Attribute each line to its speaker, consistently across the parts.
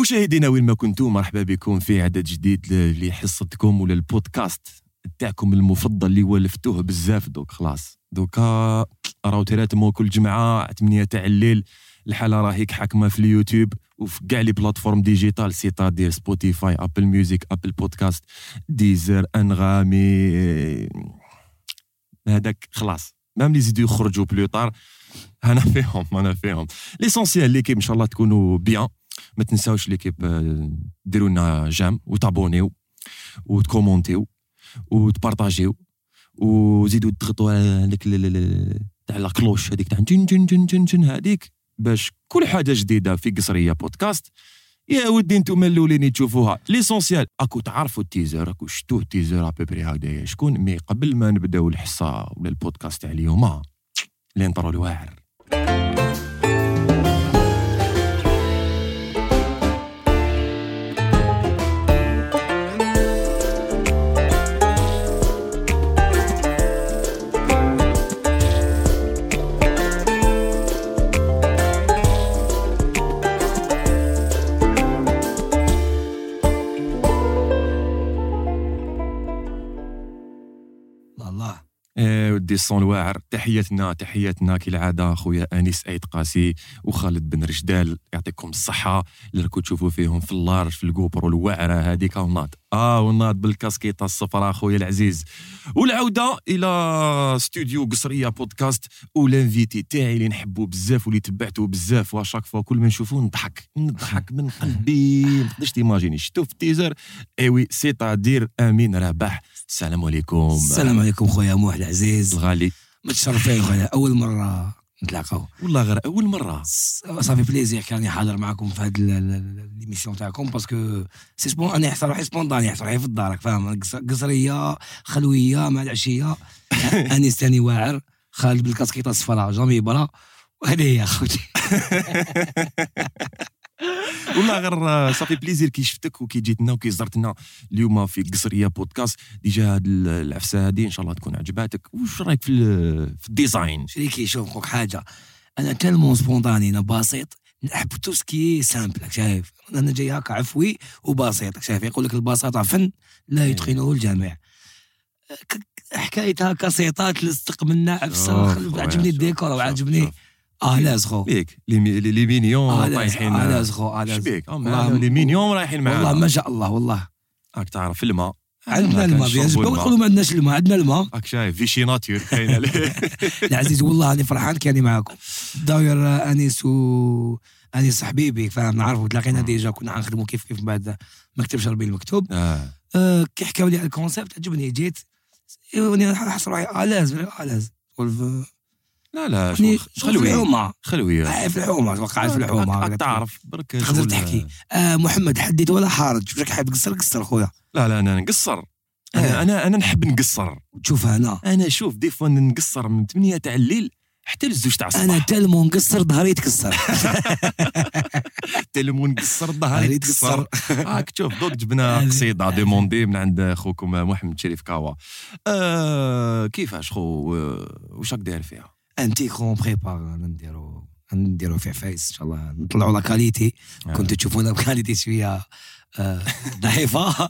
Speaker 1: مشاهدينا وين ما كنتوا مرحبا بكم في عدد جديد ل- لحصتكم ولا البودكاست تاعكم المفضل اللي ولفتوه بزاف دوك خلاص دوكا راهو تراتمو كل جمعه 8 تاع الليل الحاله راهيك حاكمه في اليوتيوب وفي كاع لي بلاتفورم ديجيتال سيتادير سبوتيفاي ابل ميوزيك ابل بودكاست ديزر انغامي إيه، هذاك خلاص مام لي زيدو يخرجوا بلوطار انا فيهم انا فيهم ليسونسيال ليكيب ان شاء الله تكونوا بيان ما تنساوش ليكيب آه، ديروا لنا جام وتابونيو وتكومونتيو وتبارطاجيو وزيدوا تضغطوا على هذيك ال- ال- ال- تاع لا كلوش هذيك تاع جن جن جن جن جن هذيك باش كل حاجه جديده في قصريه بودكاست يا ودي انتم الاولين تشوفوها ليسونسيال اكو تعرفوا التيزر اكو شتوه التيزر ابيبري هكذايا شكون مي قبل ما نبداو الحصه ولا البودكاست تاع اليوم آه. الانترو الواعر
Speaker 2: الله
Speaker 1: آه، ودي الصون الواعر تحياتنا تحياتنا كالعاده خويا انيس ايد قاسي وخالد بن رشدال يعطيكم الصحه اللي راكم تشوفوا فيهم في اللارج في الكوبر الواعره هذيك وناض اه وناض بالكاسكيطه الصفراء خويا العزيز والعوده الى استوديو قصريه بودكاست والانفيتي تاعي اللي نحبه بزاف واللي تبعته بزاف واشاك فوا كل ما نشوفه نضحك نضحك من قلبي ما تقدرش تيماجيني شفتو في التيزر اي وي سيتادير امين رباح السلام عليكم
Speaker 2: السلام عليكم خويا موح العزيز
Speaker 1: الغالي
Speaker 2: متشرفين خويا اول مره نتلاقاو
Speaker 1: والله غير اول مره
Speaker 2: س- صافي بليزير كاني حاضر معكم في هاد ال- ال- ال- ليميسيون تاعكم باسكو سي سبون انا حتى روحي سبونطاني حتى روحي في الدار فاهم أنا قص- قصريه خلويه مع العشيه انيس ثاني واعر خالد بالكاسكيطه الصفراء جامي برا وهذه هي خوتي
Speaker 1: والله غير آه، صافي بليزير كي شفتك وكي جيتنا وكي زرتنا اليوم في قصريه بودكاست ديجا هاد ال- العفسه هادي ان شاء الله تكون عجباتك وش رايك في ال- في الديزاين
Speaker 2: شريكي شوف خوك حاجه انا تالمون سبونطاني انا بسيط نحب تو سكي سامبل راك شايف انا جاي هكا عفوي وبسيط راك شايف يقول لك البساطه فن لا يتقنه الجميع ك- حكايه هكا سيطات لصق من ناعف صرخ
Speaker 1: شوف،
Speaker 2: عجبني
Speaker 1: شوف،
Speaker 2: الديكور
Speaker 1: شوف،
Speaker 2: وعجبني
Speaker 1: شوف.
Speaker 2: اه لاز خو
Speaker 1: ليك لي مي- لي- لي مينيون
Speaker 2: اه لاز
Speaker 1: طايحين
Speaker 2: آه،
Speaker 1: آه،
Speaker 2: لاز خو آه، لاز.
Speaker 1: شبيك آه،
Speaker 2: والله
Speaker 1: معنا
Speaker 2: م-
Speaker 1: لي مينيون رايحين
Speaker 2: والله
Speaker 1: معانا
Speaker 2: ما شاء الله والله
Speaker 1: راك تعرف الماء
Speaker 2: عندنا
Speaker 1: راك
Speaker 2: الماء
Speaker 1: نشربوا
Speaker 2: بيان
Speaker 1: الماء.
Speaker 2: نقولوا ما عندناش الماء عندنا الماء
Speaker 1: راك شايف فيشي ناتور كاين عليه.
Speaker 2: العزيز والله انا فرحان كاني معاكم داير آه، انيس و انيس حبيبي فاهم نعرفه تلاقينا ديجا كنا نخدموا كيف كيف بعد ما كتبش ربي المكتوب
Speaker 1: آه،
Speaker 2: أه كي حكاو لي على الكونسيبت عجبني جيت إيه، وني حس روحي الاز الاز
Speaker 1: لا لا
Speaker 2: يعني
Speaker 1: شوف
Speaker 2: في
Speaker 1: خلويه
Speaker 2: الحومه
Speaker 1: خلويه
Speaker 2: آه، في الحومه توقعت في
Speaker 1: راك-
Speaker 2: الحومه
Speaker 1: راك تعرف برك
Speaker 2: تقدر
Speaker 1: شغل-
Speaker 2: تحكي. آه محمد حدد ولا حارج راك حاب قصر قصر خويا
Speaker 1: لا لا انا نقصر انا
Speaker 2: آه.
Speaker 1: انا انا نحب نقصر
Speaker 2: تشوف انا
Speaker 1: انا شوف دي فوا نقصر من 8 تاع الليل حتى للزوج تاع
Speaker 2: انا
Speaker 1: الصباح
Speaker 2: تلمو نقصر ظهري يتكسر
Speaker 1: التليفون نقصر ظهري
Speaker 2: ظهري
Speaker 1: يتكسر
Speaker 2: يتكسر
Speaker 1: هاك تشوف دوك جبنا
Speaker 2: هذه-
Speaker 1: قصيده ديموندي من عند اخوكم محمد شريف كاوا آه كيفاش خو آه، واش راك داير فيها
Speaker 2: انتي كون بريبار نديرو نديرو في عفايس ان شاء الله نطلعوا لا كاليتي كنتوا تشوفونا بكاليتي شويه آه، ضعيفه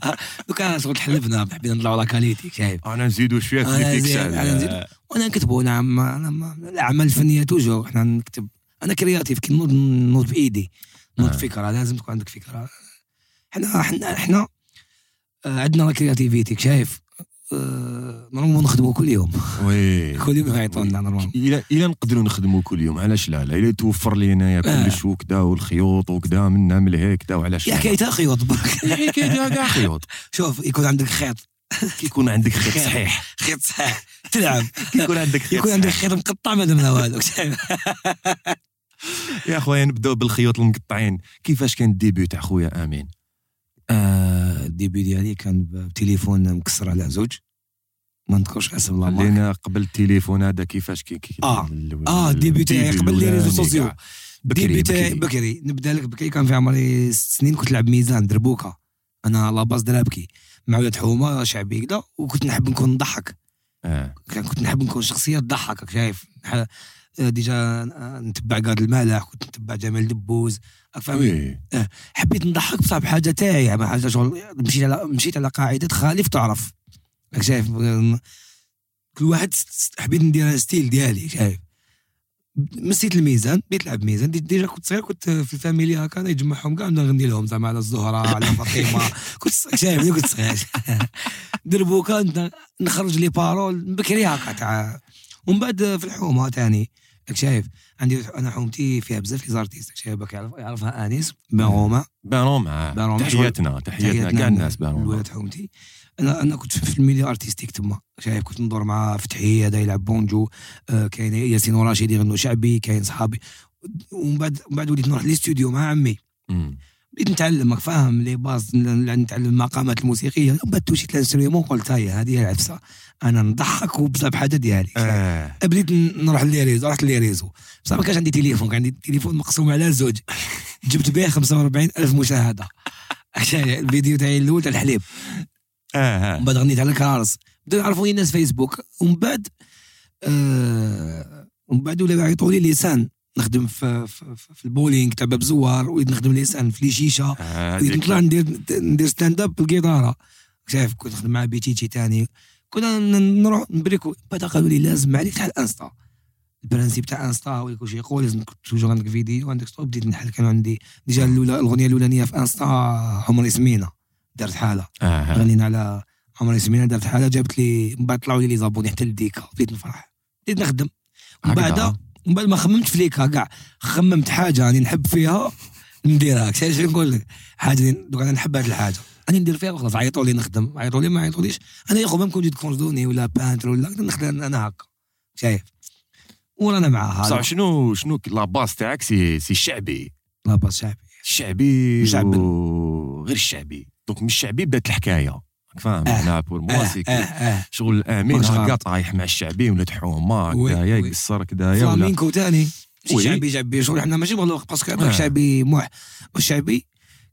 Speaker 2: دوكا شغل تحلفنا حبينا نطلعوا لا كاليتي شايف
Speaker 1: آه، انا نزيدو شويه في
Speaker 2: أنا
Speaker 1: لي
Speaker 2: زيد-
Speaker 1: فيكسال.
Speaker 2: أنا نزيد.
Speaker 1: آه،
Speaker 2: وانا نكتبوا انا ما انا ما الاعمال الفنيه توجور احنا نكتب انا كرياتيف كي نوض نوض بايدي نوض
Speaker 1: آه.
Speaker 2: فكره لازم تكون عندك فكره احنا احنا احنا آه، عندنا لا كرياتيفيتي شايف آه، نورمالمون نخدموا كل يوم
Speaker 1: وي
Speaker 2: كل يوم يعيطونا نورمالمون
Speaker 1: الا الا نقدروا نخدموا كل يوم علاش لا لا الا توفر لي انايا كلش وكذا والخيوط وكذا منا من هيك كذا وعلاش
Speaker 2: يا
Speaker 1: لا؟
Speaker 2: حكايه خيوط برك
Speaker 1: يا حكايه كاع خيوط
Speaker 2: شوف يكون عندك خيط
Speaker 1: كي يكون عندك خيط
Speaker 2: خيط.
Speaker 1: صحيح
Speaker 2: خيط صحيح تلعب
Speaker 1: كي يكون عندك خيط
Speaker 2: نعم، يكون عندك
Speaker 1: صحيح.
Speaker 2: خيط مقطع ما دمنا والو شايف؟
Speaker 1: يا خويا نبداو بالخيوط المقطعين كيفاش كان الديبيو تاع خويا امين
Speaker 2: آه، الديبي ديالي كان بتليفون مكسر على زوج ما نذكرش اسم الله مارك.
Speaker 1: خلينا قبل التليفون هذا كيفاش كي كي
Speaker 2: آه.
Speaker 1: ال-
Speaker 2: اه الديبي تاعي
Speaker 1: الديبيو
Speaker 2: قبل لي ريزو
Speaker 1: الأولاني آه.
Speaker 2: سوسيو
Speaker 1: كاع. بكري
Speaker 2: الديبي تاعي
Speaker 1: بكري
Speaker 2: بكري نبدا لك بكري كان في عمري ست سنين كنت نلعب ميزان دربوكه انا على باز درابكي مع ولاد حومه شعبي كدا وكنت نحب نكون نضحك
Speaker 1: آه.
Speaker 2: كان- كنت نحب نكون شخصيه تضحك راك شايف ح- آه، ديجا آه، نتبع قاد المالح كنت نتبع جمال دبوز راك فاهم
Speaker 1: وي
Speaker 2: حبيت نضحك بصح بحاجه تاعي يعني حاجه شغل مشيت على مشيت على قاعده تخالف تعرف راك شايف آه، كل واحد س- س- حبيت ندير الستيل ديالي شايف مسيت الميزان بديت نلعب ميزان دي- ديجا كنت صغير كنت في الفاميلي هكا نجمعهم كاع نبدا نغني لهم زعما على الزهره على فاطمه كنت ص- شايف أنا كنت صغير دربوكا نبدا نخرج لي بارول بكري هكا تاع ومن بعد في الحومه ثاني راك شايف عندي انا حومتي فيها بزاف لي زارتيست راك شايف باك يعرف يعرفها انيس بنغومه
Speaker 1: بانوما
Speaker 2: بانوما.
Speaker 1: تحياتنا تحياتنا كاع الناس بانوما
Speaker 2: الولاد حومتي انا انا كنت في الميلي ارتستيك تما شايف كنت ندور مع فتحي هذا يلعب بونجو آه كاين ياسين وراشد يغنوا شعبي كاين صحابي ومن بعد من بعد وليت نروح للاستوديو مع عمي
Speaker 1: مم.
Speaker 2: بديت نتعلم راك فاهم لي باز ن- ن- نتعلم المقامات الموسيقيه من بعد توشيت الانسترومون قلت هاي هذه هي العفسه انا نضحك وبصح بحاجه ديالي
Speaker 1: آه.
Speaker 2: بديت ن- نروح لليريزو رحت لليريزو بصح ما كانش عندي تليفون كان عندي تليفون مقسوم على زوج جبت به 45 الف مشاهده عشان الفيديو تاعي الاول تاع الحليب
Speaker 1: آه.
Speaker 2: ومن بعد غنيت على الكرارس بداو يعرفوني الناس فيسبوك ومن بعد آه ومن بعد ولاو يعيطوا لي لسان نخدم في, في, في- في البولينغ تاع باب زوار وليت نخدم لسان في لي شيشه
Speaker 1: آه.
Speaker 2: وليت
Speaker 1: هذيك.
Speaker 2: نطلع ندير ندير ستاند اب بالقيطاره شايف كنت نخدم مع بيتيتي تاني كنا ن- نروح نبريكو بعد قالوا لي لازم عليك تحل انستا البرانسيب تاع انستا هو كل شيء يقول لازم كنت توجور عندك فيديو عندك ستوب بديت نحل كان عندي ديجا الاولى الاغنيه الاولانيه في انستا عمري سمينه دارت حاله
Speaker 1: آه.
Speaker 2: غنينا على عمري سمينا دارت حاله جابت لي من بعد طلعوا لي لي زابوني حتى لديكا بديت نفرح بديت نخدم من
Speaker 1: هكذا.
Speaker 2: بعد آه. من بعد ما خممت في ليكا كاع خممت حاجه راني نحب فيها نديرها شايف شنو نقول لك حاجه راني- دوك انا نحب هذه الحاجه راني ندير فيها وخلاص عيطوا لي نخدم عيطوا لي ما عيطوليش انا يا خو ممكن جيت كونزوني ولا بانتر ولا نخدم انا هكا شايف ورانا
Speaker 1: بصح
Speaker 2: معاها
Speaker 1: شنو شنو لاباس تاعك سي سي شعبي
Speaker 2: لاباس شعبي
Speaker 1: شعبي
Speaker 2: مشعبن.
Speaker 1: وغير شعبي دونك من الشعبي بدات الحكايه راك فاهم
Speaker 2: آه.
Speaker 1: انا بور
Speaker 2: اه
Speaker 1: موا سي كو
Speaker 2: اه
Speaker 1: شغل امين
Speaker 2: ماشي
Speaker 1: هكا
Speaker 2: غلط.
Speaker 1: طايح مع الشعبي ولا تحومه
Speaker 2: وي،
Speaker 1: كدايا
Speaker 2: وي.
Speaker 1: يقصر كدايا ولا
Speaker 2: فلامينكو تاني
Speaker 1: وي.
Speaker 2: شعبي شعبي شغل احنا ماشي والله باسكو هذاك
Speaker 1: آه.
Speaker 2: شعبي موح والشعبي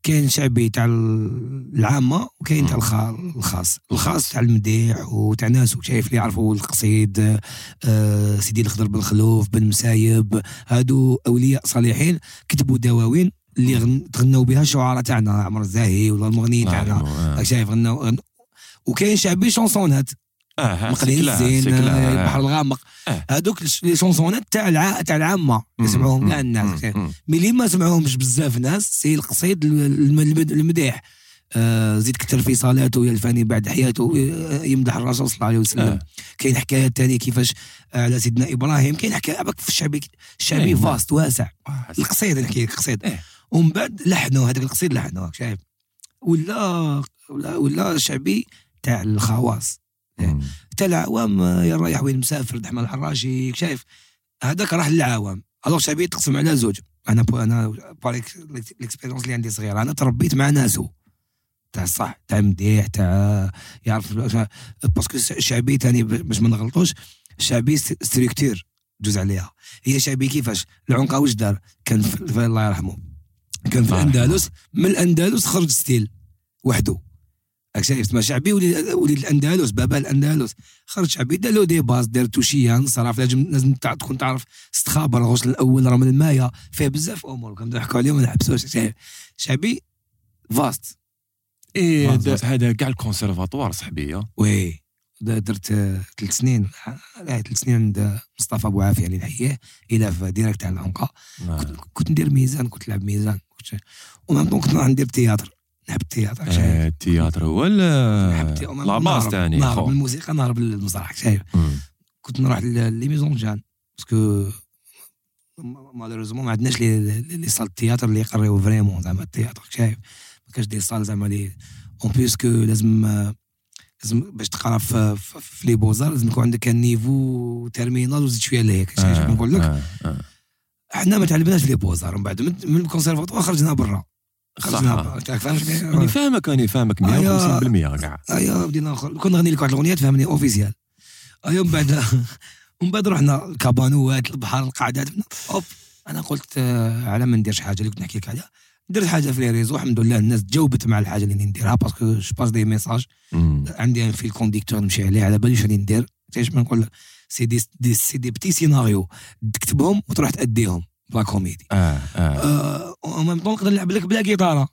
Speaker 2: كاين شعبي تاع العامه وكاين تاع
Speaker 1: مم.
Speaker 2: الخا- الخاص الخاص تاع المديح وتاع ناس شايف اللي يعرفوا القصيد آه سيدي الخضر بن خلوف بن مسايب هادو اولياء صالحين كتبوا دواوين اللي غن- تغنوا بها الشعراء تاعنا عمر الزاهي ولا المغنيين
Speaker 1: الله
Speaker 2: تاعنا
Speaker 1: يعلمه، آه.
Speaker 2: راك شايف غنوا غن- وكاين شعبي شونسونات
Speaker 1: آه، آه،
Speaker 2: مقليل
Speaker 1: سيكلا،
Speaker 2: الزين
Speaker 1: سيكلا، آه.
Speaker 2: البحر الغامق
Speaker 1: آه.
Speaker 2: هذوك لي شونسونات تاع الع... تاع العامه
Speaker 1: مم،
Speaker 2: يسمعوهم
Speaker 1: مم،
Speaker 2: كاع
Speaker 1: مم،
Speaker 2: الناس
Speaker 1: مم.
Speaker 2: ملي ما سمعوهمش بزاف ناس سي القصيد الم- الم- المديح آه زيد كثر في صلاته يا الفاني بعد حياته آه، يمدح الرسول صلى الله عليه وسلم
Speaker 1: آه.
Speaker 2: كاين حكايه ثانيه كيفاش آه، على سيدنا ابراهيم كاين حكايه برك في الشعبي الشعبي
Speaker 1: إيه.
Speaker 2: فاست واسع
Speaker 1: آه،
Speaker 2: القصيد نحكي القصيد
Speaker 1: إيه.
Speaker 2: ومن بعد لحنوا هذاك القصيد لحنوا شايف ولا ولا ولا شعبي تاع الخواص
Speaker 1: مم.
Speaker 2: حتى العوام يا رايح وين مسافر دحمة الحراشي شايف هذاك راح للعوام الوغ شعبي تقسم على زوج انا بو انا باريك الاكسبيرونس اللي عندي صغيره انا تربيت مع ناسو تاع الصح تاع مديح تاع يعرف باسكو الشعبي ثاني باش ما نغلطوش الشعبي ست- ستركتور دوز عليها هي شعبي كيفاش العنقه واش دار كان في في- الله يرحمه كان في
Speaker 1: الله يرحمه.
Speaker 2: الاندلس من الاندلس خرج ستيل وحده راك شايف تما شعبي ولي ولي الاندلس بابا الاندلس خرج شعبي دار له دي باز دار توشيه انصراف لازم لازم تع- تكون تعرف استخابر الغسل الاول رمل المايه فيه بزاف امور كنبداو نحكوا عليهم ما نحبسوش شايف. شعبي فاست
Speaker 1: إيه،
Speaker 2: آه،
Speaker 1: دا-
Speaker 2: فاست.
Speaker 1: هذا كاع الكونسيرفاتوار صاحبي آه.
Speaker 2: وي دا- درت آه، ثلاث سنين لا ثلاث سنين عند مصطفى ابو عافيه اللي نحييه الى في ديريكت على العنقه
Speaker 1: آه.
Speaker 2: كنت- كنت ندير ميزان كنت نلعب ميزان كنت ومام طون كنت نروح ندير تياتر نحب التياتر شايف أمم،
Speaker 1: آه، التياتر ولا
Speaker 2: نحب تي- ومام طون
Speaker 1: لاباس
Speaker 2: نهرب-
Speaker 1: تاني
Speaker 2: نهرب
Speaker 1: خو.
Speaker 2: من الموسيقى نهرب للمسرح شايف
Speaker 1: مم.
Speaker 2: كنت نروح ل- لي ميزون جان باسكو مالوريزمون ما عندناش لي لي- لي سال تياتر اللي يقريو فريمون زعما التياتر شايف ما كاش دي سال زعما لي اون بليس كو لازم آه، لازم باش تقرا في, في, في لي بوزار لازم يكون عندك ان نيفو تيرمينال وزيد شويه لهيك شايف شنو
Speaker 1: آه،
Speaker 2: نقول لك
Speaker 1: آه، آه.
Speaker 2: احنا ما تعلمناش في لي بوزار من بعد من من الكونسيرفاتوار خرجنا برا خرجنا
Speaker 1: صح.
Speaker 2: برا تعرف فاهم شنو
Speaker 1: راني فاهمك راني فاهمك
Speaker 2: آه،
Speaker 1: 150% كاع
Speaker 2: ايا أيوة، بدينا نخرج كنا نغني لك واحد الاغنيه تفهمني اوفيسيال ايا من بعد من بعد رحنا الكابانوات البحر القعدات اوب انا قلت آه، على ما نديرش حاجه اللي كنت نحكي لك عليها درت حاجه في لي ريزو الحمد لله الناس تجاوبت مع الحاجه اللي نديرها باسكو جو باس دي ميساج
Speaker 1: مم.
Speaker 2: عندي ان فيل كونديكتور نمشي عليه على باليش راني ندير تعرف شنو نقول لك سي دي, دي سي دي بتي سيناريو تكتبهم وتروح تاديهم لا كوميدي
Speaker 1: اه اه
Speaker 2: اون ميم طون آه، نقدر نلعب لك بلا كيتاره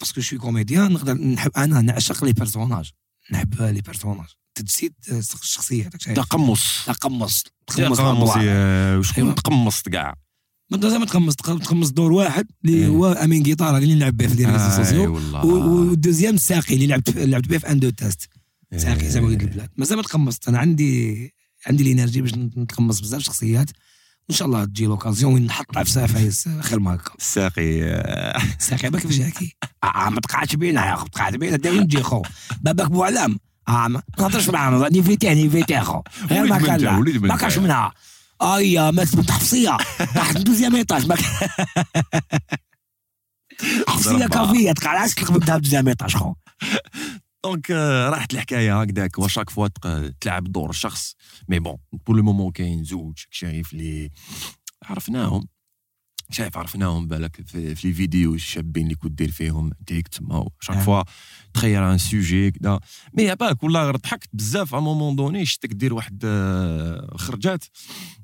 Speaker 2: باسكو شوي كوميديان نقدر نحب انا نعشق لي بيرسوناج نحب لي بيرسوناج تجسيد الشخصيه هذاك الشيء.
Speaker 1: تقمص
Speaker 2: تقمص إيه. تقمص
Speaker 1: تقمص
Speaker 2: الأضواء.
Speaker 1: يا- وشكون
Speaker 2: أيوة.
Speaker 1: تقمصت كاع
Speaker 2: ما تقدرش ما تقمص تق- تقمص دور واحد اللي
Speaker 1: إيه. آه، أيوة.
Speaker 2: هو امين جيتار اللي نلعب به في دي ريزو
Speaker 1: اي
Speaker 2: سوسيو
Speaker 1: والله
Speaker 2: و- والدوزيام الساقي اللي لعبت لعبت به في ان دو تيست
Speaker 1: إيه.
Speaker 2: ساقي زعما ولد البلاد مازال ما تقمصت انا عندي عندي الانرجي باش نتقمص بزاف شخصيات وان شاء الله تجي لوكازيون وين نحطها في سافايس آه، خير ما هكا
Speaker 1: الساقي
Speaker 2: إيه،
Speaker 1: آه.
Speaker 2: ساقي باك في جاكي اه ما تقعدش بينا يا اخو تقعد بينا دايما تجي خو باباك بوعلام اه ما تهضرش معاهم غادي فيتيه غادي فيتيه خو غير
Speaker 1: ولد
Speaker 2: ما
Speaker 1: من
Speaker 2: كان
Speaker 1: جا،
Speaker 2: لا.
Speaker 1: ولد من
Speaker 2: ما
Speaker 1: جا.
Speaker 2: كانش منها ايا مات من تحفصيه تحت دوزيام ايطاج ما كان- تحفصيه
Speaker 1: ضربة.
Speaker 2: كافيه تقعد علاش تلقبتها بدوزيام ايطاج خو
Speaker 1: دونك آه، راحت الحكايه هكذاك وشاك فوا تق- euh, تلعب دور شخص مي بون بور لو مومون كاين زوج شايف لي عرفناهم شايف عرفناهم بالك في, في الفيديو الشابين اللي كنت دير فيهم ديك تما شاك
Speaker 2: آه.
Speaker 1: فوا تخير ان سوجي كدا مي بالك والله غير ضحكت بزاف ا مومون دوني شتك دير واحد آه، خرجات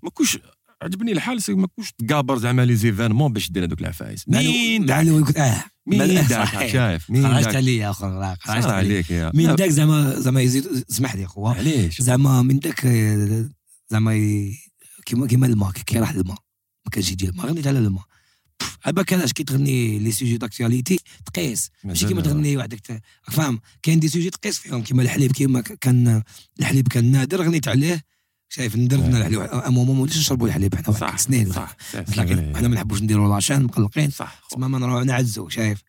Speaker 1: ما كوش عجبني الحال سي ما كوش تقابر زعما لي زيفينمون باش دير هذوك العفايس مين داك
Speaker 2: لعل كنت اه
Speaker 1: مين
Speaker 2: بل-
Speaker 1: داك
Speaker 2: صحيح.
Speaker 1: شايف مين
Speaker 2: خرجت
Speaker 1: داك
Speaker 2: لي يا اخو راه خرجت
Speaker 1: صار
Speaker 2: علي.
Speaker 1: عليك يا
Speaker 2: من داك زعما زعما يزيد اسمح لي اخو
Speaker 1: علاش
Speaker 2: زعما من داك آه، زعما ي- كيما كيما الماء كي كيراح الماء ما كانش يجي الماء غنيت على الماء بف، عباك علاش كي تغني لي سوجي داكتواليتي تقيس ماشي كيما تغني وحدك ت- راك فاهم كاين دي سوجي تقيس فيهم كيما الحليب كيما ك- كان الحليب كان نادر غنيت عليه شايف ندرنا الحليب امو ما وليش نشربوا الحليب حنا واحد
Speaker 1: صح
Speaker 2: سنين
Speaker 1: صح صح
Speaker 2: لكن حنا ما نحبوش نديروا لاشان مقلقين
Speaker 1: صح خو.
Speaker 2: تما ما نروحو نعزو شايف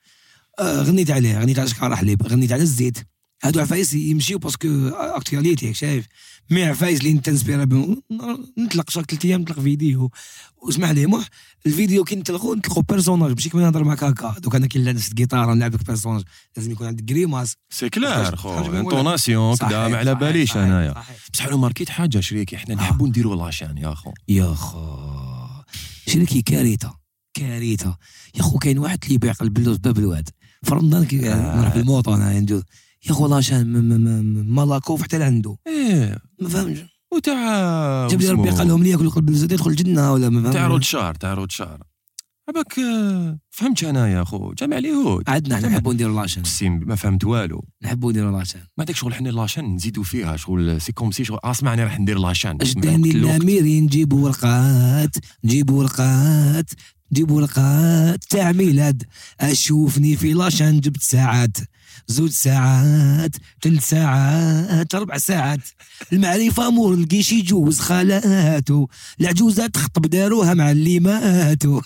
Speaker 2: آه غنيت عليه غنيت على شكاره حليب غنيت على الزيت هادو عفايس يمشيو باسكو اكتواليتي شايف مي عفايس اللي نتنسبيرا بهم نطلق شهر ثلاث ايام نطلق فيديو واسمح لي موح الفيديو كي نطلقو نطلقو بيرسوناج ماشي كيما نهضر معاك هكا دوك انا كي لا نشد جيتار نلعب لك بيرسوناج لازم يكون عندك كريماس
Speaker 1: سي كلار
Speaker 2: خرج-
Speaker 1: خو
Speaker 2: خرج من ولا-
Speaker 1: انطوناسيون كدا
Speaker 2: صحيح،
Speaker 1: ما على
Speaker 2: صحيح،
Speaker 1: باليش آه.
Speaker 2: صحيح،
Speaker 1: انايا
Speaker 2: صحيح.
Speaker 1: بصح انا ماركيت حاجه شريكي حنا نحبوا نديروا لاشان يا خو
Speaker 2: يا خو شريكي كارثه كارثه يا خو كاين واحد اللي يبيع قلب اللوز باب الواد في رمضان كي
Speaker 1: آه.
Speaker 2: نروح الموطه انا ندوز يا خو لاشان م- م- م- م- ملاكوف حتى لعنده
Speaker 1: ايه
Speaker 2: ما فهمش
Speaker 1: وتاع
Speaker 2: جاب لي ربي قال لهم لي ياكلوا قلب اللوز يدخل الجنه ولا ما
Speaker 1: تاع
Speaker 2: فهمش
Speaker 1: رود شهر تاع رود شهر عباك آه، فهمت انا يا خو جامع ليهود
Speaker 2: عندنا حنا
Speaker 1: جمع-
Speaker 2: نحبوا نديروا لاشان
Speaker 1: قسم ما فهمت والو
Speaker 2: نحبوا نديروا لاشان
Speaker 1: ما داك شغل حنا لاشان نزيدوا فيها شغل سي كوم سي شغل آه، اسمعني راح ندير لاشان
Speaker 2: اجداني الاميري نجيبوا ورقات نجيبوا ورقات نجيبوا ورقات تاع ميلاد اشوفني في لاشان جبت ساعات زوج ساعات ثلاث ساعات اربع ساعات المعرفه مور لقي شي جوز خالاتو العجوزه تخطب داروها مع اللي ماتو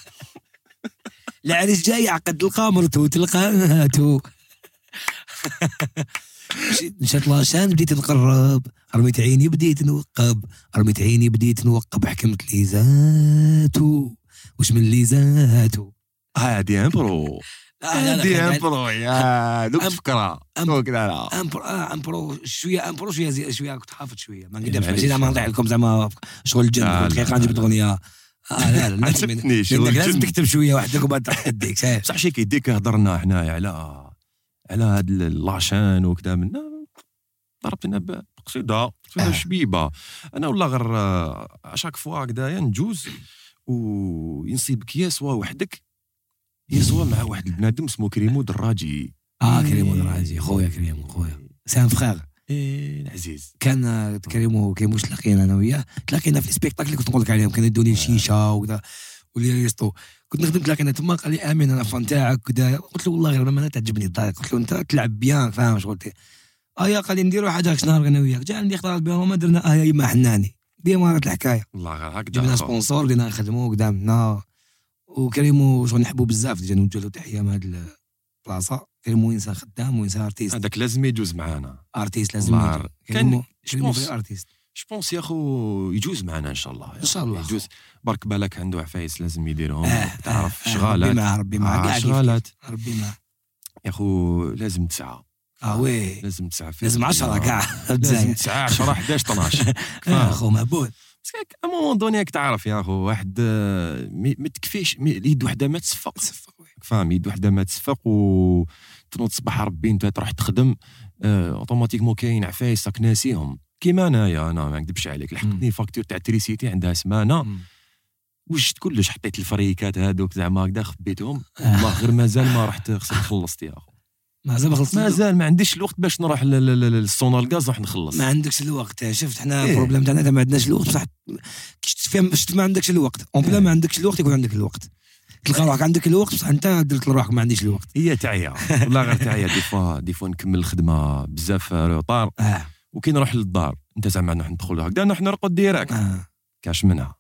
Speaker 2: العريس جاي عقد لقامرتو تلقاتو مشيت- مشيت لاشان بديت نقرب رميت عيني بديت نوقب رميت عيني بديت نوقب حكمت لي زاتو واش من لي زاتو
Speaker 1: هادي امبرو هادي امبرو يا دوك
Speaker 2: أم-
Speaker 1: فكره
Speaker 2: أم-
Speaker 1: دوك لا لا
Speaker 2: امبرو آه، امبرو شويه امبرو شويه زي شويه كنت حافظ شويه ما نقدرش
Speaker 1: معليش.
Speaker 2: ماشي زعما نطيح لكم زعما شغل الجن
Speaker 1: إيه، لا،
Speaker 2: كل دقيقه
Speaker 1: لا،
Speaker 2: نجيب
Speaker 1: لا.
Speaker 2: اغنيه آه لا لا لازم
Speaker 1: عجبتني شغل
Speaker 2: لأنك لازم
Speaker 1: الجن.
Speaker 2: تكتب شويه وحدك وبعد تحديك شايف
Speaker 1: بصح شي كيديك هضرنا حنايا على على هاد اللاشان وكذا منا ضربت لنا بقصيده قصيده
Speaker 2: آه.
Speaker 1: شبيبه انا والله غير آه، اشاك فوا هكذايا نجوز وينصيبك يا سوا وحدك يا سوا مع واحد البنادم اسمه كريمو دراجي
Speaker 2: اه كريمو دراجي خويا كريمو خويا سان فخير
Speaker 1: إيه، العزيز
Speaker 2: كان آه، كريمو كريمو تلاقينا انا وياه تلاقينا في السبيكتاكل اللي كنت نقول لك عليهم كانوا يدوني الشيشه وكذا ولي ريستو كنت نخدم تلاقينا تما قال لي امين انا فان تاعك كذا قلت له والله غير ما انا تعجبني الدار قلت له انت تلعب بيان فاهم شغل تي- اه يا قال لي نديروا حاجه هاك نهار انا وياك جا عندي اختلاط بهم ما درنا اه يا يما حناني ديما رات الحكايه
Speaker 1: والله غير هكذا
Speaker 2: جبنا
Speaker 1: خو.
Speaker 2: سبونسور بدينا نخدموا قدامنا وكريمو شغل نحبو بزاف ديجا نوجه له تحيه من هاد البلاصه كريمو انسان خدام وانسان ارتيست
Speaker 1: هذاك لازم يجوز معانا
Speaker 2: ارتيست لازم
Speaker 1: والله
Speaker 2: يجي.
Speaker 1: كان-
Speaker 2: كريمو كريمو
Speaker 1: جوبونس.
Speaker 2: فري ارتيست
Speaker 1: جو بونس يا خو يجوز معنا ان شاء الله يا
Speaker 2: إن شاء
Speaker 1: خو.
Speaker 2: الله.
Speaker 1: يجوز برك بالك عنده عفايس لازم يديرهم
Speaker 2: آه،
Speaker 1: إيه، تعرف
Speaker 2: آه،
Speaker 1: شغالات
Speaker 2: ربي معاه ربي معاه
Speaker 1: آه،
Speaker 2: كاع كيف
Speaker 1: شغالات
Speaker 2: كيف. ربي معاه
Speaker 1: يا خو لازم تسعه
Speaker 2: اه وي
Speaker 1: لازم تسعه في
Speaker 2: لازم 10 كاع
Speaker 1: لازم
Speaker 2: الجزائر
Speaker 1: 9 10 11 12
Speaker 2: آه، خو مهبول
Speaker 1: بس كاك ا مومون دوني راك تعرف يا خو واحد آه، مي- ما تكفيش مي- اليد وحده ما تصفق فاهم يد وحده ما تصفق و تنوض صباح ربي انت تروح تخدم آه، اوتوماتيكمون كاين عفايس راك ناسيهم كيما انايا انا ما نكذبش عليك لحقتني فاكتور تاع تريسيتي عندها سمانه وجدت كلش حطيت الفريكات هذوك زعما هكذا خبيتهم والله غير مازال ما رحت خسرت خلصت يا اخو
Speaker 2: مازال آه، ما خلصت
Speaker 1: مازال ما عنديش الوقت باش نروح ل- ل- ل- للسونا الغاز راح نخلص
Speaker 2: ما عندكش الوقت شفت حنا
Speaker 1: إيه.
Speaker 2: البروبليم تاعنا ما عندناش الوقت بصح كي تفهم شفت ما عندكش الوقت اون بلا
Speaker 1: إيه.
Speaker 2: ما عندكش الوقت يكون عندك الوقت تلقى روحك عندك الوقت بصح انت درت لروحك ما عنديش الوقت
Speaker 1: هي تعيا والله غير تعيا دي فوا دي فوا نكمل الخدمه بزاف آه، روطار
Speaker 2: اه
Speaker 1: وكي نروح للدار انت زعما نروح ندخل هكذا نروح نرقد ديراكت
Speaker 2: اه
Speaker 1: كاش منها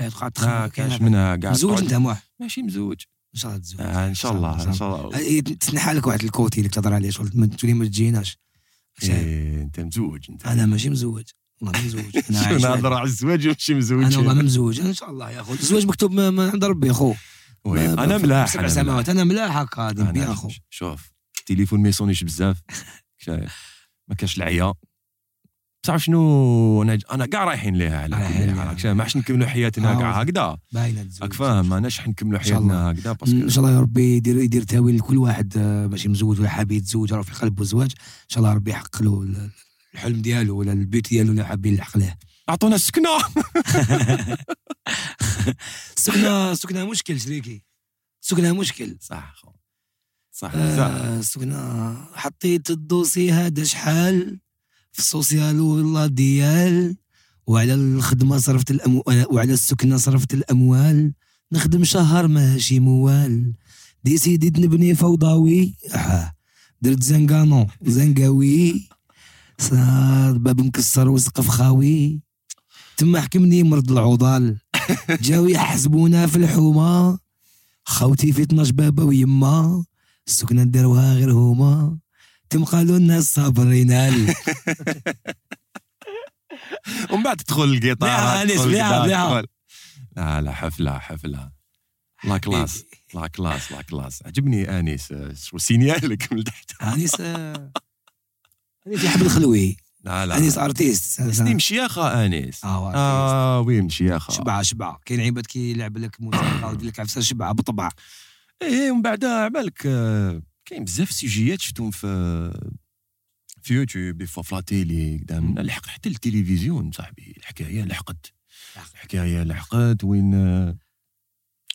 Speaker 2: إيه، تقعد تخمم
Speaker 1: آه كاش
Speaker 2: كاش
Speaker 1: منها كاع
Speaker 2: مزوج
Speaker 1: تقعد-
Speaker 2: انت موح
Speaker 1: ماشي مزوج
Speaker 2: ان شاء الله تزوج
Speaker 1: آه ان شاء الله ان شاء الله
Speaker 2: إيه، تسنح لك واحد الكوتي اللي تهضر عليه شغل ما- تولي ما تجيناش شايف؟
Speaker 1: إيه، انت مزوج انت
Speaker 2: انا ماشي مزوج والله ما مزوج انا
Speaker 1: شو
Speaker 2: عايش
Speaker 1: نهضر
Speaker 2: وحدي.
Speaker 1: على الزواج وماشي مزوج
Speaker 2: انا والله ما مزوج ان شاء الله يا اخو الزواج مكتوب من من عند ربي يا اخو
Speaker 1: وي،
Speaker 2: ما-
Speaker 1: انا ملاح
Speaker 2: سبع
Speaker 1: أنا ملاح.
Speaker 2: سنوات انا ملاح هكا غادي
Speaker 1: أنا
Speaker 2: بيان اخو
Speaker 1: ش- شوف التليفون ما يصونيش بزاف شايف ما كاش العيا تعرف شنو انا انا كاع رايحين ليها على
Speaker 2: رايحين
Speaker 1: كل
Speaker 2: ليها.
Speaker 1: حال، راك شايف ما عادش نكملوا حياتنا
Speaker 2: آه،
Speaker 1: كاع هكذا
Speaker 2: باينه الزواج
Speaker 1: راك فاهم ما عادش نكملوا
Speaker 2: إن شاء الله.
Speaker 1: حياتنا هكذا
Speaker 2: ان
Speaker 1: باسكو
Speaker 2: شاء الله يا ربي يدير يدير تاويل لكل واحد آه، ماشي مزوج ولا حاب يتزوج راه في القلب والزواج ان شاء الله ربي يحقق له ال- الحلم ديالو ولا البيت ديالو اللي حاب يلحق له
Speaker 1: اعطونا السكنه
Speaker 2: السكنه السكنه مشكل شريكي السكنه مشكل
Speaker 1: صح خو. صح بزاف.
Speaker 2: آه، السكنه حطيت الدوسي هذا شحال في السوسيال والله ديال وعلى الخدمه صرفت الاموال وعلى السكنه صرفت الاموال نخدم شهر ماشي موال ديسيديت نبني فوضوي آه. درت زنقانو زنقاوي صار باب مكسر وسقف خاوي تما حكمني مرض العضال جاو يحسبونا في الحومه خوتي فيتنا جبابه ويما السكنه داروها غير هما تم قالوا لنا صابرينال
Speaker 1: ومن بعد تدخل القطار
Speaker 2: بليها،
Speaker 1: تدخل
Speaker 2: أنيس، بليها،
Speaker 1: القطار،
Speaker 2: بليها.
Speaker 1: تدخل. لا لا حفله حفله لا كلاس لا كلاس لا كلاس عجبني انيس آه، شو سينيالك من تحت
Speaker 2: انيس انيس يحب الخلوي
Speaker 1: لا لا آه.
Speaker 2: انيس ارتيست
Speaker 1: سني مشياخه انيس
Speaker 2: اه آرتيست.
Speaker 1: اه وي مشياخه
Speaker 2: شبعه شبعه كاين عباد كيلعب لك موسيقى ويدير لك عفسه شبعه بطبع
Speaker 1: ايه ومن بعد عبالك آه، كاين بزاف سيجيات شفتهم في آه، في يوتيوب دي فوا في لا تيلي قدام لحق حتى التلفزيون صاحبي الحكايه لحقت الحكايه لحقت وين آه،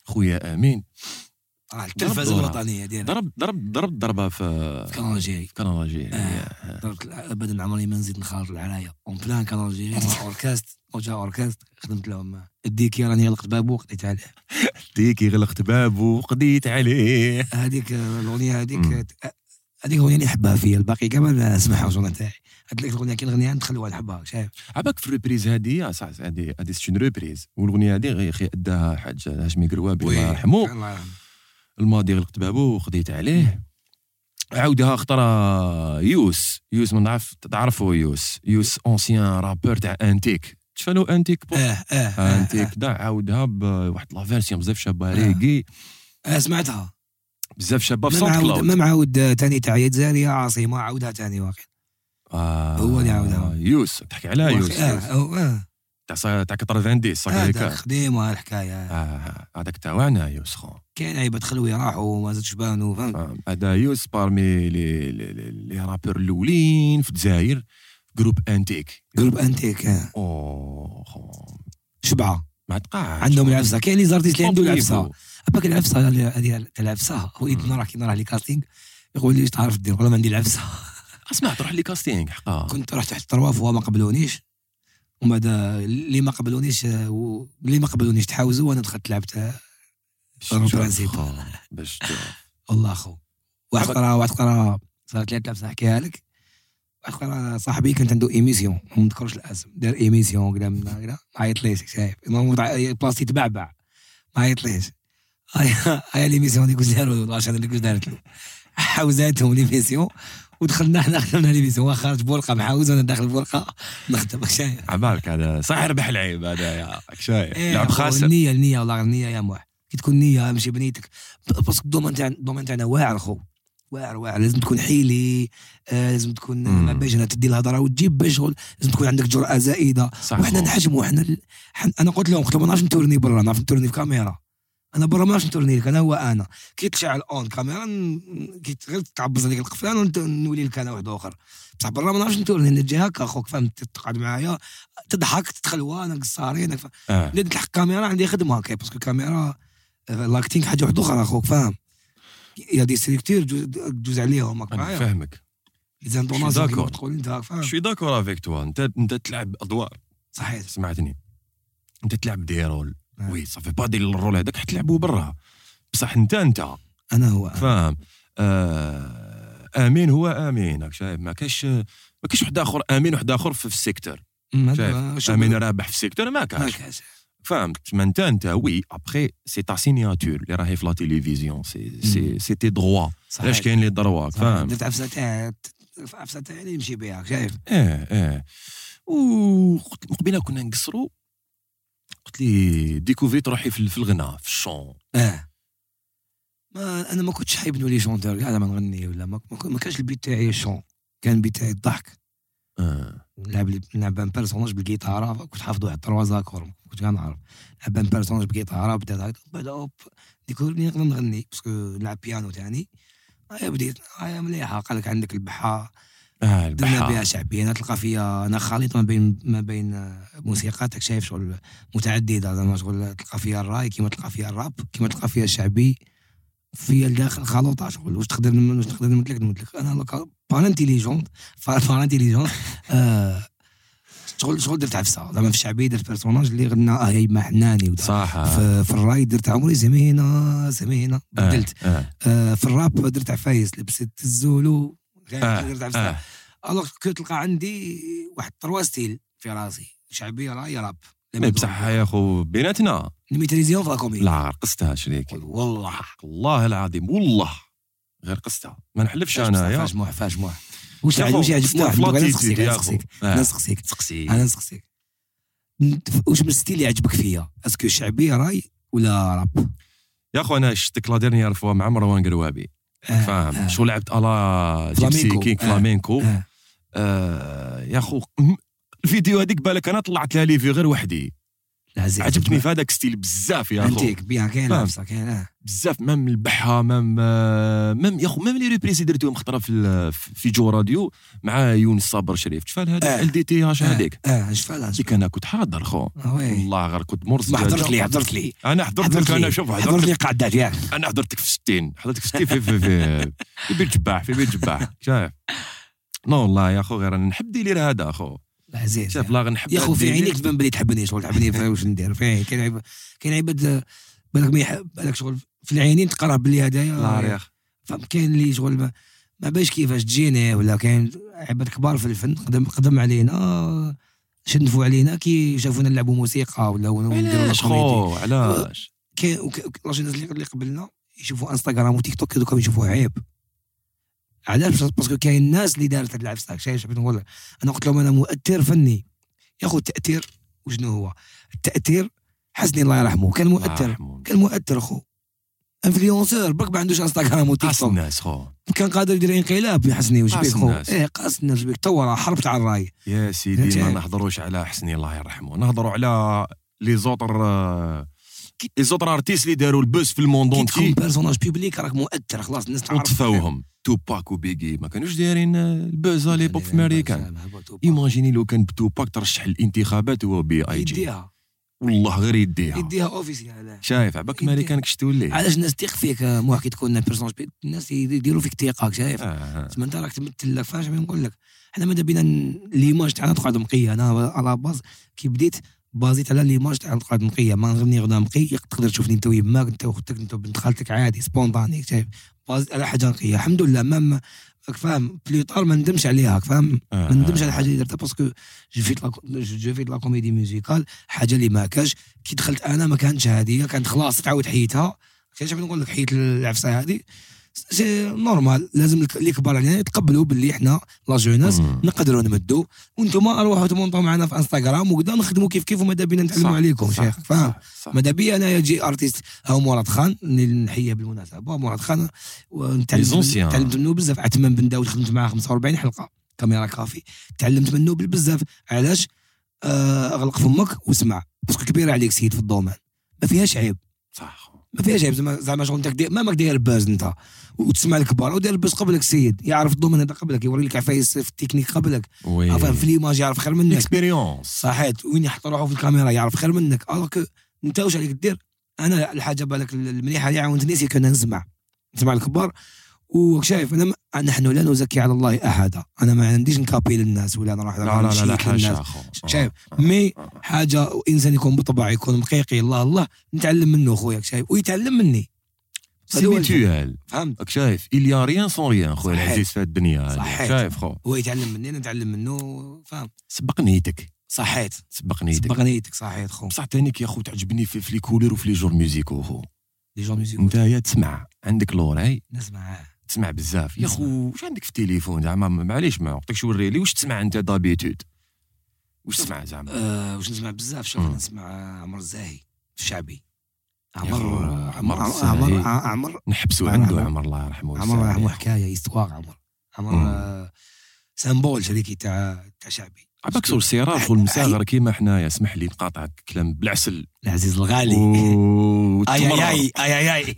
Speaker 1: خويا امين
Speaker 2: راه التلفزه
Speaker 1: دورة.
Speaker 2: الوطنيه ديالنا
Speaker 1: ضرب ضرب ضرب ضربه في
Speaker 2: في كالانجيري
Speaker 1: في كندا الجزائرية.
Speaker 2: آه. ضربت الع- ابدا عمري ما نزيد نخالط العرايه اون بلان كالانجيري مع اوركاست وجا اوركاست خدمت لهم الديكي راني غلقت بابو وقضيت عليه
Speaker 1: ديكي غلقت باب وقضيت عليه
Speaker 2: هذيك الاغنيه هذيك
Speaker 1: مم.
Speaker 2: هذيك الاغنيه اللي نحبها فيا الباقي كامل نسمعها وانا تاعي هذيك الاغنيه كي نغنيها ندخلوها نحبها شايف
Speaker 1: عباك في الريبريز هذه صح هذه هذه سيت ريبريز والاغنيه هذه غي خي اداها حاج هاشمي قروابي الله يرحمه
Speaker 2: الله يرحمه
Speaker 1: الماضي غلقت بابو وخديت عليه عاودها خطرة يوس يوس ما نعرف تعرفوا يوس يوس اونسيان رابور تاع انتيك تشفالو انتيك بوب
Speaker 2: اه اه, آه, آه,
Speaker 1: انتيك دا عاودها بواحد لا فيرسيون بزاف شابه
Speaker 2: آه.
Speaker 1: ريغي
Speaker 2: آه سمعتها
Speaker 1: بزاف شابه في
Speaker 2: ما
Speaker 1: ساوند
Speaker 2: معاود
Speaker 1: كلاود
Speaker 2: ما معاود تاني تاع يا جزائرية عاصمه عاودها تاني واقع
Speaker 1: آه،
Speaker 2: هو اللي عاودها.
Speaker 1: يوس تحكي على
Speaker 2: واقع-
Speaker 1: يوس
Speaker 2: اه أو- اه
Speaker 1: تاع سا- تاع 90 صاك
Speaker 2: هذا
Speaker 1: أيوة، هذيك
Speaker 2: خديمه الحكايه
Speaker 1: آه، هذاك تاعنا يوس خو
Speaker 2: كاين عيبه خلوي راحوا وما زادش بانوا فهمت
Speaker 1: فاهم؟ هذا يوس بارمي لي لي- لي- لي رابور الاولين في الجزائر جروب انتيك
Speaker 2: قلب انتيك آه.
Speaker 1: اوه خو.
Speaker 2: شبعه
Speaker 1: ما تقعش
Speaker 2: عندهم العفسه كاين لي زارتيست اللي عنده
Speaker 1: طبيب.
Speaker 2: العفسه باك العفسه اللي- هذه تاع العفسه هو يدنا راه كي نراه لي كاستينغ يقول لي "إيش تعرف دير والله ما عندي العفسه
Speaker 1: اسمع تروح لي كاستينغ حقا
Speaker 2: كنت رحت تحت الرواف وما قبلونيش ومن بعد اللي ما قبلونيش آه، و- اللي ما قبلونيش تحاوزوا وانا دخلت لعبت آه،
Speaker 1: باش
Speaker 2: راه
Speaker 1: تشوف.
Speaker 2: برانسيب.
Speaker 1: آه، باش تشوف.
Speaker 2: والله اخو واحد قرا واحد قرا صارت لي لعبه نحكيها لك واحد قرا صاحبي كانت عنده ايميسيون ما نذكرش الاسم دار ايميسيون كذا من كذا ما عيطليش شايف المهم تع- بلاصتي تبعبع ما عيطليش هاي هاي الايميسيون هذيك واش داروا له العشرة هذيك واش دارت له حوزاتهم الايميسيون ودخلنا حنا خدمنا الايميسيون هو خارج بورقه محاوز وانا داخل بورقه نخدم شايف
Speaker 1: عبالك هذا صح ربح العيب هذا يا راك شايف
Speaker 2: إيه،
Speaker 1: لعب
Speaker 2: هو
Speaker 1: خاسر
Speaker 2: النية النية والله النية يا موح كي تكون نية ماشي بنيتك ب- باسكو الدومين تاعنا الدومين تاعنا واعر خو واعر واعر لازم تكون حيلي آه لازم تكون
Speaker 1: مم.
Speaker 2: ما باش هنا تدي الهضره وتجيب باش شغل لازم تكون عندك جرأة زائدة
Speaker 1: صح
Speaker 2: وحنا
Speaker 1: خو.
Speaker 2: نحجموا حنا ال- حن- انا قلت لهم قلت لهم ما نعرفش نتورني برا نعرف نتورني في كاميرا انا برا ماش نتورني لك انا هو انا كي تشعل اون كاميرا ن- كي غير تعبز هذيك القفله ونت- نولي لك انا واحد اخر بصح برا ما نعرفش نتورني نجي هكا اخوك فهمت تقعد معايا تضحك تدخل وانا قصارين ف...
Speaker 1: اه
Speaker 2: لا تلحق كاميرا عندي خدمه هكا باسكو كاميرا آه، لاكتينغ حاجه واحده اخرى اخوك فاهم يا دي سيليكتور جوز- جوز عليهم هاك
Speaker 1: انا
Speaker 2: معايا آه.
Speaker 1: فاهمك
Speaker 2: لي زاندوناسيون
Speaker 1: داكور.
Speaker 2: كيما تقول انت هاك فاهم
Speaker 1: شوي داكور افيك توا انت انت تلعب ادوار
Speaker 2: صحيح
Speaker 1: سمعتني انت تلعب دي رول
Speaker 2: آه.
Speaker 1: وي صافي با دي الرول هذاك حتلعبوا برا بصح انت انت
Speaker 2: آه. انا هو أنا.
Speaker 1: فاهم آه امين هو امين راك شايف ما كاش ما كاش واحد اخر امين واحد اخر في في السيكتور
Speaker 2: أمم، هذا
Speaker 1: شايف.
Speaker 2: ما- شوف،
Speaker 1: امين رابح في السيكتور ما كاش
Speaker 2: هاك هاش.
Speaker 1: فهمت ما انت انت وي ابخي سي تا سينياتور اللي راهي في لا تيليفزيون سي سي سي تي دروا
Speaker 2: صحيح.
Speaker 1: علاش كاين لي دروا
Speaker 2: صحيح.
Speaker 1: فاهم
Speaker 2: درت عفسه تاع في عفسه تاع اللي يمشي بها شايف
Speaker 1: اه اه وقت قبيله كنا نقصروا قلت لي ديكوفريت روحي في في الغناء في الشون
Speaker 2: اه ما انا ما كنتش حايب نولي شونتور كاع لما نغني ولا ما, ما كان- ما كانش البيت تاعي الشون كان البيت تاعي الضحك
Speaker 1: اه
Speaker 2: نلعب نلعب ان بيرسوناج بالجيتارة كنت حافظ واحد تروا زاكور كنت كاع نعرف نلعب ان بيرسوناج بالجيتارة بدات هكا بعد اوب ديك اللي نقدر نغني باسكو نلعب بيانو تاني هيا بديت هيا مليحة قال لك عندك البحة
Speaker 1: اه
Speaker 2: درنا
Speaker 1: البحار
Speaker 2: بها شعبية انا تلقى فيها انا خليط ما بين ما بين آه، موسيقى تاك شايف شغل متعددة زعما شغل تلقى فيها الراي كيما تلقى فيها الراب كيما تلقى فيها الشعبي فيا الداخل خلوطة شغل واش تقدر نم- واش تقدر نمد لك نمد لك انا لوكا- بار انتيليجونت بار بار انتيليجونت آه، شغل شغل درت عفسه زعما في الشعبيه درت بيرسوناج اللي غنى اه يما حناني ودا.
Speaker 1: صح آه.
Speaker 2: في, في الراي درت عمري زمينه زمينه بدلت
Speaker 1: اه
Speaker 2: آه في الراب درت عفايس لبست الزولو
Speaker 1: آه.
Speaker 2: درت عفسه
Speaker 1: آه.
Speaker 2: الوغ كو تلقى عندي واحد تروا ستيل في راسي شعبيه راي راب
Speaker 1: مي إيه، بصح يا خو بيناتنا
Speaker 2: الميتريزيون في لا كوميدي
Speaker 1: لا قصتها شريك
Speaker 2: والله
Speaker 1: والله العظيم والله غير قصتها ما نحلفش انايا
Speaker 2: فاش موح فاش موح واش
Speaker 1: يا خو،
Speaker 2: واش يعجبك
Speaker 1: قصتها
Speaker 2: واحد
Speaker 1: في
Speaker 2: انا
Speaker 1: لاتيتيود
Speaker 2: نسقسيك
Speaker 1: يا
Speaker 2: انا
Speaker 1: خو. آه.
Speaker 2: نسقسيك انا نسقسيك
Speaker 1: تقسي
Speaker 2: انا نسقسيك نت- واش من الستيل اللي يعجبك فيا اسكو شعبي راي ولا راب
Speaker 1: يا خو انا شفتك لا ديرنيير فوا مع مروان قروابي
Speaker 2: آه،
Speaker 1: فاهم
Speaker 2: آه.
Speaker 1: شو لعبت الا جيبسي
Speaker 2: فلامينكو.
Speaker 1: كيك
Speaker 2: آه.
Speaker 1: فلامينكو
Speaker 2: آه.
Speaker 1: آه، يا خو م- الفيديو هذيك بالك انا طلعت لها ليفي غير وحدي
Speaker 2: لا، زين.
Speaker 1: عجبتني في هذاك ستيل بزاف يا خو
Speaker 2: انتيك بيان كاين
Speaker 1: فاهم.
Speaker 2: لابسه كاين آه.
Speaker 1: بزاف مام البحه مام آه، مام يا خو مام لي ريبريسي درتهم خطره في ال- في جو راديو مع يونس صابر شريف شفال هذا
Speaker 2: آه.
Speaker 1: ال دي تي اش هذيك
Speaker 2: اه شفالها
Speaker 1: ديك انا كنت حاضر خو والله غير كنت مرصد
Speaker 2: آه، إيه. ما حضرت لي حضرت لي
Speaker 1: انا حضرت لك انا شوف
Speaker 2: حضرت
Speaker 1: حضرت
Speaker 2: لي قعدات ياك
Speaker 1: انا حضرتك في 60 حضرتك في 60 في في في, في بيت جباح في بيت جباح شايف لا والله يا خو غير انا نحب ديلير هذا اخو
Speaker 2: عزيز
Speaker 1: شاف لا غنحب
Speaker 2: يا خو في
Speaker 1: هاد الديلير.
Speaker 2: عينيك تبان بلي تحبني شغل تحبني فاهم واش ندير في عينيك. كاين عيب كاين عباد آه، بالك ما يحب بالك شغل في العينين تقرا بلي هدايا
Speaker 1: نهار يا اخي
Speaker 2: فهم كاين اللي شغل ما, ما باش كيفاش تجينا ولا كاين عباد كبار في الفن قدم قدم علينا شنفوا علينا كي شافونا نلعبوا موسيقى ولا ولا ونديروا
Speaker 1: علاش
Speaker 2: كوميدي
Speaker 1: خو علاش
Speaker 2: كاين وك- وك- لا جينيراسيون اللي قبلنا يشوفوا انستغرام وتيك توك دوكا يشوفوا عيب علاش باسكو كاين الناس اللي دارت هاد العفسه شايف شنو نقول لك؟ انا قلت لهم انا مؤثر فني يا اخو التاثير وشنو هو التاثير حسني الله يرحمه كان
Speaker 1: آه.
Speaker 2: مؤثر كان مؤثر اخو انفلونسور برك ما عندوش انستغرام وتيك
Speaker 1: قاس
Speaker 2: توك
Speaker 1: الناس خو
Speaker 2: كان قادر يدير انقلاب يا حسني واش
Speaker 1: قاس
Speaker 2: بيك خو
Speaker 1: الناس.
Speaker 2: ايه قاس الناس بيك تو حربت على الراي
Speaker 1: يا سيدي ما
Speaker 2: فهمتي؟
Speaker 1: نهضروش على حسني الله يرحمه نهضروا على لي زوطر آه، لي زوطر ارتيست اللي داروا البوس في الموند
Speaker 2: كي تكون
Speaker 1: اونتي
Speaker 2: بيرسوناج بيبليك راك مؤثر خلاص الناس تعرف
Speaker 1: وطفاوهم توباك وبيجي ما كانوش دايرين آه، البوز
Speaker 2: يعني
Speaker 1: على ليبوك في امريكان
Speaker 2: يما
Speaker 1: ايماجيني لو كان بتوباك ترشح الانتخابات وهو بي اي جي
Speaker 2: يديها
Speaker 1: والله غير يديها يعني.
Speaker 2: يديها اوفيسيال
Speaker 1: شايف عباك
Speaker 2: يديها.
Speaker 1: امريكان كش تولي
Speaker 2: علاش إيه. الناس تيق فيك آه، موح كي تكون بيرسوناج الناس يديروا فيك ثقه شايف
Speaker 1: آه، آه.
Speaker 2: تما انت راك تمثل لك فاش نقول لك حنا ماذا بينا ن- ليماج تاعنا تقعد نقيه انا على باز كي بديت بازيت على ليماج تاع تقعد نقيه ما نغني غدا نقي تقدر تشوفني انت ويماك انت واختك انت وبنت خالتك عادي سبونطاني شايف بازيت على حاجه نقيه الحمد لله ما ما راك فاهم بليطار ما ندمش عليها راك فاهم
Speaker 1: آه،
Speaker 2: ما ندمش
Speaker 1: آه.
Speaker 2: على الحاجه اللي درتها باسكو جو فيت لا جو فيت لا كوميدي ميوزيكال حاجه اللي ما كاش كي دخلت انا ما كانتش هذه كانت خلاص تعاود حيتها كاش نقول لك حيت العفسه هذه سي نورمال لازم الك- اللي كبار علينا يتقبلوا باللي حنا لا جوناس
Speaker 1: مم.
Speaker 2: نقدروا نمدوا وانتم اروحوا تمونطوا معنا في انستغرام وكذا نخدموا كيف كيف وماذا بينا نتعلموا
Speaker 1: صح،
Speaker 2: عليكم
Speaker 1: صح،
Speaker 2: شيخ فاهم
Speaker 1: صح، صح.
Speaker 2: ماذا بيا انايا جي ارتيست هاو مراد خان اللي نحيه بالمناسبه مراد خان
Speaker 1: Les anciens.
Speaker 2: تعلمت تعلمت منه بزاف عثمان بن داود خدمت معاه 45 حلقه كاميرا كافي تعلمت منه بزاف علاش آه، اغلق فمك واسمع باسكو كبير عليك سيد في الدومين ما فيهاش عيب
Speaker 1: صح خو.
Speaker 2: ما فيها جايب زعما زعما شغل انت دير- ما ماك داير باز انت وتسمع الكبار وداير باز قبلك السيد يعرف الضمن هذا قبلك يوري لك عفايس في التكنيك قبلك
Speaker 1: وي
Speaker 2: آه، فاهم في ليماج يعرف خير منك
Speaker 1: اكسبيريونس
Speaker 2: صحيت وين يحط روحه في الكاميرا يعرف خير منك آه، الوغ كو انت واش عليك دير انا الحاجه بالك المليحه اللي عاونت الناس هي كنا نسمع نسمع الكبار وشايف انا ما- آه، نحن لا نزكي على الله احدا انا ما عنديش نكابي للناس ولا نروح
Speaker 1: لا لا لا لا
Speaker 2: نشيك للناس.
Speaker 1: حاشا اخو
Speaker 2: شايف
Speaker 1: آه.
Speaker 2: مي حاجه انسان يكون بطبعه يكون مقيقي الله الله نتعلم منه خويا شايف ويتعلم مني هذا هو الفرق.
Speaker 1: سيبيتوال
Speaker 2: فهمت
Speaker 1: راك شايف اليا ريان سون ريان خويا
Speaker 2: صحيت.
Speaker 1: العزيز في الدنيا هذه.
Speaker 2: صحيت.
Speaker 1: شايف خو
Speaker 2: هو يتعلم مني انا نتعلم منه فاهم
Speaker 1: سبق نيتك
Speaker 2: صحيت
Speaker 1: سبق نيتك
Speaker 2: سبق نيتك صحيت خو
Speaker 1: بصح تانيك يا خو تعجبني في في لي كولور وفي لي جور ميوزيكو خو
Speaker 2: لي جون ميوزيك
Speaker 1: انت يا تسمع عندك لوراي
Speaker 2: نسمع
Speaker 1: تسمع بزاف يا خو واش عندك في التليفون زعما معليش ما وقتك شو لي واش تسمع انت دابيتود واش تسمع زعما
Speaker 2: آه، واش نسمع بزاف شوف
Speaker 1: مم.
Speaker 2: أنا نسمع عمر الزاهي الشعبي
Speaker 1: يا
Speaker 2: عمر
Speaker 1: خو، عمر
Speaker 2: عمر
Speaker 1: الزاهي.
Speaker 2: عمر عمر
Speaker 1: نحبسوا
Speaker 2: عمر-
Speaker 1: عنده
Speaker 2: عمر-
Speaker 1: عمر الله يرحمه
Speaker 2: عمر
Speaker 1: ويسامحه.
Speaker 2: رحمه حكايه استوار عمر عمر
Speaker 1: مم.
Speaker 2: آه، سامبول شريكي تاع تاع شعبي
Speaker 1: عباك سور السيراج والمساغر كيما حنايا اسمح لي نقاطعك كلام بالعسل
Speaker 2: العزيز الغالي
Speaker 1: و-
Speaker 2: اي
Speaker 1: تمرر.
Speaker 2: اي اي اي اي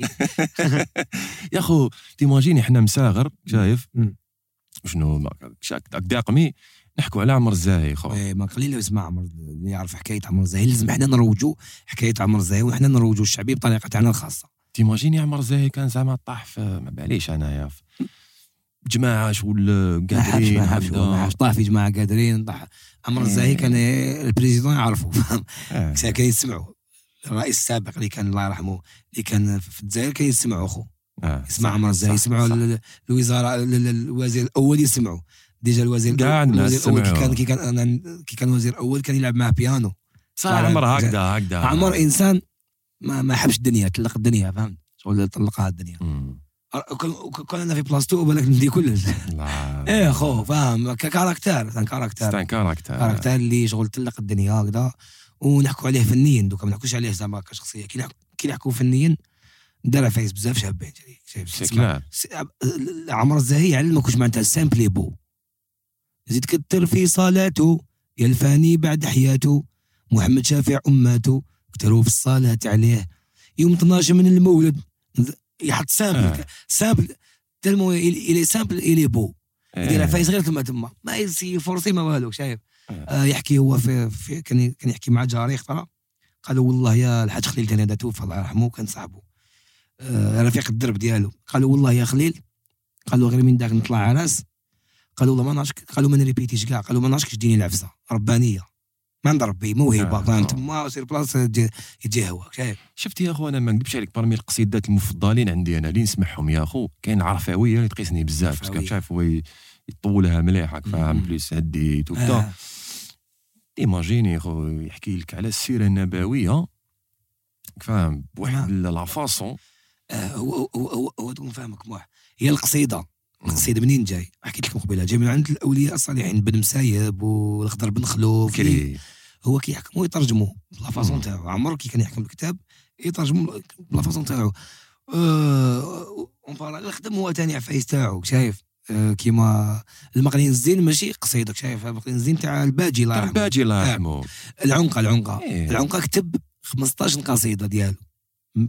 Speaker 1: يا خو تيماجيني حنا مساغر شايف
Speaker 2: مم.
Speaker 1: شنو ما- شاك داك داقمي نحكوا على عمر الزاهي خو
Speaker 2: إيه، ما قليل يسمع عمر اللي يعرف حكايه عمر الزاهي لازم حنا نروجوا حكايه عمر الزاهي وحنا نروجوا الشعبي بطريقه تاعنا الخاصه
Speaker 1: تيماجيني عمر الزاهي كان زعما طاح في ما معليش انايا في جماعه شغل
Speaker 2: ما
Speaker 1: قادرين
Speaker 2: حبش ما حبش
Speaker 1: هكذا.
Speaker 2: ما حبش طاح في جماعه قادرين طاح عمر الزاهي كان إيه، البريزيدون يعرفه فاهم
Speaker 1: آه.
Speaker 2: كان كان يسمعوا الرئيس السابق اللي كان الله يرحمه اللي كان في الجزائر كان يسمعوا اخو
Speaker 1: آه.
Speaker 2: يسمع
Speaker 1: صح،
Speaker 2: عمر الزاهي
Speaker 1: صح،
Speaker 2: يسمعوا
Speaker 1: صح.
Speaker 2: ال- الوزاره ال- ال- الوزير الاول يسمعوا ديجا الوزير
Speaker 1: كاع
Speaker 2: الأول-
Speaker 1: الناس
Speaker 2: الوزير الاول كي
Speaker 1: سمعوا.
Speaker 2: كان كي كان أنا- كي كان وزير اول كان يلعب معاه بيانو
Speaker 1: صح
Speaker 2: طالع
Speaker 1: عمر
Speaker 2: الجزائر.
Speaker 1: هكذا هكذا
Speaker 2: عمر انسان ما ما حبش الدنيا طلق الدنيا فهمت شغل طلقها الدنيا
Speaker 1: مم.
Speaker 2: أر- كون- كون انا في بلاصتو بالك ندي كلش
Speaker 1: لا.
Speaker 2: ايه خو فاهم ككاركتر كان كاركتر
Speaker 1: ستان كاركتر
Speaker 2: كاركتر اللي شغل تلق الدنيا هكذا ونحكوا عليه فنيا دوكا ما نحكوش عليه زعما كشخصيه كي نحكوا كي نحكوا فنيا دار فايز بزاف شابين شريك. شايف تسمع.
Speaker 1: شكلها
Speaker 2: س- عب- ال- عمر الزاهي علمك واش معناتها سامبلي بو زيد كتر في صلاته يا الفاني بعد حياته محمد شافع اماته كتروا في الصلاة عليه يوم 12 من المولد ز- يحط سامبل
Speaker 1: آه.
Speaker 2: سامبل تلمو الي سامبل الي بو يدير
Speaker 1: إيه.
Speaker 2: عفايس غير كما تما ما يسي فرصي ما والو شايف آه يحكي هو في, في كان كان يحكي مع جاري خطره قال له والله يا الحاج خليل كان هذا توفى الله يرحمه كان صاحبه آه رفيق الدرب ديالو قال له والله يا خليل قال له غير من داك نطلع عراس قال له والله ما نعرفش قال له ما نريبيتيش كاع قال له ما نعرفش كيش ديني العفسه ربانيه ما عند ربي موهبه
Speaker 1: آه،
Speaker 2: فاهم
Speaker 1: آه.
Speaker 2: تما سير بلاصه يتجه- يتجاهوك شايف
Speaker 1: شفت يا اخو انا ما نكذبش عليك برمي القصيدات المفضلين عندي انا اللي نسمعهم يا اخو كاين عرفاويه اللي تقيسني بزاف باسكو
Speaker 2: عرفاوية.
Speaker 1: شايف هو ي- يطولها مليح هاك فاهم
Speaker 2: مم.
Speaker 1: بليس هديت وكذا
Speaker 2: آه.
Speaker 1: ايماجيني خو يحكي لك على السيره النبويه فاهم
Speaker 2: آه.
Speaker 1: بواحد لا فاسون
Speaker 2: آه، هو هو هو, هو دوك نفهمك موح هي القصيده القصيده منين جاي؟ حكيت لكم قبيله جاي من عند الاولياء الصالحين بن مسايب والخضر بن خلوف
Speaker 1: كري
Speaker 2: هو كيحكموا يترجموا بلا فاصون
Speaker 1: مم.
Speaker 2: تاعو عمرو كي كان يحكم الكتاب يترجموا بلا فاصون تاعو آه، اون باراليل خدم هو ثاني عفايس تاعو شايف آه، كيما المقرين الزين ماشي قصيده شايف المقرين الزين تاع الباجي الله
Speaker 1: تاع
Speaker 2: يرحمه.
Speaker 1: باجي الله
Speaker 2: آه.
Speaker 1: يرحمه
Speaker 2: العنقه العنقه
Speaker 1: إيه.
Speaker 2: العنقه كتب 15 قصيده ديالو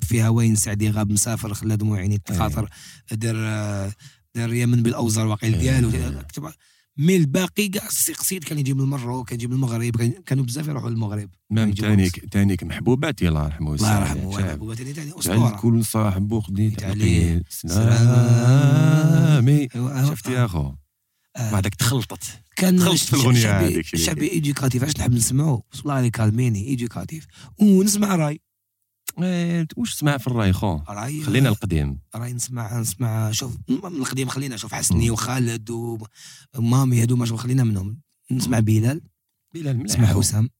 Speaker 2: فيها وين سعدي غاب مسافر خلى دموع عيني تخاطر دار آه، دار يمن بالاوزر واقيل
Speaker 1: إيه.
Speaker 2: ديالو كتب مي الباقي كاع السي قصيد كان يجي من المروك كان يجي من المغرب كان- كانوا بزاف يروحوا للمغرب
Speaker 1: مام
Speaker 2: يجيبوا
Speaker 1: تانيك تانيك محبوباتي الله يرحمه ويسامحه،
Speaker 2: الله يرحمه
Speaker 1: شايف؟
Speaker 2: ويرحمه ثاني ثاني
Speaker 1: جعل
Speaker 2: اسطوره
Speaker 1: كل يعني صاحب خديت
Speaker 2: عليه.
Speaker 1: عليه سلامي
Speaker 2: أيوا،
Speaker 1: شفت يا اخو بعدك تخلطت
Speaker 2: كان
Speaker 1: دخلت في الأغنية هذيك.
Speaker 2: شعبي شعبي ايديوكاتيف علاش نحب نسمعه والله عليك كالميني ايديوكاتيف ونسمع راي
Speaker 1: إيه، واش تسمع في الراي خو
Speaker 2: راي
Speaker 1: خلينا القديم
Speaker 2: راي نسمع نسمع شوف م- من القديم خلينا شوف حسني وخالد و- ومامي هادو ما شوف خلينا منهم نسمع بلال
Speaker 1: بلال مليح
Speaker 2: نسمع حسام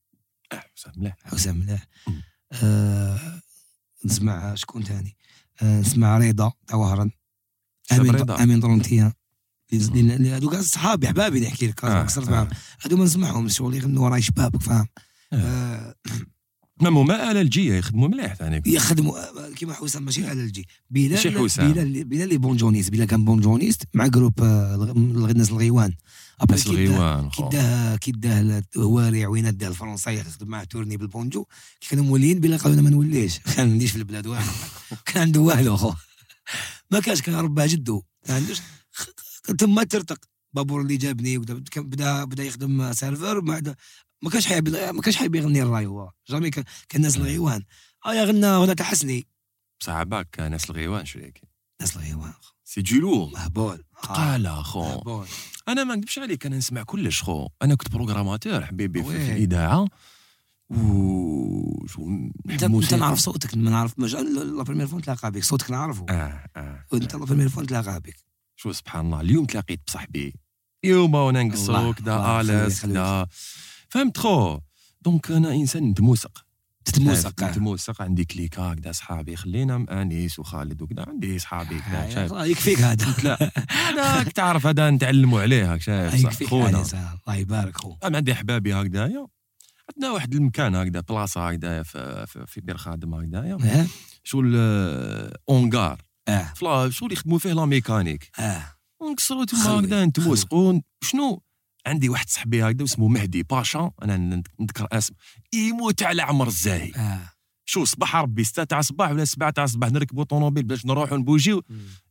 Speaker 1: آه، حسام مليح
Speaker 2: حسام مليح
Speaker 1: مم.
Speaker 2: آه نسمع شكون تاني آه نسمع رضا تاع وهران
Speaker 1: شاب
Speaker 2: امين
Speaker 1: رضا.
Speaker 2: امين طرونتيا اللي-
Speaker 1: مم.
Speaker 2: اللي- اللي هادو كاع صحابي احبابي نحكي لك
Speaker 1: آه،
Speaker 2: كسرت
Speaker 1: آه.
Speaker 2: معاهم هادو ما نسمعهم شغل يغنوا راي شبابك فاهم
Speaker 1: آه.
Speaker 2: آه
Speaker 1: نمو ما على الجيه يخدموا مليح ثاني
Speaker 2: يخدموا كيما حسام ماشي على الجي بلال
Speaker 1: ماشي حوسام.
Speaker 2: بلال بلال لي بونجونيست بلال كان بونجونيست مع جروب آه، الغ- الغ- الناس الغيوان أبري
Speaker 1: بس
Speaker 2: كي داه-
Speaker 1: الغيوان
Speaker 2: كي
Speaker 1: خو.
Speaker 2: داه كي داه ل- هواري عوينات ديال الفرنسيه خدم معاه تورني بالبونجو كي كانوا مولين بلال قالوا لنا ما نوليش ما نديش في البلاد والو كان عنده والو خو ما كانش كان رباه جدو ما عندوش خ- خ- تما ترتق بابور اللي جابني وبدا كان بدا بدا يخدم سيرفر ما عدا- ما كانش حيب ما كانش حيب يغني الراي هو جامي كان كان ناس الغيوان اه يا غنى هنا تحسني
Speaker 1: بصح باك ناس الغيوان شو هيك
Speaker 2: ناس الغيوان
Speaker 1: سي جيلو
Speaker 2: مهبول آه،
Speaker 1: قال اخو
Speaker 2: مهبول
Speaker 1: انا ما نكذبش عليك انا نسمع كلش خو انا كنت بروغراماتور حبيبي في, في
Speaker 2: وي.
Speaker 1: الاذاعه و شو-
Speaker 2: انت
Speaker 1: نحب
Speaker 2: انت
Speaker 1: موسيقى.
Speaker 2: نعرف صوتك ما نعرف ما جا- لا بروميير فون نتلاقى بك صوتك نعرفه
Speaker 1: اه اه
Speaker 2: وانت لا بروميير فون نتلاقى بك
Speaker 1: شو سبحان الله اليوم تلاقيت بصاحبي يوم وانا
Speaker 2: الله-
Speaker 1: نقصرو كدا
Speaker 2: الله
Speaker 1: اليس
Speaker 2: يخليك.
Speaker 1: كدا فهمت خو دونك انا انسان نتموسق
Speaker 2: تتموسق آه.
Speaker 1: نتموسق عندي كليكا كدا صحابي خلينا مع انيس وخالد وكدا عندي صحابي كدا
Speaker 2: آه،
Speaker 1: شايف
Speaker 2: الله يكفيك هذا
Speaker 1: لا هذاك تعرف هذا نتعلموا عليه هاك شايف صح
Speaker 2: يكفيك
Speaker 1: خونا
Speaker 2: عليك، آه، الله يبارك خو
Speaker 1: انا عندي احبابي هكذايا عندنا واحد المكان هكذا بلاصه هكذايا في, في, في بير خادم هكذايا
Speaker 2: اه
Speaker 1: شغل آه، اونغار
Speaker 2: اه
Speaker 1: فلا شغل يخدموا فيه لا ميكانيك
Speaker 2: اه
Speaker 1: ونكسروا
Speaker 2: خلوي،
Speaker 1: تما هكذا نتوسقون شنو عندي واحد صاحبي هكذا اسمه مهدي باشا انا ن- نذكر اسم يموت على عمر الزاهي
Speaker 2: اه
Speaker 1: شو صباح ربي 6 تاع الصباح ولا 7 تاع الصباح نركبوا طوموبيل باش نروحوا نبوجيو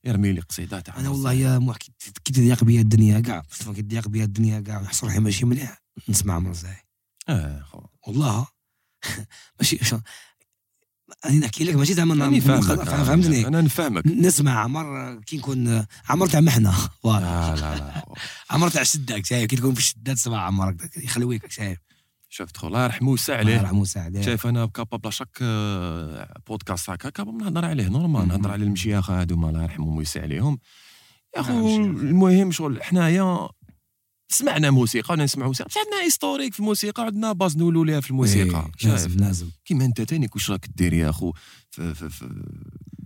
Speaker 1: يرمي لي قصيده تاع
Speaker 2: انا
Speaker 1: عمر
Speaker 2: والله
Speaker 1: الزاهي.
Speaker 2: يا مو كي كي تضيق بيا الدنيا كاع كي تضيق بيا الدنيا كاع ونحس روحي ماشي مليح نسمع عمر الزاهي
Speaker 1: اه خو.
Speaker 2: والله ماشي شو انا نحكي لك ماشي زعما
Speaker 1: راني فاهمك
Speaker 2: فاهم- فهمتني
Speaker 1: انا نفهمك
Speaker 2: نسمع عمر كي نكون عمر تاع محنه فوالا
Speaker 1: لا لا لا خو.
Speaker 2: عمر تاع شده هاك شايف كي تكون في الشده تسمع عمر يخلويك هاك شايف
Speaker 1: شفت خو الله يرحمه ويسع
Speaker 2: الله
Speaker 1: عليه
Speaker 2: يرحمه ويسعده
Speaker 1: شايف انا كابا بلا شك آه، بودكاست هكا كابا نهضر عليه نورمال
Speaker 2: مم.
Speaker 1: نهضر على المشياخ هادوما الله يرحمهم ويسع عليهم يا
Speaker 2: نعم،
Speaker 1: خو
Speaker 2: مشياخ.
Speaker 1: المهم شغل حنايا سمعنا موسيقى ولا نسمع موسيقى بصح عندنا هيستوريك في الموسيقى عندنا باز نولو ليها في الموسيقى
Speaker 2: إيه،
Speaker 1: شايف
Speaker 2: لازم لازم
Speaker 1: كيما انت تاني واش راك دير يا خو في في في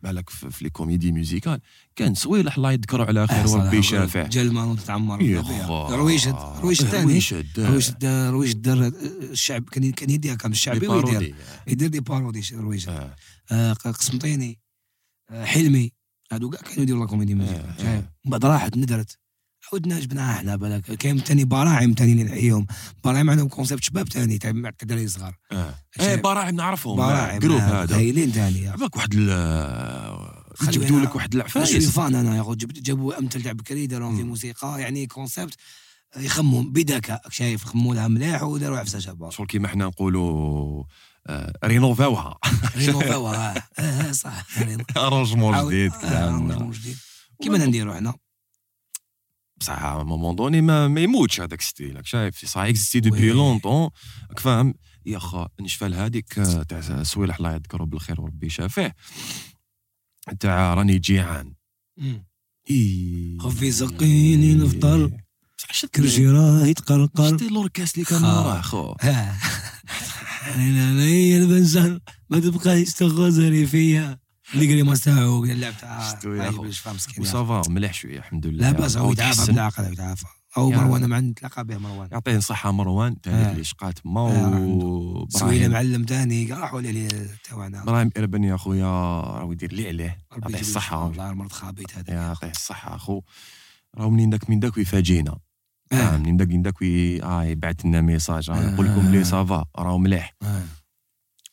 Speaker 1: بالك في, في لي كوميدي ميوزيكال كان صويلح الله يذكره على
Speaker 2: آه،
Speaker 1: خير وربي شافع
Speaker 2: جا المانون تتعمر
Speaker 1: يا
Speaker 2: بها.
Speaker 1: خو
Speaker 2: رويشد رويشد ثاني
Speaker 1: رويشد
Speaker 2: رويشد رويشد دار الشعب كان كان يديها كم الشعبي ويدير
Speaker 1: بارودي.
Speaker 2: يدير دي بارودي شي رويشد
Speaker 1: آه،
Speaker 2: آه، قسمطيني آه، حلمي هادو كاع كانوا يديروا لا كوميدي
Speaker 1: آه،
Speaker 2: ميوزيك
Speaker 1: آه.
Speaker 2: شايف من بعد راحت ندرت عودنا جبناها احنا بالك كاين تاني براعم تاني اللي نحييهم براعم عندهم كونسيبت شباب تاني تاع مع الدراري الصغار
Speaker 1: آه. ايه
Speaker 2: شايف؟
Speaker 1: براعم نعرفهم
Speaker 2: براعم
Speaker 1: جروب
Speaker 2: آه،
Speaker 1: هذا
Speaker 2: هايلين تاني
Speaker 1: عباك واحد ال
Speaker 2: خلينا-
Speaker 1: جبدوا لك واحد
Speaker 2: شوي
Speaker 1: العفايس
Speaker 2: فان انا يا أخو، جبت جابوا امثل تاع بكري دارهم في
Speaker 1: مم.
Speaker 2: موسيقى يعني كونسيبت يخمم بذكاء شايف خموا لها مليح وداروا عفسه شابه
Speaker 1: شغل كيما حنا نقولوا آه، رينوفاوها
Speaker 2: رينوفاو، آه، آه، صح رينو-
Speaker 1: ارونجمون
Speaker 2: عاود-
Speaker 1: جديد
Speaker 2: آه،
Speaker 1: كذا عندنا.
Speaker 2: رونجمون جديد كيما نديروا احنا
Speaker 1: بصح ا مومون دوني ما, ما يموتش هذاك ستيل راك شايف صح اكزيستي دوبي
Speaker 2: وي.
Speaker 1: لونتون راك فاهم يا خا نشفى لهذيك آه، تاع سويلح الله يذكره بالخير وربي شافيه تاع راني جيعان إي.
Speaker 2: خفي سقيني نفطر.
Speaker 1: بصح شد
Speaker 2: كرشي راه يتقرقر
Speaker 1: شد لوركاس اللي كان
Speaker 2: خا.
Speaker 1: وراه خو
Speaker 2: ها. انا لي البنزان ما تبقاش تغزري فيا اللي قال ما تاعو قال اللعب تاع
Speaker 1: شتو يا
Speaker 2: آه، ما
Speaker 1: أخو.
Speaker 2: يبلش فاهم مسكين
Speaker 1: وسافا مليح شويه الحمد لله
Speaker 2: لا باس هو
Speaker 1: أو
Speaker 2: يتعافى
Speaker 1: تحسن.
Speaker 2: بالعقل هو يتعافى او
Speaker 1: يا.
Speaker 2: مروان مع نتلاقى به مروان
Speaker 1: يعطيه الصحة مروان تاع هذيك
Speaker 2: آه.
Speaker 1: اللي شقات ما
Speaker 2: آه، راه عنده.
Speaker 1: و
Speaker 2: سوينا
Speaker 1: ابراهيم
Speaker 2: معلم ثاني راحوا لي تاعنا
Speaker 1: ابراهيم اربن يا خويا راهو يدير لي عليه يعطيه الصحة
Speaker 2: الله المرض خابيت هذا
Speaker 1: يعطيه الصحة اخو راهو منين داك من داك ويفاجينا آه،
Speaker 2: آه،
Speaker 1: منين داك من داك وي اي بعث لنا ميساج
Speaker 2: آه.
Speaker 1: نقول لكم لي سافا راهو مليح
Speaker 2: آه.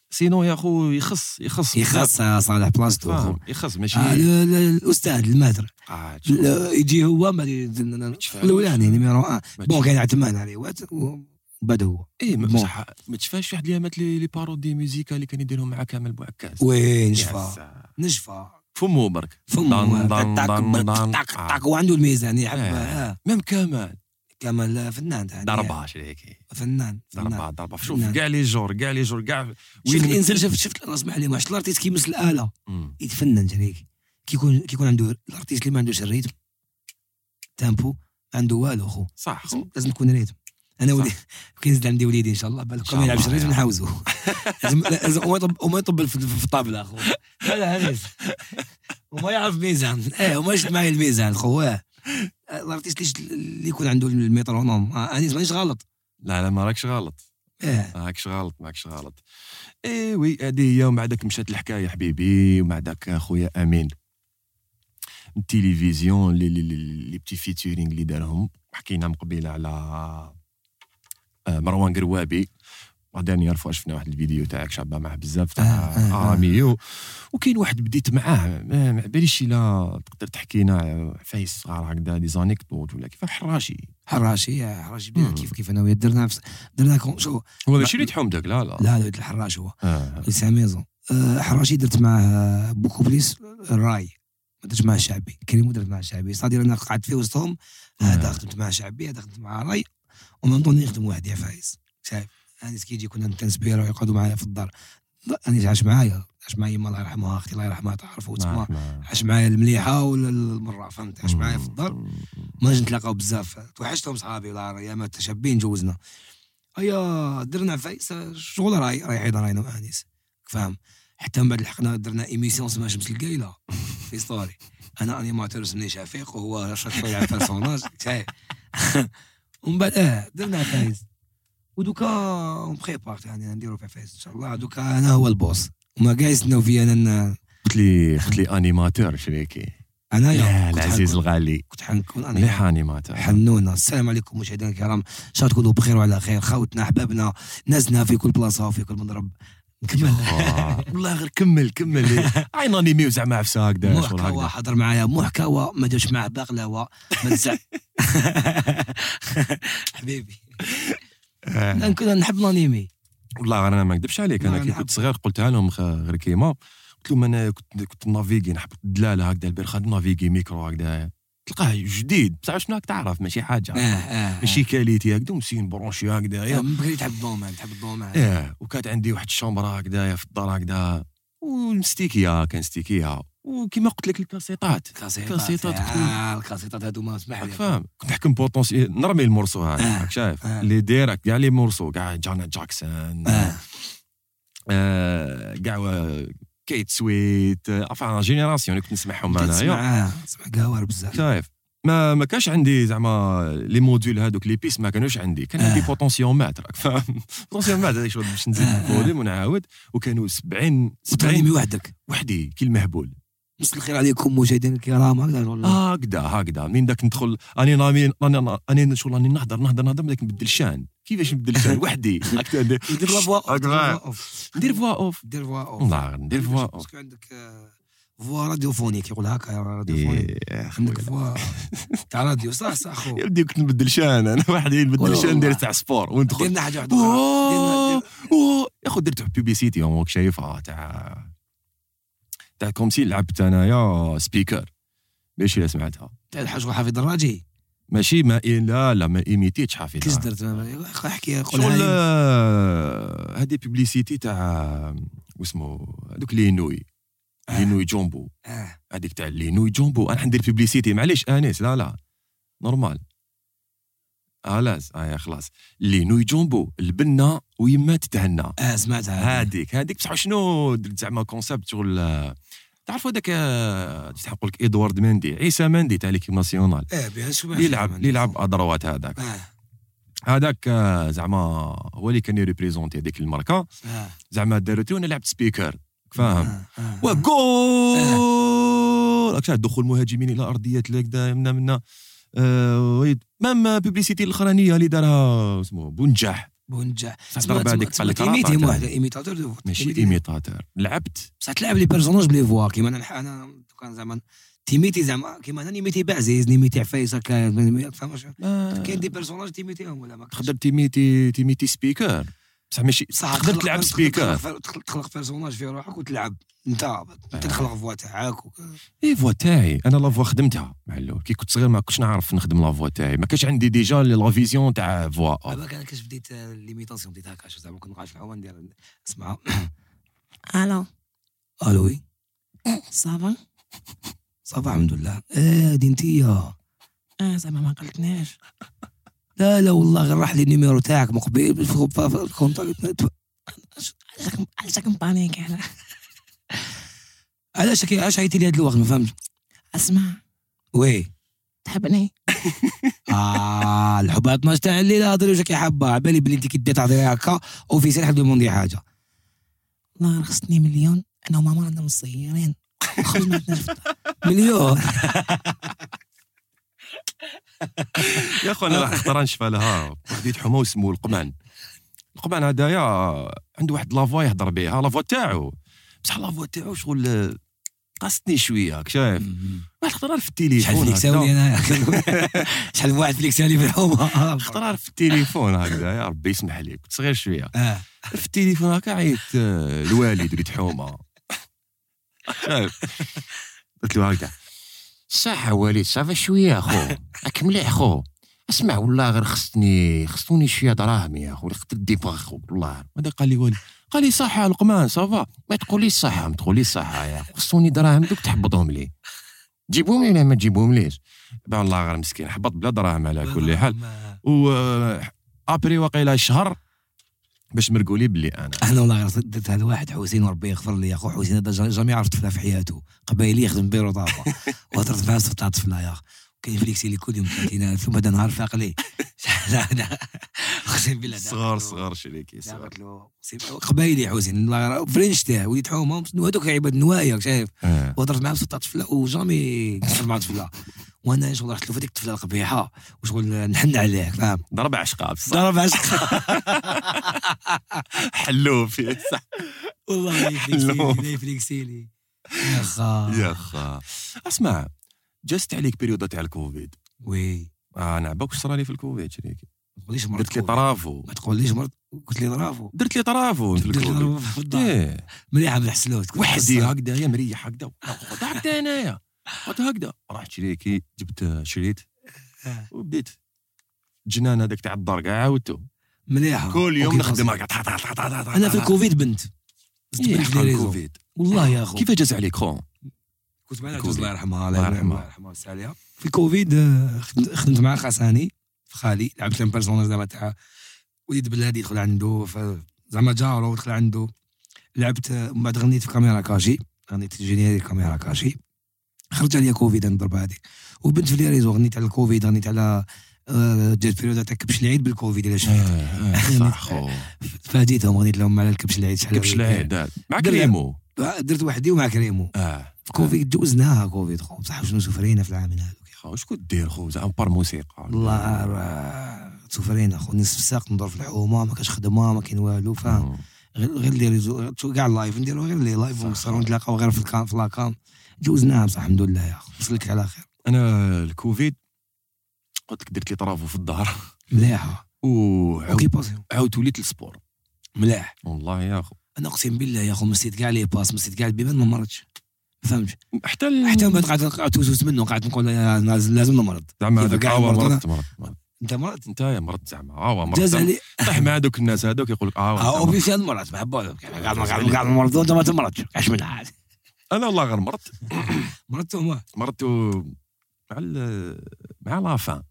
Speaker 1: سينو يا خو يخص يخص
Speaker 2: يخص آه، صالح بلاصتو
Speaker 1: فاهم، يخص ماشي آه،
Speaker 2: آه، ال- ال- الاستاذ المادر
Speaker 1: قاعد شو.
Speaker 2: لا، يجي هو ما ي-
Speaker 1: تفهمش.
Speaker 2: الاولاني نيميرو 1
Speaker 1: ما
Speaker 2: بون
Speaker 1: تش-
Speaker 2: كان عثمان عليه وقت وبدا هو
Speaker 1: ايه ما-
Speaker 2: بون.
Speaker 1: بصح ما تشفاش واحد اليامات لي لي بارودي ميوزيكا اللي كان يديرهم مع كامل بوعكاز
Speaker 2: وين
Speaker 1: يا
Speaker 2: شفا
Speaker 1: سا.
Speaker 2: نشفى
Speaker 1: فمو برك
Speaker 2: فمه
Speaker 1: دان- دان-
Speaker 2: طاك
Speaker 1: دان- دان.
Speaker 2: طاك طاك وعنده الميزان يحب
Speaker 1: آه.
Speaker 2: آه،
Speaker 1: ميم كامل
Speaker 2: كمال فنان تاع
Speaker 1: ضربها شريكي
Speaker 2: فنان
Speaker 1: ضربه
Speaker 2: فنان
Speaker 1: ضربه شوف
Speaker 2: نعم.
Speaker 1: كاع لي جور كاع لي جور كاع
Speaker 2: شفت الانسان شفت شفت انا اسمح لي ما شفت الارتيست كيمس الاله
Speaker 1: مم.
Speaker 2: يتفنن شريك كيكون كيكون عنده الارتيست اللي ما عندوش الريتم تامبو ما عنده والو خو
Speaker 1: صح
Speaker 2: لازم- لازم تكون ريتم انا
Speaker 1: صح.
Speaker 2: ولي كي نزيد عندي وليدي ان شاء الله
Speaker 1: إن
Speaker 2: بالك
Speaker 1: شاء
Speaker 2: ما يلعبش
Speaker 1: الله،
Speaker 2: الريتم
Speaker 1: يا.
Speaker 2: نحاوزو لازم لازم وما يطب وما يطبل في في الطابله اخو لا لا هريس وما يعرف ميزان ايه وما يشد معايا الميزان خو آه. الارتيست اللي- اللي يكون عنده الميترونوم آه، انا مانيش غلط
Speaker 1: لا لا ما راكش غلط
Speaker 2: إيه.
Speaker 1: ماكش غلط ماكش غلط اي إيه وي هذه هي ومن بعدك مشات الحكايه حبيبي ومن بعدك اخويا امين التلفزيون لي لي لي لي بتي فيتورينغ اللي دارهم حكينا من قبيله على آه، مروان قروابي بعدين يعرفوا شفنا واحد الفيديو تاعك شابه معاه بزاف تاع
Speaker 2: آه، آه، آه.
Speaker 1: اراميو وكاين واحد بديت معاه ما ما باليش الا تقدر تحكينا عفايس صغار هكذا دي زانيكدوت ولا كيف حراشي
Speaker 2: حراشي يا حراش بدينا
Speaker 1: مم.
Speaker 2: كيف كيف انا وياه درنا في درنا كون شو
Speaker 1: هو
Speaker 2: ماشي
Speaker 1: ماشي
Speaker 2: اللي
Speaker 1: اللي تحمدك لا لا
Speaker 2: لا لا الحراش هو
Speaker 1: آه.
Speaker 2: لسا ميزون أه، حراشي درت معاه بوكو بليس الراي ما درتش معاه الشعبي كريمو درت معاه الشعبي صادير انا قعدت في وسطهم هذا
Speaker 1: آه.
Speaker 2: خدمت معاه شعبي هذا خدمت معاه راي ومن طون نخدم واحد يا فايز شايف انيس كي يجي كنا نتنسبيرو يقعدوا معايا في الدار لا، انيس عاش معايا عاش معايا يما الله يرحمها اختي الله يرحمها تعرفوا
Speaker 1: نعم.
Speaker 2: تسمى عاش معايا المليحه ولا المره فهمت عاش معايا في الدار ما نجي نتلاقاو بزاف توحشتهم صحابي ولا يا ما تشابين جوزنا ايا درنا فايس شغل راي رايحين راينا مع انيس فاهم حتى من بعد لحقنا درنا ايميسيون اسمها شمس القايله في ستوري انا انيماتور سمي شفيق وهو رشاد شويه على البيرسوناج شايف ومن بعد اه درنا فايس ودوكا اون بريبار يعني نديرو في فايس ان شاء الله دوكا انا هو البوس وما كاع يستناو فيا انا
Speaker 1: قلت لي قلت لي انيماتور شريكي
Speaker 2: انايا
Speaker 1: لا
Speaker 2: أيوة، كنت
Speaker 1: العزيز
Speaker 2: حنكون-
Speaker 1: الغالي
Speaker 2: كنت حنكون انا
Speaker 1: مليح انيماتور
Speaker 2: حنونه السلام عليكم مشاهدينا الكرام ان شاء الله تكونوا بخير وعلى خير خوتنا احبابنا ناسنا في كل بلاصه وفي كل مضرب نكمل
Speaker 1: آه، والله غير كمل كمل عين انيمي وزعما عفسه هكذا شغل
Speaker 2: محكوى
Speaker 1: هكذا
Speaker 2: حضر معايا محكوى ما جاش معاه بقلاوه ما تزع حبيبي
Speaker 1: آه.
Speaker 2: انا كنا نحب الانيمي
Speaker 1: والله انا ما نكذبش عليك
Speaker 2: والله
Speaker 1: انا كي
Speaker 2: نحب.
Speaker 1: كنت صغير قلتها لهم خ- غير كيما قلت لهم انا كنت كنت نافيغي نحب الدلاله هكذا البرخه نافيغي ميكرو هكذا تلقاه جديد بصح شنو راك تعرف ماشي
Speaker 2: اه
Speaker 1: حاجه
Speaker 2: اه
Speaker 1: ماشي كاليتي هكذا ومسين برونشي هكذا يا
Speaker 2: آه، من بكري تحب الضومان تحب الضومان
Speaker 1: ايه وكانت عندي واحد الشومبره هكذايا في الدار هكذا ومستيكيه كان ستيكيه وكيما قلت لك الكاسيطات
Speaker 2: الكاسيطات
Speaker 1: الكاسيطات
Speaker 2: اه الكاسيطات هادو ما اسمح
Speaker 1: راك
Speaker 2: لي
Speaker 1: فاهم كنت نحكم بوتونسيال نرمي المرسو
Speaker 2: آه،
Speaker 1: هذا راك شايف
Speaker 2: آه.
Speaker 1: اللي دايرك كاع لي مرسو كاع جانا جاكسون
Speaker 2: آه،
Speaker 1: آه، كاع آه، كيت سويت افان جينيراسيون اللي كنت نسمعهم
Speaker 2: بديت
Speaker 1: انايا
Speaker 2: تسمع آه، تسمع قهوار بزاف
Speaker 1: شايف ما ما كانش عندي زعما لي موديول هذوك لي بيس ما كانوش عندي كان عندي
Speaker 2: آه.
Speaker 1: بوتونسيومات راك فاهم بوتونسيومات هذاك شغل باش نزيد
Speaker 2: آه.
Speaker 1: الفوليوم ونعاود وكانوا 70
Speaker 2: وتغني
Speaker 1: 70
Speaker 2: وحدك
Speaker 1: وحدي كي المهبول
Speaker 2: مساء الخير عليكم مشاهدينا الكرام هكذا والله
Speaker 1: هكذا هكذا منين داك ندخل راني راني راني راني شغل راني نهضر نهضر نهضر بداك نبدل شان كيفاش نبدل شان وحدي هكذا ندير
Speaker 2: ندير لا فوا اوف
Speaker 1: هكذا.
Speaker 2: ندير فوا اوف
Speaker 1: ندير فوا اوف والله غير ندير
Speaker 2: ندير فوا اوف
Speaker 1: نعم. فوا اوف
Speaker 2: باسكو عندك آه، فوا راديوفونيك يقول هكا يا راديوفونيك
Speaker 1: إيه، أخويا.
Speaker 2: عندك فوا تاع راديو صح صح خو
Speaker 1: يا ودي كنت نبدل شان انا وحدي نبدل
Speaker 2: والله.
Speaker 1: شان ندير تاع سبور وندخل
Speaker 2: ديرنا حاجه واحده اخرى
Speaker 1: أوه،
Speaker 2: ديرنا-
Speaker 1: أوه. يا خو درت بوبيسيتي هوك شايفها تاع تاع كومسي لعبت انايا سبيكر ماشي لا سمعتها
Speaker 2: تاع الحاج حافظ الراجي
Speaker 1: إيه، ماشي ما لا لا ما ايميتيتش حافظها
Speaker 2: كيش درت احكي قول
Speaker 1: نعم. شغل
Speaker 2: هاي.
Speaker 1: آه، هذه بيبليسيتي تاع آه، واسمو هذوك لينوي
Speaker 2: آه.
Speaker 1: لينوي جومبو
Speaker 2: آه.
Speaker 1: هذيك تاع لينوي جومبو انا حندير بيبليسيتي معليش انيس لا لا نورمال خلاص آه يا خلاص لينوي جومبو البنه ويما تتهنى
Speaker 2: اه سمعتها
Speaker 1: هذيك هذيك بصح شنو درت زعما كونسيبت شغل آه، تعرفوا هذاك آه، كيف نقول لك ادوارد مندي عيسى مندي تاع ليكيب ناسيونال
Speaker 2: اه بها شو ما فيها
Speaker 1: يلعب
Speaker 2: من-
Speaker 1: يلعب ادروات هذاك
Speaker 2: آه،
Speaker 1: هذاك آه، زعما هو اللي كان يريبريزونتي هذيك الماركه
Speaker 2: آه،
Speaker 1: زعما دارتو وانا لعبت سبيكر فاهم
Speaker 2: آه، آه.
Speaker 1: وجول راك شايف دخول مهاجمين الى ارضيه هكذا منا منا آه، ويد مام بيبليسيتي الاخرانيه اللي دارها اسمه بونجاح
Speaker 2: بونجا
Speaker 1: ضربة هذيك بحال الكرافة
Speaker 2: ايميتي
Speaker 1: تاعي.
Speaker 2: واحد ايميتاتور دو-
Speaker 1: ماشي
Speaker 2: إيميتي.
Speaker 1: ايميتاتور لعبت
Speaker 2: بصح تلعب لي بيرسوناج بلي فوا كيما انا انا كان زعما تيميتي زعما كيما انا نيميتي بعزيز نيميتي عفايس هكا فاهم واش
Speaker 1: أه.
Speaker 2: كاين دي بيرسوناج تيميتيهم ولا ما
Speaker 1: تقدر تيميتي تيميتي سبيكر بصح ماشي
Speaker 2: صح
Speaker 1: تقدر تلعب سبيكر
Speaker 2: تخلق بيرسوناج في روحك وتلعب انت انت تخلق فوا تاعك وك-
Speaker 1: اي فوا إيه، تاعي انا لافوا خدمتها مع الاول كي كنت صغير ما كنتش نعرف نخدم لافوا تاعي ما كانش عندي ديجا لا فيزيون تاع فوا أوف.
Speaker 2: دابا كان كاش بديت آه، ليميتاسيون بديت هكا شو زعما كنت نقعد في العوام ندير اسمع
Speaker 3: الو
Speaker 2: الو وي
Speaker 3: إيه، صافا
Speaker 2: صافا الحمد لله اه دينتيا
Speaker 3: اه زعما ما قلتناش
Speaker 2: لا لا والله غير راح لي النيميرو تاعك من قبيل في- في- في الكونتاكت
Speaker 3: علاش علاش مبانيك على
Speaker 2: علاش علاش عيطي لي هذا الوقت ما فهمتش
Speaker 3: اسمع
Speaker 2: وي
Speaker 3: تحبني
Speaker 2: اه الحب 12 تاع الليل هضري وجهك يا حبه عبالي بلي انت كي دير تهضري هكا اوفيسير حد يموندي حاجه
Speaker 3: الله رخصتني مليون انا وماما رانا مصيرين خرج ما عندناش في الدار.
Speaker 2: مليون
Speaker 1: يا اخو انا راح اختار نشفى لها خديت حما وسمو القمان القمان هدايا عنده واحد لافوا يهضر بها لافوا تاعو بصح لافوا تاعو شغل آه، قاستني شويه هاك شايف واحد الخطره في
Speaker 2: شحال
Speaker 1: التليفون
Speaker 2: فيك ساولي
Speaker 1: هكذا.
Speaker 2: انا شحال واحد فيك ساولي في الحومه
Speaker 1: خطره في التليفون هكذا يا ربي يسمح لي كنت صغير شويه
Speaker 2: آه.
Speaker 1: في التليفون هكا عيط آه، الوالد وليد حومه شايف قلت له هكذا
Speaker 4: صح وليد صافي شويه اخو راك مليح خو اسمع والله غير خصني خصوني شويه دراهمي يا اخو خدت الديباغ خو والله
Speaker 1: هذا قال لي والد قال لي صح يا لقمان صافا
Speaker 4: ما تقوليش صحة ما تقوليش صحة يا أخو. خصوني دراهم دوك تحبطهم لي تجيبهم لي ولا ما تجيبهم ليش
Speaker 1: بع الله غير مسكين حبط بلا دراهم على كل حال و آه، ابري وقيله شهر باش مرقولي بلي انا
Speaker 2: انا والله غير درت هذا واحد حسين وربي يغفر لي يا اخو حسين هذا جا- جامي عرفت طفله في حياته قبايلي يخدم بيرو طابا وهضرت معاه صفت طفله يا اخ كاين فليكسي لي كل يوم 30000 ثم هذا نهار فاق لي لا لا اقسم بالله دا-
Speaker 1: صغار صغار شريكي
Speaker 2: دا
Speaker 1: صغار
Speaker 2: قلت له سيب- قبايلي حسين والله غير فرنش تاع وليد حومه هذوك عباد نوايا شايف
Speaker 1: آه.
Speaker 2: وهضرت معاه بصوت تاع طفله وجامي قصر مع طفله وانا شغل رحت له فديك الطفله القبيحه وشغل نحن عليك فاهم
Speaker 1: ضرب عشقه بصح
Speaker 2: ضرب عشق
Speaker 1: حلو فيه صح
Speaker 2: والله
Speaker 1: حلو.
Speaker 2: يفليكسيلي يفليكسيلي يا خا
Speaker 1: يا خا اسمع جست عليك بريود تاع الكوفيد
Speaker 2: وي
Speaker 1: آه انا عباك واش صرالي في الكوفيد شريكي
Speaker 2: ما تقوليش مرض
Speaker 1: درت لي
Speaker 2: كوفيد.
Speaker 1: طرافو
Speaker 2: ما تقوليش مرض قلت لي ضرافو
Speaker 1: درت لي طرافو في
Speaker 2: درت لي
Speaker 1: الكوفيد
Speaker 2: ضربه في الدار
Speaker 1: ايه
Speaker 2: مليحه من الحسلوت
Speaker 1: وحدي هكذا يا مريح هكذا قلت هكذا انايا قلت هكذا رحت شريكي جبت آه، شريت وبديت جنان هذاك تاع الدار كاع عاودته
Speaker 2: مليحه
Speaker 1: كل يوم
Speaker 2: آه. أوكي،
Speaker 1: نخدم
Speaker 2: خلاص.
Speaker 1: هكا طا- طا- طا- طا- طا- طا-
Speaker 2: انا في
Speaker 1: طا-
Speaker 2: الكوفيد بنت زدت
Speaker 1: إيه،
Speaker 2: بنت
Speaker 1: حق
Speaker 2: لي ريزو.
Speaker 1: الكوفيد
Speaker 2: والله يا اخو
Speaker 1: إيه. كيف جاز عليك خو
Speaker 2: كنت معنا
Speaker 1: الكوفيد.
Speaker 2: جوز الله يرحمها
Speaker 1: الله يرحمها.
Speaker 2: يرحمها ويسع عليها في الكوفيد آه، خدمت- خدمت مع خاساني في خالي لعبت لهم بيرسوناج زعما تاع وليد بلادي دخل عنده ف- زعما جارو دخل عنده لعبت آه، من بعد غنيت في كاميرا كاشي غنيت جينيري كاميرا كاشي خرج عليا كوفيد نضرب هذه وبنت في لي ريزو غنيت على الكوفيد غنيت على آه، جات بيريود تاع كبش العيد بالكوفيد الا
Speaker 1: آه.
Speaker 2: شفت يعني
Speaker 1: صح خو
Speaker 2: فاديتهم غنيت لهم على الكبش العيد شحال
Speaker 1: كبش العيد هاد. مع
Speaker 2: درنا.
Speaker 1: كريمو
Speaker 2: درت وحدي ومع كريمو
Speaker 1: اه
Speaker 2: في كوفيد جوزناها كوفيد خو بصح شنو سفرينا في العام هذا
Speaker 1: خو شكون دير خو زعما بار موسيقى
Speaker 2: والله راه سوفرين اخو نصف ساق ندور في الحومه ما كاش خدمه ما كاين والو فاهم
Speaker 1: مم.
Speaker 2: غير غير ندير زو- تو- كاع اللايف نديرو غير لي لايف ونصرو نتلاقاو غير في الكام في لاكام جوزناها بصح الحمد لله يا اخو وصلك على خير
Speaker 1: انا الكوفيد قلت لك درت لي طرافو في الظهر
Speaker 2: مليحه اوكي
Speaker 1: وعاود
Speaker 2: باسيون
Speaker 1: عاود وليت للسبور
Speaker 2: ملاح
Speaker 1: والله يا خو
Speaker 2: انا اقسم بالله يا اخو مسيت كاع لي باس مسيت كاع البيبان ما مرضش ما فهمتش
Speaker 1: حتى ال-
Speaker 2: حتى من بعد قعدت قعدت توسوس منه قعدت نقول يا ناز- لازم نمرض
Speaker 1: زعما
Speaker 2: كيف
Speaker 1: هذاك
Speaker 2: كاع
Speaker 1: اوا
Speaker 2: المرضى.
Speaker 1: مرضت مرضت مرضت.
Speaker 2: انت مرض
Speaker 1: انت يا مرضت زعما اوا مرضت
Speaker 2: جاز
Speaker 1: زعما.
Speaker 2: علي
Speaker 1: طيح مع دوك الناس هذوك يقول لك اوا
Speaker 2: اه
Speaker 1: أنت مرضت.
Speaker 2: اوبيسيال مرض ما حبوش كاع المرض وانت ما تمرضش كاش من عاد
Speaker 1: انا والله غير مرضت
Speaker 2: مرضت هو
Speaker 1: مرضت مع ال- مع لافان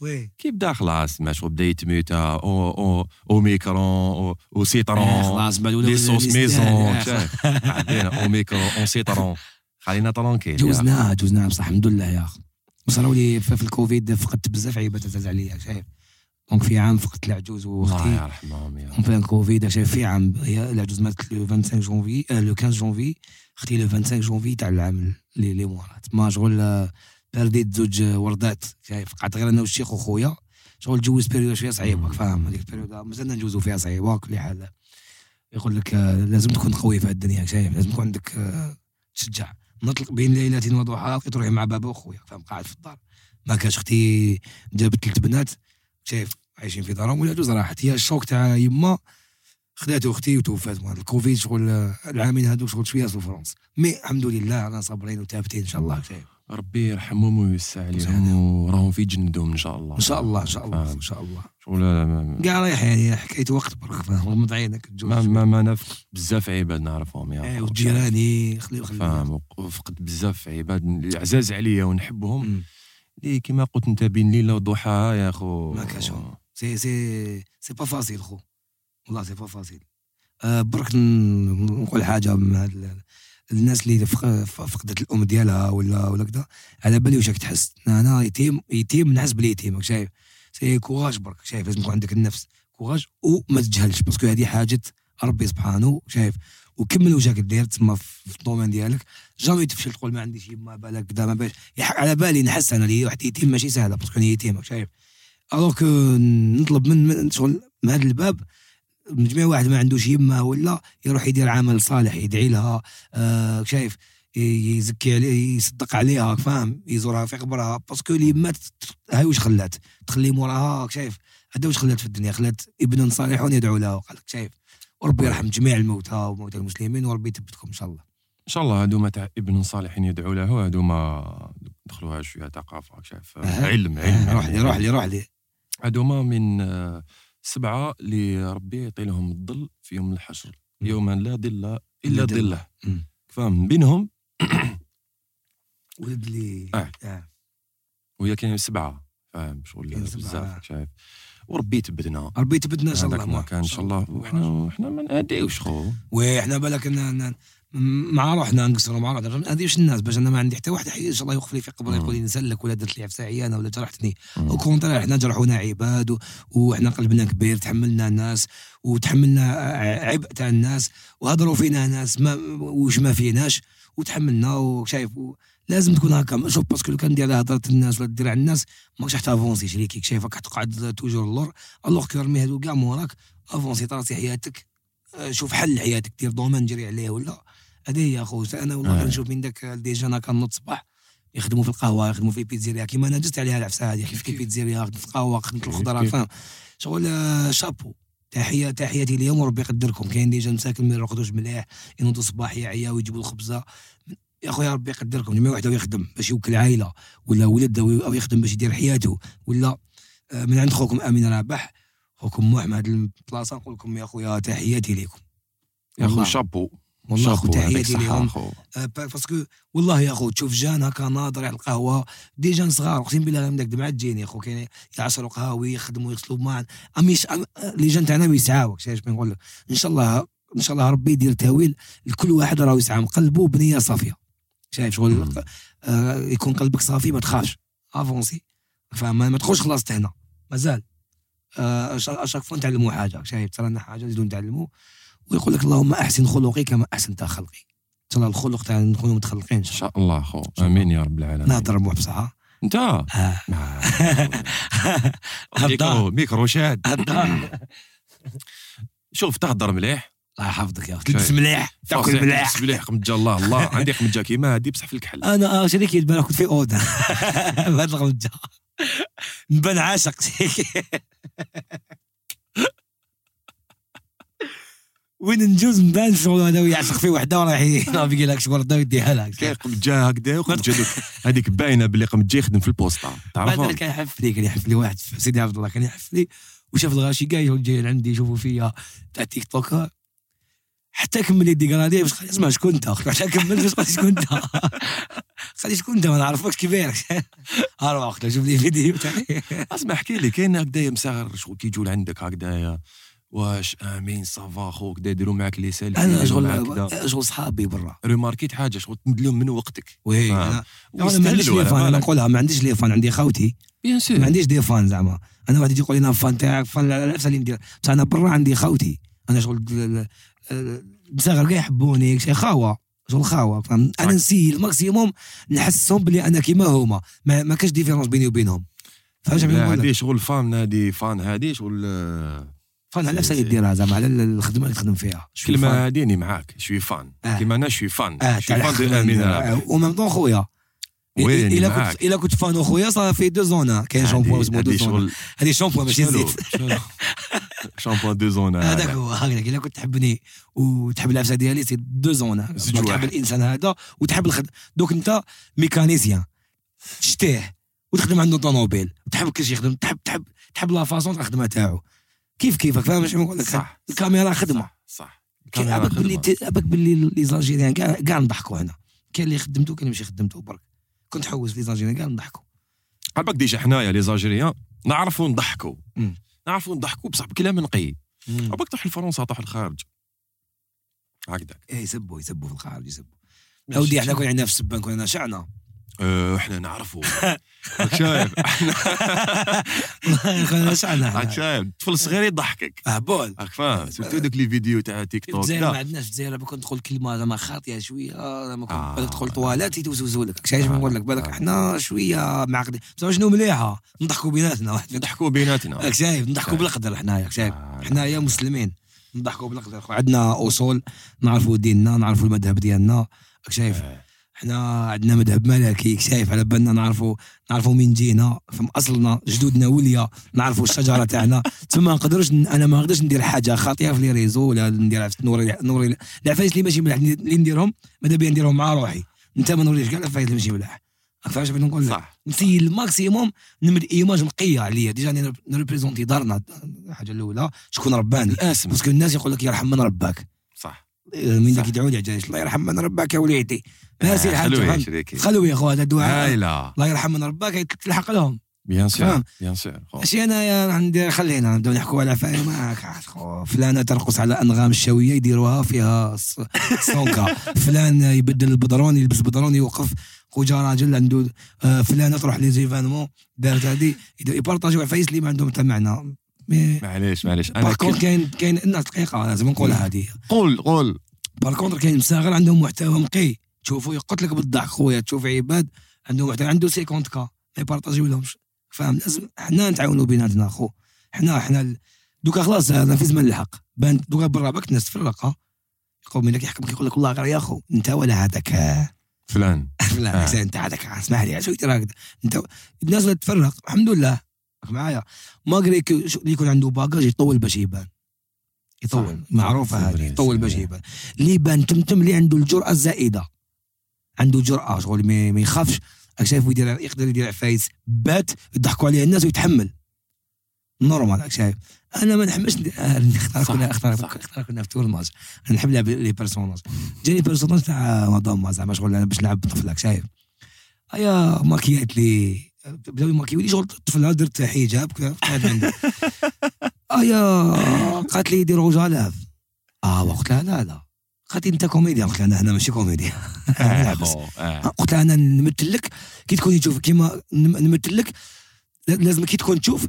Speaker 2: وي
Speaker 1: كي بدا خلاص ما شغل بدا يتميتا او او اوميكرون او, أو
Speaker 2: آه،
Speaker 1: سيترون
Speaker 2: خلاص بعد ولا
Speaker 1: لي صوص ميزون
Speaker 2: آه،
Speaker 1: شايف؟ عندنا اوميكرون او سيترون خلينا ترونكيل يا.
Speaker 2: جوزناها جوزناها بصح الحمد لله يا اخي وصاروا لي في في الكوفيد فقدت بزاف عيبات عزاز عليا شايف دونك في عام فقدت العجوز
Speaker 1: الله
Speaker 2: واختي
Speaker 1: يرحمهم يا
Speaker 2: اون بلان كوفيد شايف في عام هي العجوز ماتت لو 25 جونفي آه، لو 15 جونفي اختي لو 25 جونفي تاع العام اللي اللي مورا تما شغل آه، بارديت زوج آه، وردات شايف قعدت غير انا والشيخ وخويا شغل جوز بيريود شويه صعيبه فاهم هذيك البيريود مازلنا نجوزو فيها صعيبه كل حال يقول لك آه، لازم تكون قوي في هاد الدنيا شايف لازم تكون عندك آه، تشجع نطلق بين ليلة وضحاها بقيت روحي مع بابا وخويا فاهم قاعد في الدار ما كاش اختي جابت ثلاث بنات شايف عايشين في دارهم ولا جوز راحت هي الشوك تاع يما خداتو اختي وتوفات وهاد الكوفيد شغل آه، العامين هادو شغل شويه سو فرونس مي الحمد لله رانا صابرين وثابتين ان شاء الله شايف
Speaker 1: ربي يرحمهم ويوسع عليهم وراهم في جندهم ان شاء الله
Speaker 2: ان شاء الله ان شاء الله
Speaker 1: فاهم.
Speaker 2: ان شاء الله
Speaker 1: شغل ما-
Speaker 2: كاع رايح يعني حكايه وقت برك فاهم غمض عينك تجوز
Speaker 1: ما ما, ما نفقت بزاف عباد نعرفهم يا
Speaker 2: ايه
Speaker 1: أخو.
Speaker 2: وجيراني خليو خليو
Speaker 1: فاهم وفقت بزاف عباد اللي عزاز عليا ونحبهم
Speaker 2: مم.
Speaker 1: اللي كيما قلت انت بين ليله وضحاها يا خو
Speaker 2: ما كاشهم. سي سي سي با فاسيل آه، خو والله سي با فاسيل أه برك ن- نقول حاجه من هاد ال- الناس اللي فق- فقدت الام ديالها ولا ولا كذا على بالي واش راك تحس انا انا يتيم يتيم نعس بلي يتيم راك شايف سي كوراج برك شايف لازم يكون عندك النفس كوراج وما تتجهلش باسكو هذه حاجه ربي سبحانه شايف وكمل واش راك دير تما في في الدومين ديالك جامي تفشل تقول ما عنديش ما بالك كذا ما بالك على بالي نحس انا لي واحد يتيم ماشي سهله باسكو انا يتيم راك شايف الوغ نطلب من من شغل من هذا الباب من جميع واحد ما عندوش يمه ولا يروح يدير عمل صالح يدعي لها آه شايف ي- يزكي عليه يصدق عليها فاهم يزورها في قبرها باسكو اليمه تت- هاي واش خلات تخلي موراها شايف هذا واش خلات في الدنيا خلات ابن صالح يدعو له قال لك شايف وربي يرحم جميع الموتى وموتى المسلمين وربي يثبتكم ان شاء الله
Speaker 1: ان شاء الله هذوما تاع ابن صالح يدعو له هذوما دخلوها شويه ثقافه شايف
Speaker 2: أها.
Speaker 1: علم علم
Speaker 2: روح لي
Speaker 1: علم.
Speaker 2: روح لي روح لي
Speaker 1: هذوما من آه، سبعة اللي ربي يعطي لهم الظل في يوم الحشر
Speaker 2: مم.
Speaker 1: يوم لا ظل
Speaker 2: إلا
Speaker 1: إلا
Speaker 2: ظله.
Speaker 1: ظله
Speaker 2: مم.
Speaker 1: فاهم بينهم
Speaker 2: ولد لي
Speaker 1: آه.
Speaker 2: آه.
Speaker 1: وهي كاين سبعة فاهم شغل
Speaker 2: كاين سبعة.
Speaker 1: بزاف شايف وربي يثبتنا
Speaker 2: ربي يثبتنا ان شاء الله
Speaker 1: هذاك ما
Speaker 2: معاه.
Speaker 1: كان ان شاء الله وحنا حنا ما ناديوش خو
Speaker 2: وحنا بالك ن- ن- مع روحنا نقصروا مع روحنا ما نديرش الناس باش انا ما عندي حتى واحد حي- ان شاء الله يوقف لي في قبره
Speaker 1: مم.
Speaker 2: يقول لي نسلك ولا درت لي عفسه انا ولا جرحتني
Speaker 1: مم.
Speaker 2: او كونترا حنا جرحونا عباد و- وحنا قلبنا كبير تحملنا الناس وتحملنا ع- عبء تاع الناس وهضروا فينا ناس ما وش ما فيناش وتحملنا وشايف و- لازم تكون هكا شوف باسكو لو كان دير على هضره الناس ولا دير على الناس ماكش راح تافونسي شريكك شايف راك تقعد توجور اللور الوغ كي رمي هادو كاع موراك افونسي طراسي حياتك آه، شوف حل حياتك دير دومين جري عليه ولا هذه هي اخو انا والله
Speaker 1: آه.
Speaker 2: كنشوف من داك دي جانا كنوض الصباح يخدموا في القهوه يخدموا في بيتزيريا كيما انا جزت عليها العفسه هذه خدمت في بيتزيريا خدمت في القهوه خدمت
Speaker 1: كيف
Speaker 2: الخضره
Speaker 1: كيف.
Speaker 2: فاهم شغل آه، شابو تحيه تحياتي اليوم وربي يقدركم كاين ديجا مساكن ما يرقدوش مليح ينوضوا الصباح يعيا ويجيبوا الخبزه يا خويا ربي يقدركم جميع واحد أو يخدم باش يوكل عائله ولا ولد أو- او يخدم باش يدير حياته ولا آه، من عند خوكم امين رابح خوكم محمد هاد البلاصه نقول لكم يا خويا تحياتي ليكم
Speaker 1: يا خو
Speaker 2: والله.
Speaker 1: شابو
Speaker 2: والله خو
Speaker 1: شابو، هذيك
Speaker 2: تحياتي
Speaker 1: صحة
Speaker 2: ليهم
Speaker 1: خو
Speaker 2: آه، با- باسكو والله يا خو تشوف جان هكا ناضر على القهوه دي جان صغار اقسم بالله من داك دمعه تجيني يا خو كاين يعصروا قهاوي يخدموا يغسلوا معا اميش أم... آه، لي جان تاعنا ما يسعاوكش علاش ما نقول لك ان شاء الله ان شاء الله ربي يدير تاويل لكل واحد راه يسعى من قلبه بنيه صافيه شايف شغل
Speaker 1: مم.
Speaker 2: آه يكون قلبك صافي ما تخافش افونسي فما ما تخش خلاص هنا مازال آه أش- اشاك فوا نتعلموا حاجه شايف ترانا حاجه نزيدو نتعلموا ويقول لك اللهم احسن خلقي كما احسنت خلقي ترى الخلق تاع نكونوا متخلقين
Speaker 1: ان شاء الله خو امين يا رب العالمين
Speaker 2: نهضر بوح بصحة
Speaker 1: انت
Speaker 2: آه.
Speaker 1: مع-
Speaker 2: هضار
Speaker 1: ميكرو ميكرو شاد
Speaker 2: هضار الله
Speaker 1: شوف تهضر مليح
Speaker 2: يحفظك يا اخي تلبس مليح تاكل
Speaker 1: فرصي
Speaker 2: مليح
Speaker 1: تلبس مليح قمجة الله الله عندي قمجة كيما هادي بصح في الكحل
Speaker 2: انا آه، شريكي يبان كنت في اوضه بهاد الغمجه نبان عاشق شريكي وين نجوز نبان شغل هذا ويعشق في وحده وراح ينافق لك شغل هذا ويديها لك
Speaker 1: كاين قمجة هكذا وقمجة دوك- هذيك باينة بلي قمجة يخدم في البوسطة
Speaker 2: بعد
Speaker 1: تعرفها
Speaker 2: ذلك كان يحف لي كان يحف لي واحد في سيدي عبد الله كان يحف لي وشاف الغاشي كاع يجون جايين عندي يشوفوا فيا تاع تيك توك حتى كمل ديغرادي باش خلي اسمع شكون انت اخي حتى كملت باش قال شكون انت خلي شكون انت ما نعرفكش كبيرك هارو اخي شوف لي فيديو تاعي
Speaker 1: اسمع احكي لي كاين هكذايا مساغر شغل كي يجوا لعندك هكذايا واش امين صافا خو كدا يديروا معاك لي سالي
Speaker 2: انا
Speaker 1: كدا
Speaker 2: شغل شغل صحابي برا
Speaker 1: ريماركيت حاجة شغل تمد لهم من وقتك
Speaker 2: وي
Speaker 1: فاهم.
Speaker 2: انا أنا ما عنديش لي فان انا نقولها ما عنديش لي فان عندي خوتي
Speaker 1: بيان
Speaker 2: ما
Speaker 1: سور
Speaker 2: عنديش دي فان زعما انا واحد يجي يقول لي انا فان تاعك فان لا- لا، نفس اللي ندير بصح انا برا عندي خوتي انا شغل بصغر كاع يحبوني شي خاوه شغل خاوه فهم انا
Speaker 1: صح.
Speaker 2: نسي الماكسيموم نحسهم بلي انا كيما هما ما, ما كاش ديفيرونس بيني وبينهم فهمت شنو
Speaker 1: لا،
Speaker 2: نقول لك
Speaker 1: هادي شغل فان هذه فان هذه شغل آه،
Speaker 2: فان على نفس
Speaker 1: سي-
Speaker 2: اللي
Speaker 1: سي.
Speaker 2: ديرها زعما على ال- الخدمه اللي تخدم فيها شو فان.
Speaker 1: كلمة هاديني معاك شوي فان
Speaker 2: آه.
Speaker 1: كيما انا شوي فان
Speaker 2: اه
Speaker 1: شوي
Speaker 2: تاع
Speaker 1: فان دو يعني امين رابح.
Speaker 2: وميم طون خويا
Speaker 1: وين
Speaker 2: الا
Speaker 1: معاك.
Speaker 2: كنت الا كنت فان خويا صافي دو زون كاين شامبوان
Speaker 1: هادي
Speaker 2: اسمه دو
Speaker 1: هادي
Speaker 2: زون
Speaker 1: شغل
Speaker 2: هذه شامبوان ماشي
Speaker 1: شالو-
Speaker 2: زيت
Speaker 1: شالو. شامبوان دو زون
Speaker 2: هذاك هو هكذا الا كنت تحبني وتحب العفسه ديالي سي دو زون هكذا.
Speaker 1: زوج
Speaker 2: تحب
Speaker 1: واحد.
Speaker 2: الانسان هذا وتحب الخدمه دوك انت ميكانيزيان تشتيه وتخدم عنده طوموبيل وتحب كل شيء يخدم تحب تحب تحب لا فاصون تاع الخدمه تاعو كيف كيفك فاهم شنو نقول لك
Speaker 1: صح
Speaker 2: الكاميرا خدمه
Speaker 1: صح، صح
Speaker 2: كي-
Speaker 1: كاميرا
Speaker 2: ابك
Speaker 1: خدمة.
Speaker 2: باللي ت- ابك باللي لي زالجيريان كاع كاع نضحكوا هنا كاين اللي خدمته كاين اللي ماشي خدمته برك كنت حوس لي زالجيريان كاع نضحكوا
Speaker 1: عباك ديجا حنايا لي زاجيريان نعرفوا نضحكوا
Speaker 2: مم.
Speaker 1: نعرفوا نضحكوا بصح بكلام نقي عباك تروح لفرنسا تروح للخارج هكذاك
Speaker 2: ايه يسبوا يسبوا إيه، في الخارج يسبوا يا ودي احنا كنا عندنا في السبان كنا نشعنا
Speaker 1: آه، احنا نعرفوا راك شايف
Speaker 2: كنا أه،
Speaker 1: راك
Speaker 2: نشعنا
Speaker 1: شايف طفل صغير يضحكك
Speaker 2: اهبول
Speaker 1: راك فاهم
Speaker 2: آه.
Speaker 1: سيرتو دوك لي فيديو تاع تيك
Speaker 2: في
Speaker 1: توك
Speaker 2: الجزائر ما
Speaker 1: لا
Speaker 2: عندناش في الجزائر كنت تدخل كلمه زعما خاطيه شويه زعما
Speaker 1: آه.
Speaker 2: كنت بالك تدخل طوالات يتوزوزولك شايف شنو نقول لك بالك
Speaker 1: آه.
Speaker 2: احنا شويه معقدين بصح شنو مليحه نضحكوا بيناتنا واحد
Speaker 1: نضحكوا بيناتنا
Speaker 2: راك شايف نضحكوا
Speaker 1: آه. شايف.
Speaker 2: بالقدر حنايا راك شايف
Speaker 1: آه.
Speaker 2: حنايا مسلمين نضحكوا بالقدر خو. عندنا اصول نعرفوا ديننا نعرفوا المذهب ديالنا راك شايف
Speaker 1: آه.
Speaker 2: حنا عندنا مذهب ملكي راك شايف على بالنا نعرفوا نعرفوا مين جينا فم اصلنا جدودنا وليا نعرفوا الشجره تاعنا تما ما نقدرش ن- انا ما نقدرش ندير حاجه خاطئه في لي ريزو ولا نديرها في نوري نوري العفايس اللي ماشي ملاح اللي نديرهم ماذا بيا نديرهم مع روحي انت ما نوريش كاع العفايس اللي ماشي ملاح راك فاهم شنو بغيت نقول لك
Speaker 1: صح
Speaker 2: نسيي الماكسيموم نمد ايماج نقيه عليا ديجا انا نريبريزونتي دارنا الحاجه الاولى شكون رباني
Speaker 1: الاسم
Speaker 2: باسكو الناس يقول لك يرحم من رباك
Speaker 1: صح
Speaker 2: إيه، من
Speaker 1: صح.
Speaker 2: ذاك يدعو لي عجايش الله يرحم من رباك يا وليدي ناسي الحال
Speaker 1: حلو يا
Speaker 2: تفهم.
Speaker 1: شريكي
Speaker 2: خلوي يا خو هذا الدعاء
Speaker 1: هايله
Speaker 2: الله يرحم من رباك تلحق لهم
Speaker 1: بيان سور
Speaker 2: فاهم.
Speaker 1: بيان سور خو.
Speaker 2: ماشي انا يا عندي خلينا نبداو نحكوا على فاهم معاك عاد خو. فلانه ترقص على انغام الشاويه يديروها فيها ص- صونكا فلان يبدل البدرون يلبس بدرون يوقف خوجا راجل عنده آه، فلانه تروح لي زيفانمون دارت هذه يبارطاجيو عفايس اللي ما عندهم حتى معنى مي
Speaker 1: معليش معليش انا
Speaker 2: باركونت
Speaker 1: كي-
Speaker 2: كاين كاين الناس دقيقه لازم نقولها هذه
Speaker 1: قول قول
Speaker 2: باركونت كاين مساغر عندهم محتوى نقي تشوفوا يقتلك بالضحك خويا تشوف عباد عندهم محتوى عنده 50 كا ما يبارطاجيو لهمش فاهم لازم حنا نتعاونوا بيناتنا خو حنا حنا ال- دوكا خلاص هذا في زمن الحق بان دوكا برا باك الناس تفرق ها. يقوم منك يحكمك يقول لك والله غير يا خو انت ولا هذاك
Speaker 1: فلان آه.
Speaker 2: لا آه. انت هذاك اسمح لي شو يدير هكذا انت الناس ولا تفرق الحمد لله راك معايا ماغري كو- شو- اللي يكون عنده باكاج يطول باش يبان يطول
Speaker 1: صح.
Speaker 2: معروفه
Speaker 1: صح.
Speaker 2: هذه يطول باش
Speaker 1: صح.
Speaker 2: يبان اللي يبان تمتم اللي عنده الجرأه الزائده عنده جرأه شغل ما ما يخافش راك شايف يدير يقدر يدير عفايس بات يضحكوا عليه الناس ويتحمل نورمال راك شايف انا ما نحبش ندير- آه، نختار
Speaker 1: صح.
Speaker 2: كنا اختار
Speaker 1: صح.
Speaker 2: اختار كنا في تور الماتش أنا نحب نلعب لي بيرسوناج جاني بيرسوناج تاع مدام زعما شغل انا باش نلعب طفلك شايف هيا ماكيات لي بداو يماكيو لي شغل الطفله درت حجاب كذا، قاعد عندي هيا قالت لي دير روج الاف اه قلت لها لا لا قالت لي انت كوميديان قلت لها انا هنا ماشي كوميديان أنا
Speaker 1: آه،
Speaker 2: نعبس.
Speaker 1: خو. آه.
Speaker 2: قلت لها انا نمثل لك كي تكون تشوف كيما نم- نمثل لك لازم كي تكون تشوف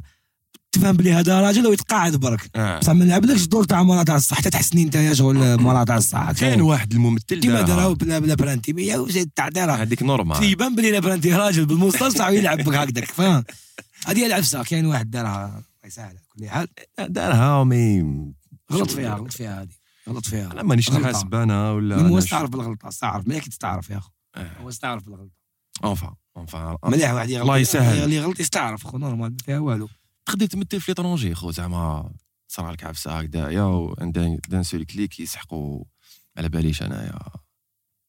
Speaker 2: تفهم بلي هذا راجل ويتقاعد برك
Speaker 1: آه.
Speaker 2: بصح ما نلعبلكش الدور تاع مرا تاع الصح حتى تحسني انت يا شغل مرا تاع الصح
Speaker 1: كاين واحد الممثل
Speaker 2: كيما
Speaker 1: دارها.
Speaker 2: دارها بلا بلا برانتي مي يا وجه تاع دارها
Speaker 1: هذيك نورمال
Speaker 2: يبان بلي لابرانتي راجل بالمستصع ويلعب بك هكذاك فاهم هذه هي العفسه كاين واحد دارها الله يسهل كل حال
Speaker 1: آه، دارها مي
Speaker 2: غلط فيها غلط فيها هذه غلط فيها
Speaker 1: انا مانيش
Speaker 2: غلطة.
Speaker 1: نحاسب انا ولا
Speaker 2: المهم هو
Speaker 1: أنا
Speaker 2: استعرف بالغلطه استعرف ملي كي تستعرف يا اخو
Speaker 1: آه.
Speaker 2: هو استعرف بالغلطه
Speaker 1: انفا انفا
Speaker 2: مليح واحد يغلط
Speaker 1: أه. الله يسهل.
Speaker 2: اللي يغلط يستعرف خو نورمال ما فيها والو
Speaker 1: تقدر تمثل في ليترونجي خو زعما صرا لك عفسه هكذايا وعند دان سول كليك يسحقوا على باليش انايا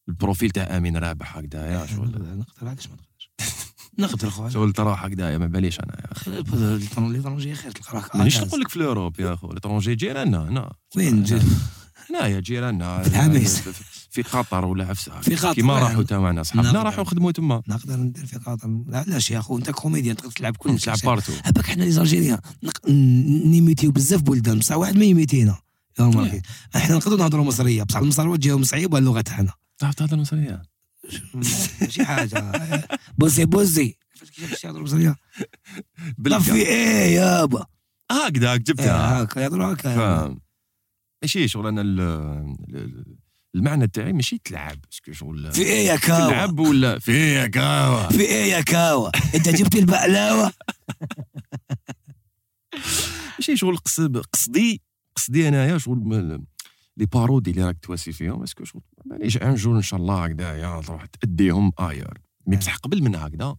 Speaker 1: البروفيل تاع امين رابح هكذايا شغل
Speaker 2: نقدر علاش ما نقدرش نقدر خو
Speaker 1: شغل تراح هكذايا ما باليش انايا
Speaker 2: ليترونجي خير تلقى راك
Speaker 1: مانيش
Speaker 2: عاجز.
Speaker 1: نقول لك في الاوروب يا خو ليترونجي جيراننا هنا
Speaker 2: وين جا-
Speaker 1: هنايا جيراننا
Speaker 2: في الحماس.
Speaker 1: في- في قطر ولا عفسه
Speaker 2: في قطر،
Speaker 1: كيما
Speaker 2: يعني.
Speaker 1: راحوا تا معنا صحابنا
Speaker 2: نعم.
Speaker 1: راحوا خدموا تما
Speaker 2: نقدر ندير في قاطع علاش يا اخو انت كوميديان تقدر تلعب كل
Speaker 1: تلعب بارتو
Speaker 2: هباك حنا لي زالجيريان نق... ن- نيميتيو بزاف بلدان بصح واحد ما يميتينا يا ماركي حنا نقدروا نهضروا مصريه بصح المصروات جاهم صعيبه اللغه تاعنا
Speaker 1: تعرف تهضر مصريه
Speaker 2: نعم. ماشي حاجه بوزي بوزي عرفت كيفاش يهضروا مصريه لا في ايه يابا
Speaker 1: آه، هكذاك
Speaker 2: إيه
Speaker 1: جبتها
Speaker 2: هكا يهضروا هكا
Speaker 1: فاهم ماشي شغل انا ال- ال- المعنى تاعي ماشي تلعب باسكو شغل
Speaker 2: في ايه يا كاوا
Speaker 1: تلعب ولا فيك هاوا
Speaker 2: في ايه يا كاوا انت جبت البقلاوه
Speaker 1: ماشي شغل قصد قصدي قصدي انايا شغل ما- لي بارودي اللي راك تواسي فيهم اسكو شغل يعني معليش ان جور ان شاء الله هكذايا تروح تاديهم اير مي بصح قبل من هكذا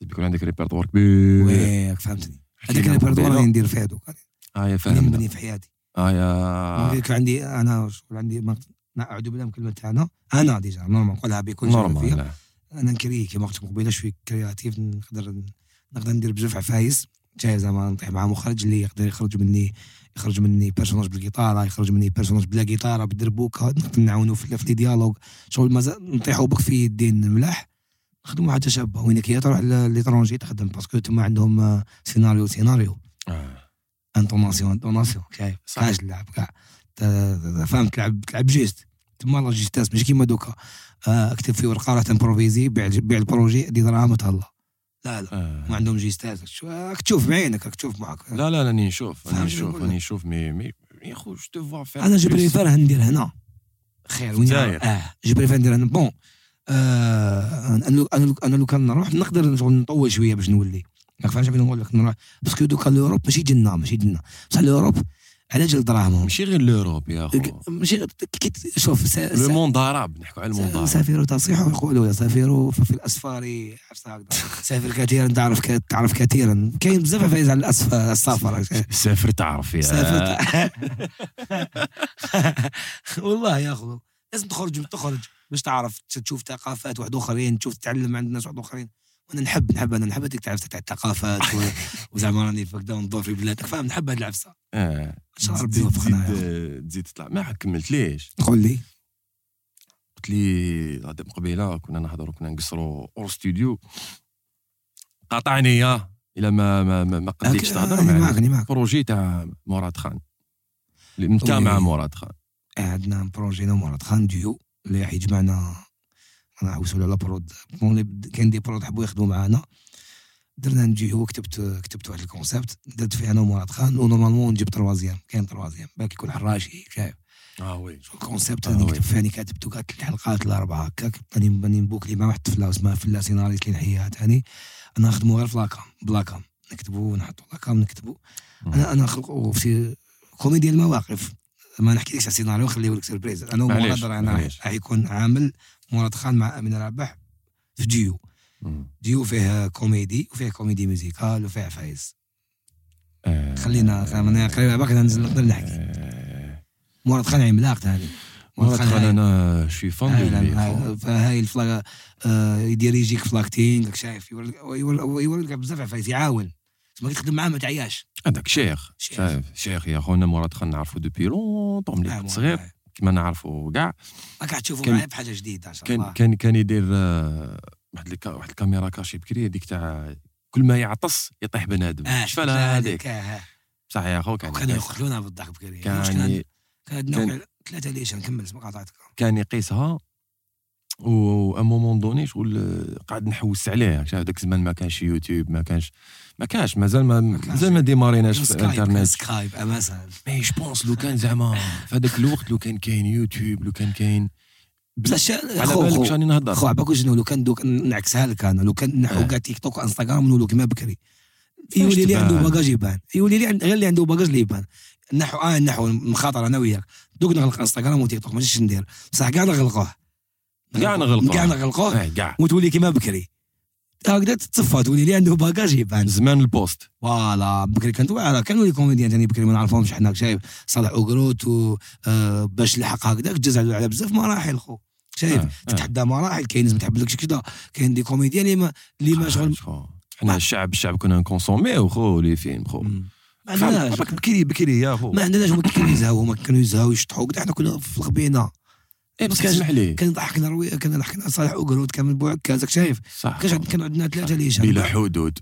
Speaker 1: بيكون عندك ريبرتوار كبير
Speaker 2: وياك فهمتني هذاك الريبرتوار اللي ندير فيه هذوك
Speaker 1: ايا
Speaker 2: اللي
Speaker 1: آية فهمنا آية
Speaker 2: نبني في حياتي
Speaker 1: ايا
Speaker 2: آه. عندي انا شغل عندي ما- اعوذ بالله من كلمه انا انا ديجا نورمال نقولها بكل شفافيه
Speaker 1: نورمال
Speaker 2: انا نكري كيما قلت لكم قبيله شوي كرياتيف نقدر نقدر ندير بجوج عفايس جاي زعما نطيح مع مخرج اللي يقدر يخرج مني يخرج مني بيرسوناج بالقيطاره يخرج مني بيرسوناج بلا قيطاره بالدربوكه نقدر نعاونو في في لي ديالوج شغل مازال نطيحو بك في الدين ملاح نخدمو حاجه شابه وينك هي تروح ل- ليترونجي تخدم باسكو تما عندهم آه، سيناريو سيناريو
Speaker 1: آه.
Speaker 2: انطوناسيون انطوناسيون شايف
Speaker 1: صح.
Speaker 2: كاش تلعب كاع تا- تا- تا- فاهم تلعب تلعب جيست تما لاجيستاس ماشي كيما دوكا آه، اكتب في ورقه راه تمبروفيزي بيع بيع البروجي دي دراهم وتهلا لا لا
Speaker 1: آه.
Speaker 2: ما عندهم جيستاس شو- راك تشوف بعينك راك تشوف معك
Speaker 1: لا لا راني نشوف راني
Speaker 2: فاهم شنو
Speaker 1: نشوف
Speaker 2: نقول
Speaker 1: راني نشوف مي مي يا خو جو تو فوا فير
Speaker 2: انا جو
Speaker 1: بلوس.
Speaker 2: بريفير ندير هنا خير وين
Speaker 1: الجزائر.
Speaker 2: اه جو بريفير ندير هنا بون آه انا لو- انا لو- انا لو كان نروح نقدر شغل نطول شويه باش نولي راك فاهم شنو نقول لك نروح باسكو دوكا لوروب ماشي جنه ماشي جنه بصح لوروب على جل دراهمهم
Speaker 1: ماشي غير لوروب يا خو
Speaker 2: ماشي كي ت- شوف سا-
Speaker 1: لو
Speaker 2: سا-
Speaker 1: موند عرب نحكوا على الموند
Speaker 2: سا-
Speaker 1: عرب
Speaker 2: سافروا تصيحوا يقولوا سافروا في الاسفار عرفت هكذا سافر كثيرا تعرف ك- تعرف كثيرا كاين بزاف عفايس على الاسفار السفر
Speaker 1: سافر تعرف يا
Speaker 2: سافرت والله يا اخو لازم تخرج تخرج باش تعرف تش- تشوف ثقافات واحد اخرين تشوف تتعلم عند ناس واحد اخرين وانا نحب نحب انا نحب هذيك تعرف تاع الثقافات و- وزعما راني فقدا وندور في بلادك فاهم نحب هاد العفسه
Speaker 1: آه.
Speaker 2: ان شاء الله ربي
Speaker 1: تزيد-
Speaker 2: يوفقنا يا أخو.
Speaker 1: تزيد- تزيد تطلع ما كملت ليش
Speaker 2: قول لي
Speaker 1: قلت لي غدا من قبيله كنا نهضروا كنا نقصروا اور ستوديو قاطعني يا الا ما ما ما, ما قديتش
Speaker 2: أك-
Speaker 1: تهضر
Speaker 2: أنا
Speaker 1: معنا
Speaker 2: معاك أنا معاك
Speaker 1: بروجي تاع مراد خان اللي انت
Speaker 2: وي.
Speaker 1: مع مراد خان
Speaker 2: عندنا بروجي مرات خان ديو اللي راح يجمعنا انا حوسوا على برود بون لي بد- كان دي برود حبوا يخدموا معانا درنا نديو كتبت كتبت واحد الكونسيبت درت فيه انا ومراد خان ونورمالمون نجيب تروازيام كان تروازيام باك يكون حراشي شايف
Speaker 1: اه وي
Speaker 2: شو الكونسيبت
Speaker 1: آه
Speaker 2: راني
Speaker 1: وي.
Speaker 2: كتبت فيه راني كاتبته كاع ثلاث حلقات ولا اربعه هكاك راني راني مبوكلي مع واحد الطفله اسمها فلا سيناريست اللي نحيها تاني انا نخدمو غير في لاكام بلاكام نكتبو ونحطو لاكام نكتبو انا انا نخلقو في كوميديا المواقف ما نحكيلكش على السيناريو خليه لك سيربريز انا
Speaker 1: معليش،
Speaker 2: ومراد رانا
Speaker 1: معليش.
Speaker 2: راح يكون عامل مراد خان مع امين رابح في ديو ديو فيه كوميدي وفيه كوميدي ميوزيكال وفيه فايز خلينا خلينا قريبا باقي ننزل نقدر نحكي
Speaker 1: آه،
Speaker 2: مراد خان عملاق ثاني
Speaker 1: مراد خان انا شي فان دو لي خو.
Speaker 2: فهاي الفلاغ آه، يدير يجيك فلاكتينغ راك شايف يوريك يوريك- يوريك بزاف عفايس يعاون ما تخدم معاه ما تعياش
Speaker 1: هذاك شيخ
Speaker 2: شيخ. آه،
Speaker 1: شايف شيخ يا خونا مراد خان نعرفو دوبي لونطون ملي كنت صغير كيما نعرفو كاع
Speaker 2: راك تشوفوا
Speaker 1: كان-
Speaker 2: معايا بحاجه جديده ان شاء
Speaker 1: كان
Speaker 2: الله
Speaker 1: كان كان يدير آه، واحد الكا- واحد الكاميرا كاشي بكري هذيك تاع كل ما يعطس يطيح
Speaker 2: آه،
Speaker 1: بنادم شفنا آه، هذيك بصح يا خو كان
Speaker 2: كانوا يقتلونا بالضحك بكري
Speaker 1: كان ي-
Speaker 2: كان كان عندنا وقع- ثلاثه ليش نكمل ما قاطعتك
Speaker 1: كان يقيسها و ان مومون دوني شغل آه، قاعد نحوس عليه شايف هذاك الزمان ما كانش يوتيوب ما كانش ما كانش مازال ما
Speaker 2: كانش.
Speaker 1: مازال ما ديماريناش في
Speaker 2: سكايب، كان
Speaker 1: الانترنت
Speaker 2: سكايب امازون
Speaker 1: مي جو بونس لو كان زعما في هذاك الوقت لو كان كاين يوتيوب لو كان كاين
Speaker 2: بصح
Speaker 1: على
Speaker 2: شا-
Speaker 1: بالك
Speaker 2: خو
Speaker 1: شاني نهضر
Speaker 2: خو على بالك شنو لو كان دوك نعكسها لك انا لو كان نحو
Speaker 1: آه.
Speaker 2: كاع تيك توك وانستغرام نولو كيما بكري
Speaker 1: فاش
Speaker 2: يولي اللي عنده
Speaker 1: تبان؟
Speaker 2: باجاج يبان يولي اللي عند- غير اللي عنده باجاج اللي يبان نحو اه نحو مخاطر انا وياك دوك نغلق انستغرام وتيك توك ما نجمش ندير بصح كاع نغلقوه
Speaker 1: كاع نغلقوه.
Speaker 2: كاع نغلقوه
Speaker 1: اه كاع
Speaker 2: وتولي كيما بكري هكذا تتصفى تولي اللي عنده باكاج يبان
Speaker 1: زمان البوست
Speaker 2: فوالا بكري كانت واعره كانوا لي كوميديان تاني بكري ما نعرفهمش حنا شايف صالح اوغروت و آه، باش لحق هكذاك جاز على على بزاف مراحل خو شايف
Speaker 1: آه، آه.
Speaker 2: تتحدى مراحل كاين لازم تحب لك كذا كاين دي كوميديان اللي ما اللي
Speaker 1: Ah,
Speaker 2: ما شغل
Speaker 1: حنا الشعب الشعب كنا نكونسوميو خو لي فيلم خو
Speaker 2: ما عندناش
Speaker 1: بالك بكري بكري يا خو
Speaker 2: ما عندناش هما كانوا يزهاو هما كانوا يزهاو يشطحوا كدا حنا كنا في الخبينه
Speaker 1: إيه، بس
Speaker 2: كان-
Speaker 1: اسمح لي
Speaker 2: كان ضحكنا روي كان ضحكنا صالح اوغروت كان من بوعكاز شايف
Speaker 1: صح
Speaker 2: كاش عند- كان عندنا ثلاثه ليش
Speaker 1: بلا حدود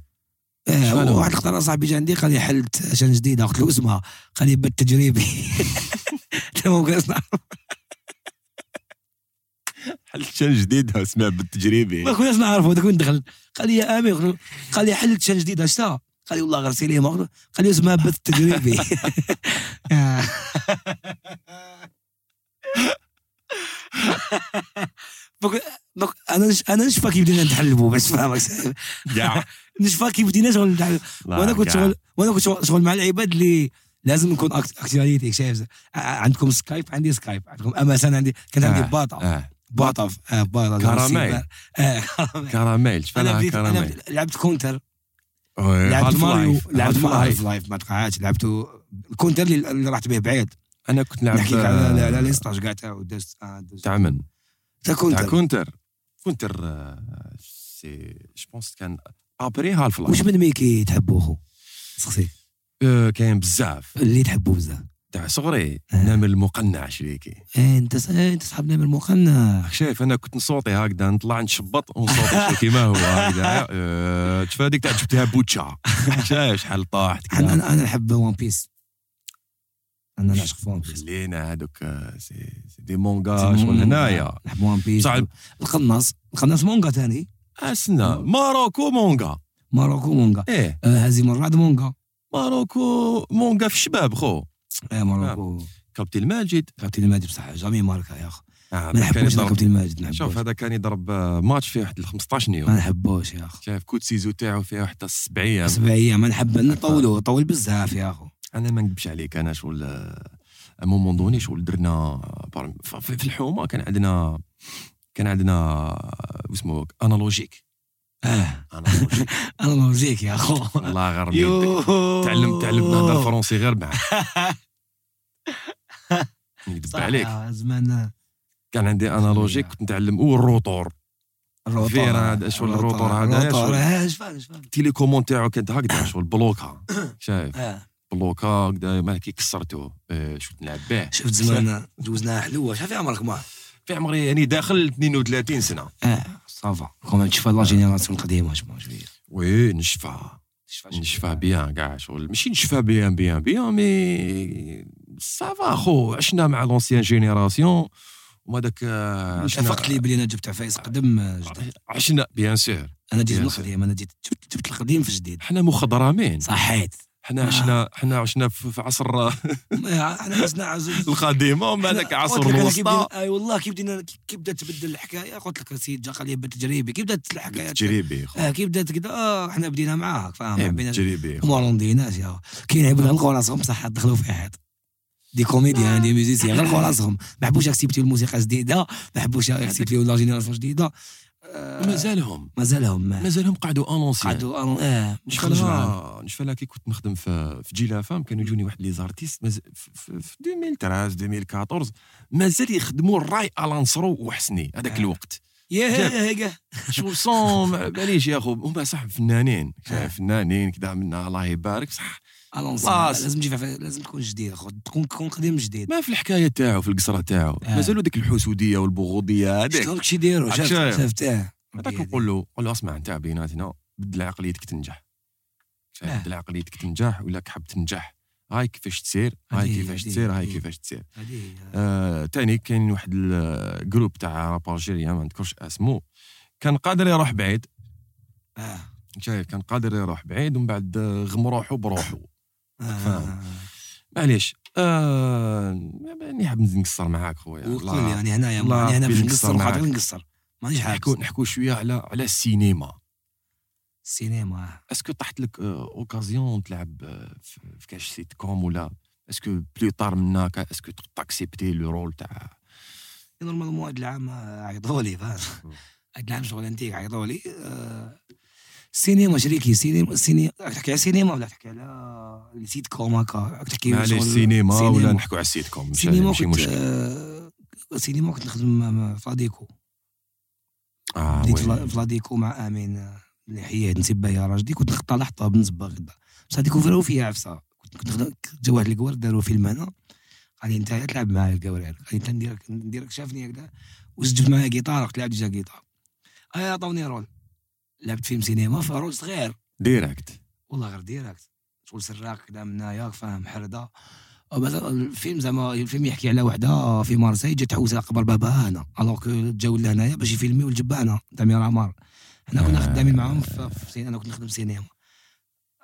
Speaker 2: آه،
Speaker 1: شحال هو؟
Speaker 2: واحد اختار صاحبي جا عندي قال لي حلت عشان جديده قلت له اسمها قال لي بت تجريبي تمام جلسنا
Speaker 1: حل شان جديد اسمها بالتجريبي
Speaker 2: ما كناش نعرفوا ذاك وين دخل قال لي يا امين قلت له- قال لي حلت شان جديده شتا قال لي والله غير سيليم قلت له- قال لي اسمها بث تجريبي آه. ما كن- ما كن- انا نش- انا نشفى كي بدينا نتحلبوا بس فاهمك
Speaker 1: كاع
Speaker 2: نشفى كي بدينا شغل نتحلبوا
Speaker 1: لا،
Speaker 2: وانا كنت
Speaker 1: كاع.
Speaker 2: شغل وانا كنت شغل, شغل مع العباد اللي لازم نكون اكتواليتي شايف ع- عندكم سكايب عندي سكايب عندكم امازون عندي كان
Speaker 1: آه،
Speaker 2: عندي باطا
Speaker 1: آه.
Speaker 2: باطا في- آه، باطا
Speaker 1: كراميل.
Speaker 2: آه، كراميل.
Speaker 1: كراميل شفنا
Speaker 2: انا
Speaker 1: لها
Speaker 2: بديت انا
Speaker 1: كراميل
Speaker 2: بديت- لعبت كونتر
Speaker 1: إيه. وي،
Speaker 2: لعبت
Speaker 1: هالف
Speaker 2: ماريو
Speaker 1: لايف،
Speaker 2: لعبت
Speaker 1: هالف
Speaker 2: ماريو
Speaker 1: لايف.
Speaker 2: هالف لايف ما تقعدش لعبته الكونتر اللي, اللي رحت به بعيد
Speaker 1: انا كنت نلعب
Speaker 2: نحكي لك على على
Speaker 1: آه،
Speaker 2: الانستاج قاعد ودزت آه، دزت.
Speaker 1: تاع من تاع
Speaker 2: تاع كونتر
Speaker 1: كونتر كونتر آه، سي جو بونس كان ابري هالف لايف
Speaker 2: واش من ميكي تحبو خو سقسي
Speaker 1: آه، كاين بزاف
Speaker 2: اللي تحبو بزاف
Speaker 1: تاع صغري
Speaker 2: آه.
Speaker 1: نعمل مقنع شريكي
Speaker 2: إيه، انت س- إيه، انت صاحب نمر مقنع
Speaker 1: راك شايف انا كنت نصوتي هكذا نطلع نشبط ونصوتي شي كيما هو هكذا آه، شفت هذيك تاع جبتها بوتشا شايف شحال طاحت
Speaker 2: انا انا أنا نحب ون بيس انا نعشق فون بيس
Speaker 1: خلينا هذوك آه، سي سي دي مونغا
Speaker 2: مونغا.
Speaker 1: شغل هنايا
Speaker 2: نحبوا ون بيس
Speaker 1: صعب.
Speaker 2: القناص القناص مونغا ثاني
Speaker 1: اسنا آه، ماروكو مونغا
Speaker 2: ماروكو مونغا
Speaker 1: ايه
Speaker 2: آه، هزيم الرعد مونغا
Speaker 1: ماروكو مونغا في الشباب خو
Speaker 2: آه،
Speaker 1: نعم.
Speaker 2: ماروكو
Speaker 1: كابتن ماجد
Speaker 2: كابتن الماجد بصح جامي ماركا يا اخو
Speaker 1: آه،
Speaker 2: ما
Speaker 1: هذا كان
Speaker 2: نحبوش
Speaker 1: يضرب-
Speaker 2: كابتن آه. الماجد ما
Speaker 1: شوف
Speaker 2: نحبوش
Speaker 1: هذا كان يضرب آه، ماتش فيه واحد ال 15
Speaker 2: ما
Speaker 1: يوم
Speaker 2: نحبوش يا اخو
Speaker 1: شايف كود سيزو تاعو فيه حتى السبع ايام
Speaker 2: سبع ايام ما نحب نطولوا طول بزاف يا اخو
Speaker 1: انا ما نكذبش عليك انا شغل ا مومون دوني شغل درنا بار- ف- في في الحومه كان عندنا كان عندنا آه، اسمه انالوجيك آه،
Speaker 2: اه
Speaker 1: انالوجيك
Speaker 2: انا موزيك يا اخو
Speaker 1: الله غير بيدك.
Speaker 2: يوه.
Speaker 1: تعلم تعلم نهضر فرونسي غير معاه نكذب
Speaker 2: صح،
Speaker 1: عليك
Speaker 2: آه، زمان
Speaker 1: كان عندي انالوجيك كنت نتعلم والروتور
Speaker 2: الروتور
Speaker 1: فير هذا، شو الروتور هذا، شو-
Speaker 2: الروتور آه، شفان شفان
Speaker 1: التيليكومون تاعو كانت هكذا شغل بلوكا شايف
Speaker 2: آه،
Speaker 1: بلوكا هكذا ما كي كسرته آه، شو نلعب به
Speaker 2: شفت زمان دوزناها حلوه شافي عمرك ما
Speaker 1: في عمري يعني داخل 32 سنه
Speaker 2: اه صافا كون تشوف لا جينيراسيون القديمه شنو شويه
Speaker 1: وي نشفى نشفى بيان كاع شغل ماشي نشفى بيان بيان بيان مي سافا خو عشنا مع لونسيان جينيراسيون وما داك آه، عشنا-
Speaker 2: اتفقت لي بلي انا جبت عفايس قدم آه، جدد
Speaker 1: عشنا بيان سير
Speaker 2: انا جيت
Speaker 1: يا
Speaker 2: من
Speaker 1: سيدي.
Speaker 2: القديم انا جيت جبت, جبت القديم في جديد
Speaker 1: حنا مخضرامين
Speaker 2: صحيت
Speaker 1: حنا عشنا حنا عشنا في في عصر
Speaker 2: ما- انا عزنا عزوز
Speaker 1: القديمه ومن بعدك عصر
Speaker 2: قلت لك أنا كي
Speaker 1: الوسطى
Speaker 2: بدينا- اي والله كي بدينا كي بدات تبدل الحكايه قلت لك سيد جا قال لي بالتجريبي كي بدات الحكايه
Speaker 1: تجريبي خو
Speaker 2: اه كي بدات كذا اه حنا بدينا معاك فاهم
Speaker 1: إيه،
Speaker 2: ما بيناش
Speaker 1: تجريبي خو.
Speaker 2: هما لونديناش يا كاين عيب غلقوا راسهم بصح دخلوا في حيط دي
Speaker 1: آه.
Speaker 2: كوميديان دي ميوزيسيان غلقوا راسهم ما حبوش يكسبتيو الموسيقى جديده ما حبوش يكسبتيو لا جينيراسيون جديده آه،
Speaker 1: مازالهم
Speaker 2: مازالهم ما- آه،
Speaker 1: مازالهم قعدوا انونسيان
Speaker 2: قعدوا أرون- اه
Speaker 1: آه،
Speaker 2: مخرج معاهم.
Speaker 1: نشفالها نشفالها كي كنت نخدم في في جيلا فام كانوا يجوني واحد لي زارتيست مز... في- في في 2013 2014 مازال يخدموا الراي الانصرو وحسني
Speaker 2: آه.
Speaker 1: هذاك الوقت
Speaker 2: يا
Speaker 1: جاب.
Speaker 2: هيا هيا
Speaker 1: شو صوم ما باليش يا خو هما صح فنانين
Speaker 2: آه.
Speaker 1: شايف فنانين كذا منا الله يبارك صح
Speaker 2: الونسون
Speaker 1: خلاص.
Speaker 2: لازم تجي فيها- لازم تكون جديد خو تكون تكون قديم جديد
Speaker 1: ما في الحكايه تاعو في القصره تاعو
Speaker 2: آه.
Speaker 1: مازالوا ديك الحسوديه والبغوضيه هذيك
Speaker 2: شفتهم كش يديروا
Speaker 1: عاد
Speaker 2: شفت
Speaker 1: شايف.
Speaker 2: شفت اه
Speaker 1: هذاك نقول له قول له اسمع انت بيناتنا بدل عقليتك تنجح شايف،
Speaker 2: آه.
Speaker 1: بدل عقليتك تنجح ولا حاب تنجح هاي كيفاش تسير هاي
Speaker 2: هذه هي،
Speaker 1: كيفاش
Speaker 2: هذه هي،
Speaker 1: تسير هاي
Speaker 2: هذه هي.
Speaker 1: كيفاش تسير
Speaker 2: هذه هي.
Speaker 1: آه، تاني كاين واحد الجروب تاع راب الجيريا ما نذكرش اسمه كان قادر يروح بعيد
Speaker 2: آه.
Speaker 1: شايف كان قادر يروح بعيد ومن بعد آه، غم روحو بروحو
Speaker 2: آه.
Speaker 1: فاهم. معليش آه نحب نقصر معاك خويا
Speaker 2: وقول
Speaker 1: الله.
Speaker 2: لي يعني هنايا
Speaker 1: الله
Speaker 2: يعني هنا باش
Speaker 1: يبين
Speaker 2: نقصر
Speaker 1: نقصر
Speaker 2: خاطر
Speaker 1: معاك.
Speaker 2: نقصر مانيش حاجة
Speaker 1: نحكو نحكو شويه على على السينما
Speaker 2: السينما
Speaker 1: اسكو طاحت لك آه، اوكازيون تلعب آه، في في كاش سيت كوم ولا اسكو بلو طار من هناك اسكو تاكسبتي لو رول تاع
Speaker 2: نورمالمون هاد العام آه، عيطوا لي فاهم
Speaker 1: مم.
Speaker 2: هاد العام شغل انتيك عيطوا لي eh. السينما شريكي سينما سينما راك تحكي على سينما ولا تحكي على نسيت كوم هكا راك تحكي
Speaker 1: معليش
Speaker 2: شغل-
Speaker 1: سينما ولا
Speaker 2: سينما.
Speaker 1: نحكو على السيت كوم مش
Speaker 2: سينما
Speaker 1: ماشي
Speaker 2: كنت
Speaker 1: مشكل
Speaker 2: آه، سينما كنت نخدم مع- مع فلاديكو
Speaker 1: اه
Speaker 2: بديت
Speaker 1: وي.
Speaker 2: فلا- فلاديكو مع امين آه، اللي حياه نسيب يا راجلي كنت نقطع لحظه بنصبه غدا بصح هذيك فراو فيها عفسه كنت كنت نخدم- كنت جا واحد الكوار داروا فيلم انا قال لي انت تلعب معايا الكوار قال لي انت نديرك نديرك شافني هكذا وسجلت معايا جيتار قلت لعب ديجا جيتار اي آه، عطاوني رول لعبت فيلم سينما في رول صغير
Speaker 1: ديريكت
Speaker 2: والله غير ديريكت شغل سراق كذا من هنايا فاهم حرده أو مثلا الفيلم زعما الفيلم يحكي على وحده في مارسي جات تحوسها قبل باباها هنا الوغ كو جاو لهنايا باش يفيلميو الجبانه تاع ميرامار حنا كنا
Speaker 1: آه.
Speaker 2: خدامين معاهم في في سين- انا كنت نخدم سينما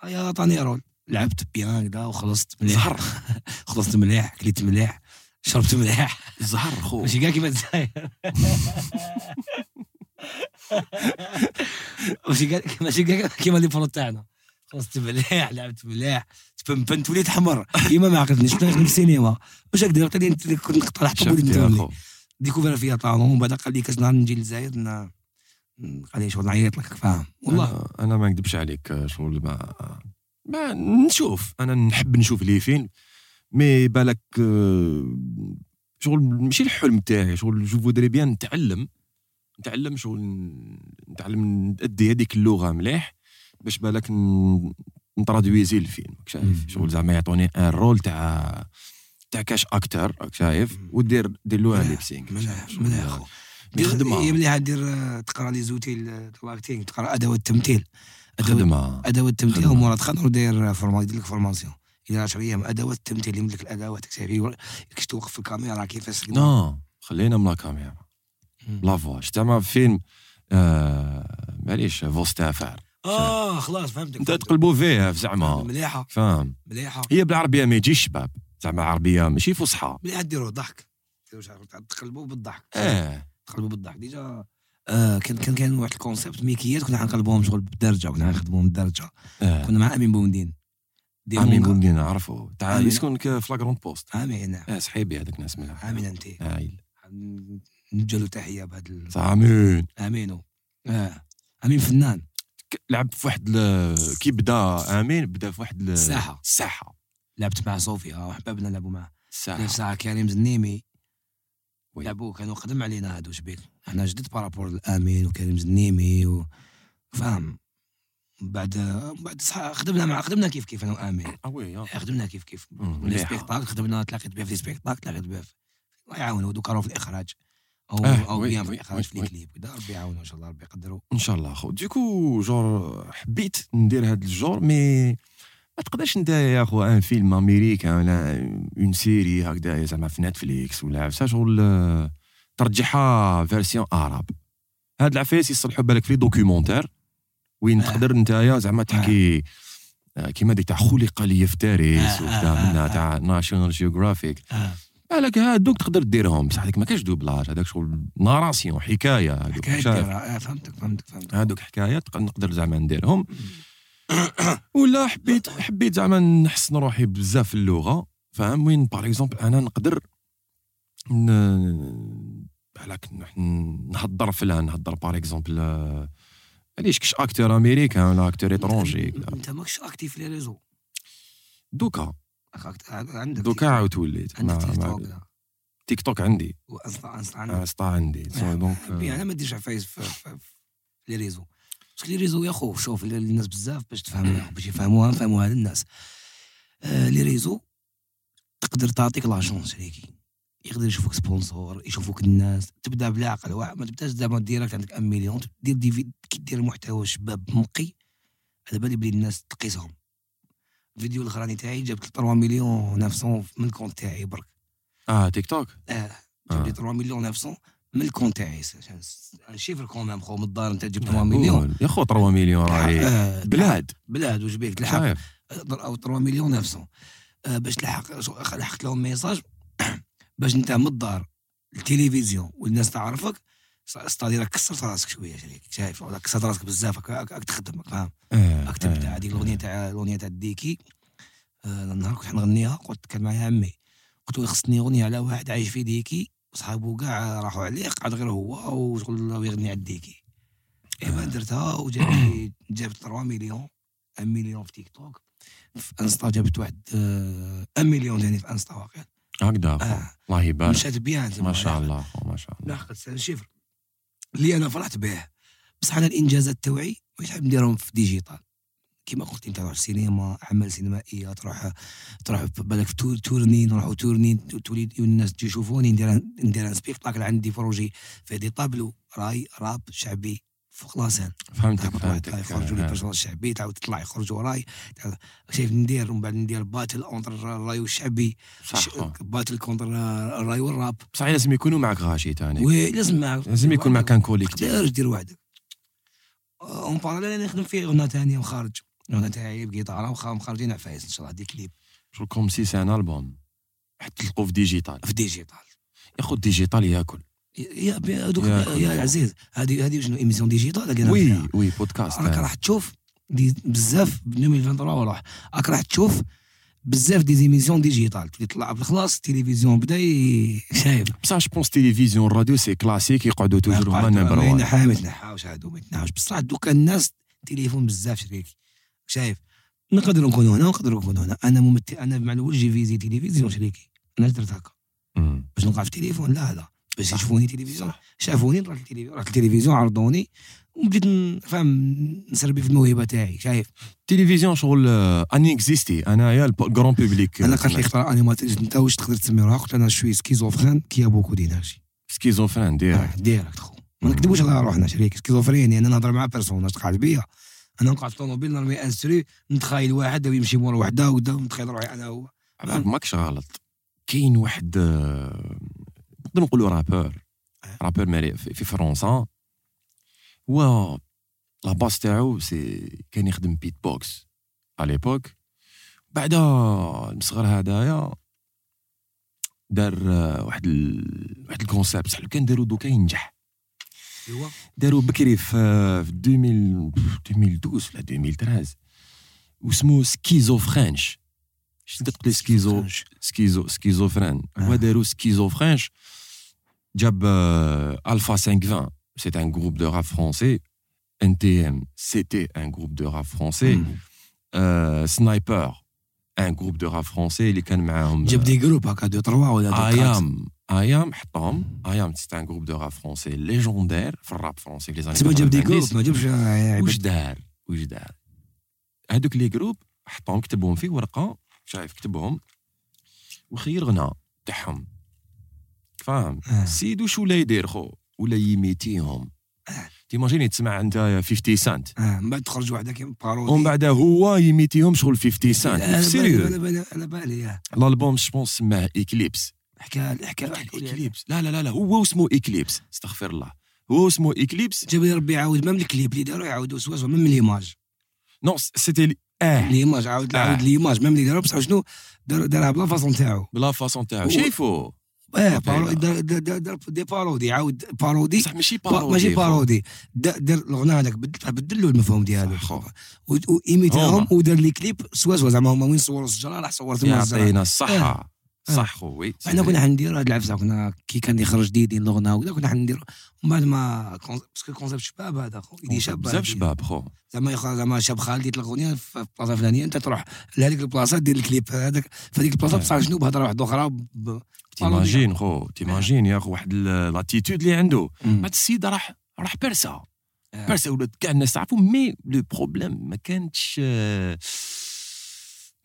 Speaker 2: يا عطاني رول لعبت بيان كدا وخلصت مليح
Speaker 1: زهر
Speaker 2: خلصت مليح كليت مليح شربت مليح
Speaker 1: زهر خو
Speaker 2: ماشي كاع كيما الجزائر ماشي كاع ماشي كاع كيما لي برو تاعنا خلصت مليح لعبت مليح تبنبنت وليت حمر كيما ما عقلتنيش كنت نخدم سينما واش هكذا قلت لي انت كنت نقطع حتى وليت
Speaker 1: شفت يا
Speaker 2: ندوني
Speaker 1: خو
Speaker 2: ديكوفر فيا طالون ومن بعد قال لي كاش نهار نجي للزايد ن- قال لي شغل نعيط لك فاهم والله
Speaker 1: انا, أنا ما نكذبش عليك آه، شغل ما ما نشوف انا نحب نشوف لي فيلم مي بالك آه، شغل ماشي الحلم تاعي شغل جو فودري بيان نتعلم نتعلم شغل نتعلم نأدي هذيك اللغه مليح باش بالك ن- نترادويزي الفيلم راك شايف
Speaker 2: مم.
Speaker 1: شغل زعما يعطوني ان رول تاع تاع كاش اكتر راك شايف
Speaker 2: مم.
Speaker 1: ودير دير له ان
Speaker 2: مليح،
Speaker 1: ليبسينغ
Speaker 2: مليح، مليح. دير- هي
Speaker 1: خدمه
Speaker 2: مليحه دير آه، تقرا لي زوتيل آه، تاع الاكتينغ تقرا ادوات التمثيل ادوات
Speaker 1: خدمه
Speaker 2: ادوات التمثيل
Speaker 1: خدمة.
Speaker 2: ومراد خضر داير فورما يدير لك فورماسيون الى 10 ايام ادوات التمثيل يملك الادوات كيفاش كيفاش توقف في الكاميرا كيفاش
Speaker 1: نو خلينا من لا كاميرا لا فوا تاع فيلم آه، معليش فوز تافع
Speaker 2: اه خلاص فهمتك
Speaker 1: انت
Speaker 2: فهمتك.
Speaker 1: تقلبوا فيها زعما
Speaker 2: مليحه
Speaker 1: فاهم
Speaker 2: مليحه
Speaker 1: هي بالعربيه ما يجيش شباب زعما عربيه ماشي فصحى
Speaker 2: مليحه ديروا ضحك ديروا شعر- تقلبوا بالضحك
Speaker 1: اه
Speaker 2: تقلبوا بالضحك ديجا آه كان كان كان واحد الكونسيبت ميكيات كنا حنقلبوهم شغل بالدرجه كنا حنخدموهم بالدرجه
Speaker 1: اه
Speaker 2: كنا مع امين بومدين دي
Speaker 1: امين
Speaker 2: مونغا.
Speaker 1: بومدين نعرفو تاع
Speaker 2: آمين.
Speaker 1: يسكن ك- في لاكروند بوست
Speaker 2: امين نعم
Speaker 1: اه صحيبي هذاك ناس منها
Speaker 2: امين انت
Speaker 1: عايل
Speaker 2: نجلو تحيه بهذا ال-
Speaker 1: صح، امين
Speaker 2: امينو اه امين فنان
Speaker 1: ك- لعب في واحد ال- كي بدا امين بدا في واحد ال-
Speaker 2: الساحة.
Speaker 1: الساحه
Speaker 2: لعبت مع صوفيا وحبابنا لعبوا معاه
Speaker 1: الساحه
Speaker 2: نفس ساعه كريم زنيمي
Speaker 1: آه. وي.
Speaker 2: لعبوا كانوا قدم علينا هادو شبيك احنا جدد بارابور الامين وكريم زنيمي و... فاهم بعد بعد صح خدمنا مع خدمنا كيف كيف انا وامين
Speaker 1: اه وي آه.
Speaker 2: خدمنا كيف كيف
Speaker 1: مم،
Speaker 2: لي
Speaker 1: مليحة.
Speaker 2: سبيكتاكل خدمنا تلاقيت بها في لي سبيكتاكل تلاقيت بها في- الله يعاونوا دوكا راهو في الاخراج او
Speaker 1: آه،
Speaker 2: او
Speaker 1: وي،
Speaker 2: بيان في
Speaker 1: وي،
Speaker 2: الاخراج
Speaker 1: وي،
Speaker 2: في لي
Speaker 1: وي.
Speaker 2: كليب كدا ربي يعاونوا ان شاء الله ربي يقدروا
Speaker 1: ان شاء الله خو ديكو جور حبيت ندير هاد الجور مي ما تقدرش انت يا خو ان فيلم امريكان ولا اون سيري هكذا زعما في نتفليكس ولا عرفتها شغل آه، ترجعها فيرسيون عرب هاد العفايس يصلحوا بالك في لي دوكيومونتير وين
Speaker 2: آه.
Speaker 1: تقدر نتايا زعما تحكي آه، كيما ديك تاع خلق لي في باريس
Speaker 2: آه،
Speaker 1: وكذا
Speaker 2: آه،
Speaker 1: منها
Speaker 2: آه.
Speaker 1: تاع ناشيونال جيوغرافيك
Speaker 2: آه.
Speaker 1: بالك هادوك تقدر ديرهم بصح هذاك ما كاش دوبلاج هذاك شغل ناراسيون حكايه هادوك
Speaker 2: حكايه
Speaker 1: شايف؟
Speaker 2: ديرها. آه، فهمتك فهمتك فهمتك
Speaker 1: هادوك حكايات تق- نقدر زعما نديرهم ولا حبيت حبيت زعما نحسن روحي بزاف في اللغه فاهم وين باغ اكزومبل انا نقدر ن- بالك نح- نهضر في الان نهضر باغ اكزومبل آه، علاش كش اكتور امريكان ولا اكتور ايترونجي
Speaker 2: انت انت ماكش اكتيف في لي ريزو
Speaker 1: دوكا
Speaker 2: أخ- عندك
Speaker 1: دوكا عاود وليت
Speaker 2: عندك
Speaker 1: ما-
Speaker 2: تيك
Speaker 1: ما- آه،
Speaker 2: توك لا.
Speaker 1: تيك توك عندي
Speaker 2: وانستا انستا عندك
Speaker 1: انستا عندي So
Speaker 2: آه،
Speaker 1: دونك
Speaker 2: بي انا ما نديرش عفايس
Speaker 1: آه.
Speaker 2: في, في, في لي ريزو باسكو لي ريزو يا خو شوف ال- الناس بزاف باش تفهمها باش يفهموها نفهموها للناس آه لي ريزو تقدر تعطيك لاشونس هذيكي يقدر يشوفوك سبونسور يشوفوك الناس تبدا بالعقل وا- ما تبداش زعما ديريكت عندك 1 مليون دير دي في- كي دير محتوى شباب نقي على بالي بلي الناس تقيسهم الفيديو الاخراني تاعي جاب 3 مليون 900 من الكونت تاعي برك
Speaker 1: اه تيك توك
Speaker 2: اه
Speaker 1: آه.
Speaker 2: جاب لي 3 مليون 900 من الكونت تاعي ان شيفر كومام خو من الدار انت تجيب 3 مليون
Speaker 1: يا خو 3 مليون راهي
Speaker 2: آه،
Speaker 1: بلاد
Speaker 2: بلاد واش بيك تلحق
Speaker 1: شايف
Speaker 2: او 3 مليون 900 آه، باش تلحق شو- أخ- لحقت لهم ميساج باش انت من الدار التلفزيون والناس تعرفك استاذ راك كسرت راسك شويه شريك شايف ولا كسرت راسك بزاف هكا- هكا هكا تخدم هكا فاهم
Speaker 1: آه،
Speaker 2: اكتب
Speaker 1: آه.
Speaker 2: تاع هذيك الاغنيه تاع الاغنيه تاع الديكي آه، النهار كنت نغنيها قلت كان معايا عمي قلت له خصني اغنيه على واحد عايش في ديكي وصحابو كاع راحوا عليه قعد غير هو وشغل راهو يغني على الديكي
Speaker 1: إيه.
Speaker 2: ايوا درتها وجاب لي جابت 3 مليون 1 مليون في تيك توك في انستا جابت واحد آه، 1 مليون ثاني في انستا واقع
Speaker 1: هكذا أخو.
Speaker 2: آه،
Speaker 1: الله يبارك
Speaker 2: مشات بيان تما.
Speaker 1: ما شاء الله أخو، ما شاء الله
Speaker 2: لاحقت سان شيفر اللي انا فرحت به بصح انا الانجازات توعي واش حاب نديرهم في ديجيتال كما قلت انت تروح السينما اعمال سينمائيه تروح تروح في بالك في تور تورني نروحوا تورني تو- تولي الناس تجي يشوفوني ندير ندير ان سبيكتاكل عندي بروجي في دي طابلو راي راب شعبي فوق لاسان
Speaker 1: فهمتك
Speaker 2: تهبط
Speaker 1: فهمتك
Speaker 2: واحد طلع يخرجوا لي
Speaker 1: آه،
Speaker 2: البرسونال الشعبي تعاود تطلع يخرجوا راي تعاود- شايف ندير ومن بعد ندير باتل اونتر الراي والشعبي
Speaker 1: صح أخو.
Speaker 2: باتل كونتر الراي والراب
Speaker 1: بصح لازم يكونوا معك غاشي تاني
Speaker 2: ولازم معك
Speaker 1: لازم يكون معك ان كوليكتيف
Speaker 2: تقدرش دير وحدك آه، اون باراليل انا نخدم فيه اغنيه ثانيه وخارج الاغنيه تاعي بقيطاره وخا- ومخرجين عفايس ان شاء الله دي كليب
Speaker 1: شغل كوم سي سان البوم حتى تلقوا في ديجيتال
Speaker 2: في ديجيتال
Speaker 1: يا خو الديجيتال ياكل
Speaker 2: يا بي- هذوك
Speaker 1: يا أخي.
Speaker 2: يا عزيز هذه هذه شنو ايميسيون ديجيتال اللي أنا
Speaker 1: وي
Speaker 2: فيها.
Speaker 1: وي بودكاست
Speaker 2: راك
Speaker 1: آه.
Speaker 2: راح تشوف دي بزاف ب 2023 وراح راك راح تشوف بزاف دي زيميسيون ديجيتال اللي طلع بالخلاص التلفزيون بدا ي- شايف
Speaker 1: بصح جو بونس تيليفيزيون راديو سي كلاسيك يقعدوا توجور هما نمبر
Speaker 2: ما
Speaker 1: 1
Speaker 2: ينحى- ما يتنحاوش هادو ما يتنحاوش بصح دوكا الناس تليفون بزاف شريكي شايف نقدر نكون هنا ونقدر نكون هنا انا ممثل انا مع الاول جي فيزي تلفزيون شريكي انا درت هكا باش نوقع في التليفون لا لا باش يشوفوني تلفزيون شافوني رحت التلفزيون رحت التلفزيون عرضوني وبديت ن- فاهم نسربي في الموهبه تاعي شايف
Speaker 1: تيليفيزيون شغل آه، اني اكزيستي انايا الكرون بوبليك
Speaker 2: انا قالت لي اختار انيماتير انت واش تقدر تسمي روحك قلت انا شوي سكيزوفرين كي بوكو ديناجي
Speaker 1: سكيزوفرين ديريكت
Speaker 2: آه، ديريكت خو ما نكذبوش على روحنا شريك سكيزوفريني انا نهضر مع بيرسون قاعد بيا انا نقعد في الطوموبيل نرمي انسري نتخايل واحد ويمشي مورا وحده وكذا ونتخيل روحي انا هو
Speaker 1: عباك ماكش غلط كاين واحد آه، نقدر نقولوا رابور رابور مالي في في فرنسا هو لا باس تاعو سي كان يخدم بيت بوكس على ليبوك بعدا المصغر هذايا دار آه، واحد ال... واحد الكونسيبت بصح لو كان دارو دوكا ينجح
Speaker 2: هو
Speaker 1: داروا بكري في في 2000 2012 ولا 2013 واسمه سكيزو فرنش شنو تقول سكيزو سكيزو سكيزو فران هو
Speaker 2: آه.
Speaker 1: داروا سكيزو فرنش جاب الفا 520 سي ان جروب دو راب فرونسي ان تي ام سيتي ان جروب دو راب
Speaker 2: طيب. Hmm.
Speaker 1: فرونسي Euh, سنايبر ان جروب دو راب فرونسي اللي كان معاهم
Speaker 2: جاب دي جروب هكا دو تروا ولا
Speaker 1: آه،
Speaker 2: دو كات.
Speaker 1: ايام ايام حطهم ايام سي ان جروب دو راب فرونسي ليجوندير في الراب فرونسي في لي
Speaker 2: تسمى جاب دي جروب ما جابش آه،
Speaker 1: واش دار واش دار هذوك لي جروب حطهم كتبهم في ورقه شايف كتبهم وخير غنى تاعهم فاهم
Speaker 2: آه.
Speaker 1: السيد وش ولا يدير خو ولا يميتيهم تيماجيني تسمع انت 50 سنت
Speaker 2: آه، من بعد تخرج واحده كيما بارودي
Speaker 1: ومن بعد هو يميتيهم شغل 50 سنت سيريو
Speaker 2: على بالي على بالي آه.
Speaker 1: الالبوم جوبونس سماه ايكليبس
Speaker 2: حكى حكى واحد
Speaker 1: ايكليبس لا لا لا لا هو اسمه ايكليبس استغفر الله هو اسمه ايكليبس
Speaker 2: جاب لي ربي يعاود مام الكليب اللي داروا يعاودوا سوا سوا مام ليماج
Speaker 1: نو سيتي اه
Speaker 2: ليماج عاود
Speaker 1: آه.
Speaker 2: عاود ليماج مام اللي داروا بصح شنو دار- دارها بلا فاصون تاعو
Speaker 1: بلا فاصون تاعو
Speaker 2: هو-
Speaker 1: شايفو
Speaker 2: اه
Speaker 1: طبيعي.
Speaker 2: بارو- دار دار- دار- دار دي بارودي عاود بارودي
Speaker 1: بصح ماشي
Speaker 2: با-
Speaker 1: بارودي
Speaker 2: ماشي
Speaker 1: خو.
Speaker 2: بارودي دا- دار الغنى هذاك بدل بدل له المفهوم ديالو
Speaker 1: صح، خو.
Speaker 2: و- وايميتاهم
Speaker 1: هما.
Speaker 2: ودار لي كليب سوا سوا زعما هما وين صوروا الشجره راح صورت لهم الشجره
Speaker 1: يعطينا
Speaker 2: آه.
Speaker 1: الصحة صح خوي
Speaker 2: حنا كنا حنديروا هاد العفسه كنا كي كان يخرج جديد لغنا وكذا كنا حنديروا من بعد ما كونز- باسكو كونسيبت شباب هذا خو يدي شاب
Speaker 1: بزاف
Speaker 2: هادي.
Speaker 1: شباب خو
Speaker 2: زعما يخرج زعما شاب خالد تلقوني في البلاصه الفلانيه انت تروح لهذيك البلاصه دير الكليب هذاك في هذيك البلاصه
Speaker 1: آه.
Speaker 2: بصح شنو بهضره واحده اخرى ب-
Speaker 1: تيماجين خو تيماجين يا خو واحد ال- لاتيتود اللي عنده
Speaker 2: مم.
Speaker 1: بعد السيد راح راح بارسا
Speaker 2: آه.
Speaker 1: بارسا ولات كاع الناس تعرفوا مي لو بروبليم ما كانتش آه،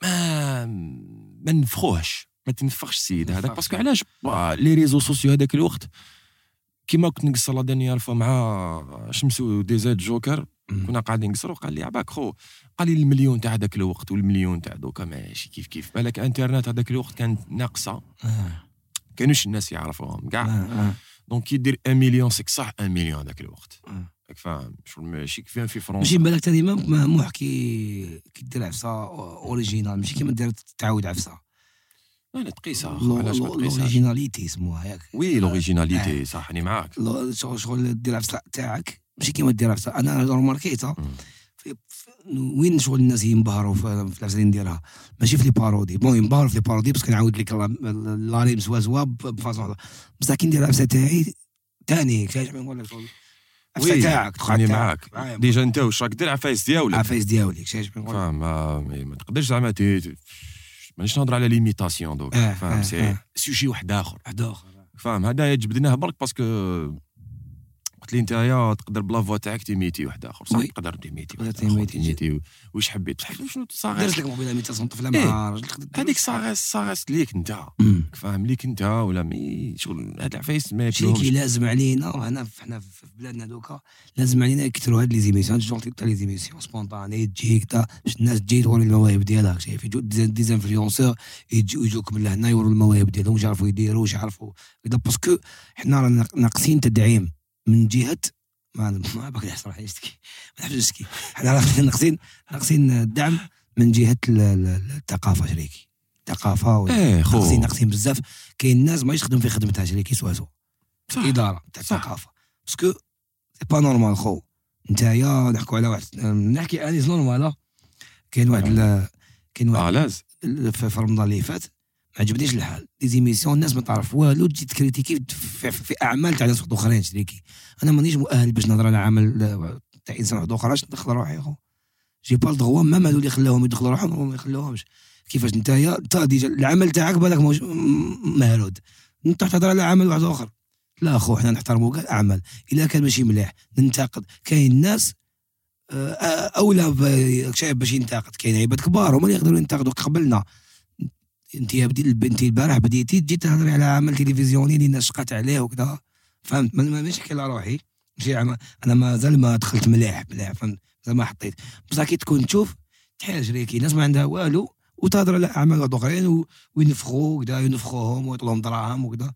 Speaker 1: ما ما نفخوهش ما تنفخش السيد هذاك
Speaker 2: نفخش.
Speaker 1: باسكو علاش با، لي ريزو سوسيو هذاك الوقت كيما كنت نقصر لا دانيير فوا مع شمسو ديزاد جوكر
Speaker 2: مم.
Speaker 1: كنا قاعدين نقصروا قال لي عباك خو قال لي المليون تاع ذاك الوقت والمليون تاع دوكا ماشي كيف كيف بالك انترنت هذاك الوقت كانت ناقصه
Speaker 2: آه.
Speaker 1: كانوش الناس يعرفوهم
Speaker 2: آه.
Speaker 1: كاع
Speaker 2: آه.
Speaker 1: دونك كي دير 1 مليون سيك صح 1 مليون هذاك الوقت
Speaker 2: آه.
Speaker 1: راك فاهم شغل ماشي كيف في
Speaker 2: ماشي
Speaker 1: فرنسا
Speaker 2: من بالك ثاني ما مسموح كي كي دير عفسه اوريجينال ماشي كيما دير تعاود عفسه
Speaker 1: لا لا تقيسها أخو،
Speaker 2: لو-
Speaker 1: علاش ما
Speaker 2: لو- آه.
Speaker 1: تقيسها
Speaker 2: الاوريجيناليتي يسموها ياك
Speaker 1: وي لوريجيناليتي صح راني معاك
Speaker 2: لو- شغل شغل دير عفسه تاعك ماشي كيما دير عفسه انا روماركيتها
Speaker 1: مم.
Speaker 2: في في- وين شغل الناس ينبهروا في في العفسه اللي نديرها ماشي في لي بارودي بون ينبهروا في لي بارودي باسكو نعاود لك لا ريم سوا سوا ب- بفازون واحدة. بصح كي ندير العفسه تاعي ثاني كيفاش ما نقول لك شغل العفسه
Speaker 1: وي،
Speaker 2: تاعك
Speaker 1: راني
Speaker 2: تقعد
Speaker 1: معاك
Speaker 2: تاعك. آه، معايا.
Speaker 1: ديجا انت واش راك دير عفايس دياولك
Speaker 2: عفايس دياولي كيفاش ما نقول لك.
Speaker 1: فاهم آه، ما ما تقدرش زعما تي- تي- مانيش نهضر على ليميتاسيون دوك
Speaker 2: آه،
Speaker 1: فاهم
Speaker 2: آه،
Speaker 1: سي
Speaker 2: آه.
Speaker 1: سوجي واحد اخر
Speaker 2: واحد اخر
Speaker 1: فاهم هذا جبدناه برك باسكو قلت لي نتايا تقدر بلا فوا تاعك تيميتي واحد اخر صح
Speaker 2: وي.
Speaker 1: تقدر تيميتي
Speaker 2: تقدر
Speaker 1: واحد اخر
Speaker 2: تيميتي.
Speaker 1: تيميتي واش حبيت بصح شنو
Speaker 2: درت
Speaker 1: صاغت
Speaker 2: لك موبيل 200 طفله
Speaker 1: إيه.
Speaker 2: مع راجل
Speaker 1: هذيك صاغت صاغت ليك انت
Speaker 2: مم.
Speaker 1: فاهم ليك انت ولا مي شغل هاد العفايس ما
Speaker 2: شي كي
Speaker 1: ياكلوهمش
Speaker 2: لازم علينا وهنا في- حنا في بلادنا دوكا لازم علينا يكثروا هاد لي زيميسيون جونتي تاع لي زيميسيون سبونطاني تجي كدا باش الناس تجي توري المواهب ديالها شايف يجوا ديزانفلونسور يجوا يجوك من لهنا يوروا المواهب ديالهم واش يعرفوا يديروا واش يعرفوا كدا باسكو حنا رانا ناقصين تدعيم من جهه ما ما باك نحس روحي نشتكي ما نحبش نشتكي حنا رانا ناقصين ناقصين الدعم من جهه ال- ال- الثقافه شريكي الثقافه وال-
Speaker 1: ايه
Speaker 2: ناقصين
Speaker 1: خو
Speaker 2: ناقصين بزاف كاين ناس ما يخدم في خدمتها شريكي كي سوا سوا
Speaker 1: صح.
Speaker 2: الاداره تاع
Speaker 1: صح.
Speaker 2: الثقافه باسكو سي با نورمال خو نتايا نحكوا على واحد نحكي انيس نورمال آه. كاين واحد ال- كاين واحد
Speaker 1: علاز
Speaker 2: ال- في في رمضان اللي فات ما عجبنيش الحال دي زيميسيون الناس ما تعرف والو تجي تكريتيكي في, في, في اعمال تاع ناس واحد اخرين شريكي انا مانيش مؤهل باش نهضر على عمل آه، تاع انسان واحد اخر علاش ندخل روحي خو جي با الدغوا ما هادو اللي خلاوهم يدخلوا روحهم هما ما يخلوهمش كيفاش نتايا انت ديجا العمل تاعك بالك موج- م- مهرود انت تهضر على عمل واحد اخر لا اخو حنا نحترموا كاع الاعمال الا كان ماشي مليح ننتقد كاين ناس آه، آه، اولى ب- شايف باش ينتقد كاين عباد كبار هما اللي يقدروا ينتقدوا قبلنا انت يا بدي انت البارح بديتي تجي تهضري على عمل تلفزيوني اللي الناس شقات عليه وكذا فهمت ما ما- ماشي كي على روحي ماشي عم- انا مازال ما دخلت مليح مليح فهمت زعما حطيت بصح كي تكون تشوف تحرج ريكي الناس ما عندها والو وتهضر على اعمال واحد اخرين و- وينفخوا كدا ينفخوهم ويطلعوا دراهم وكدا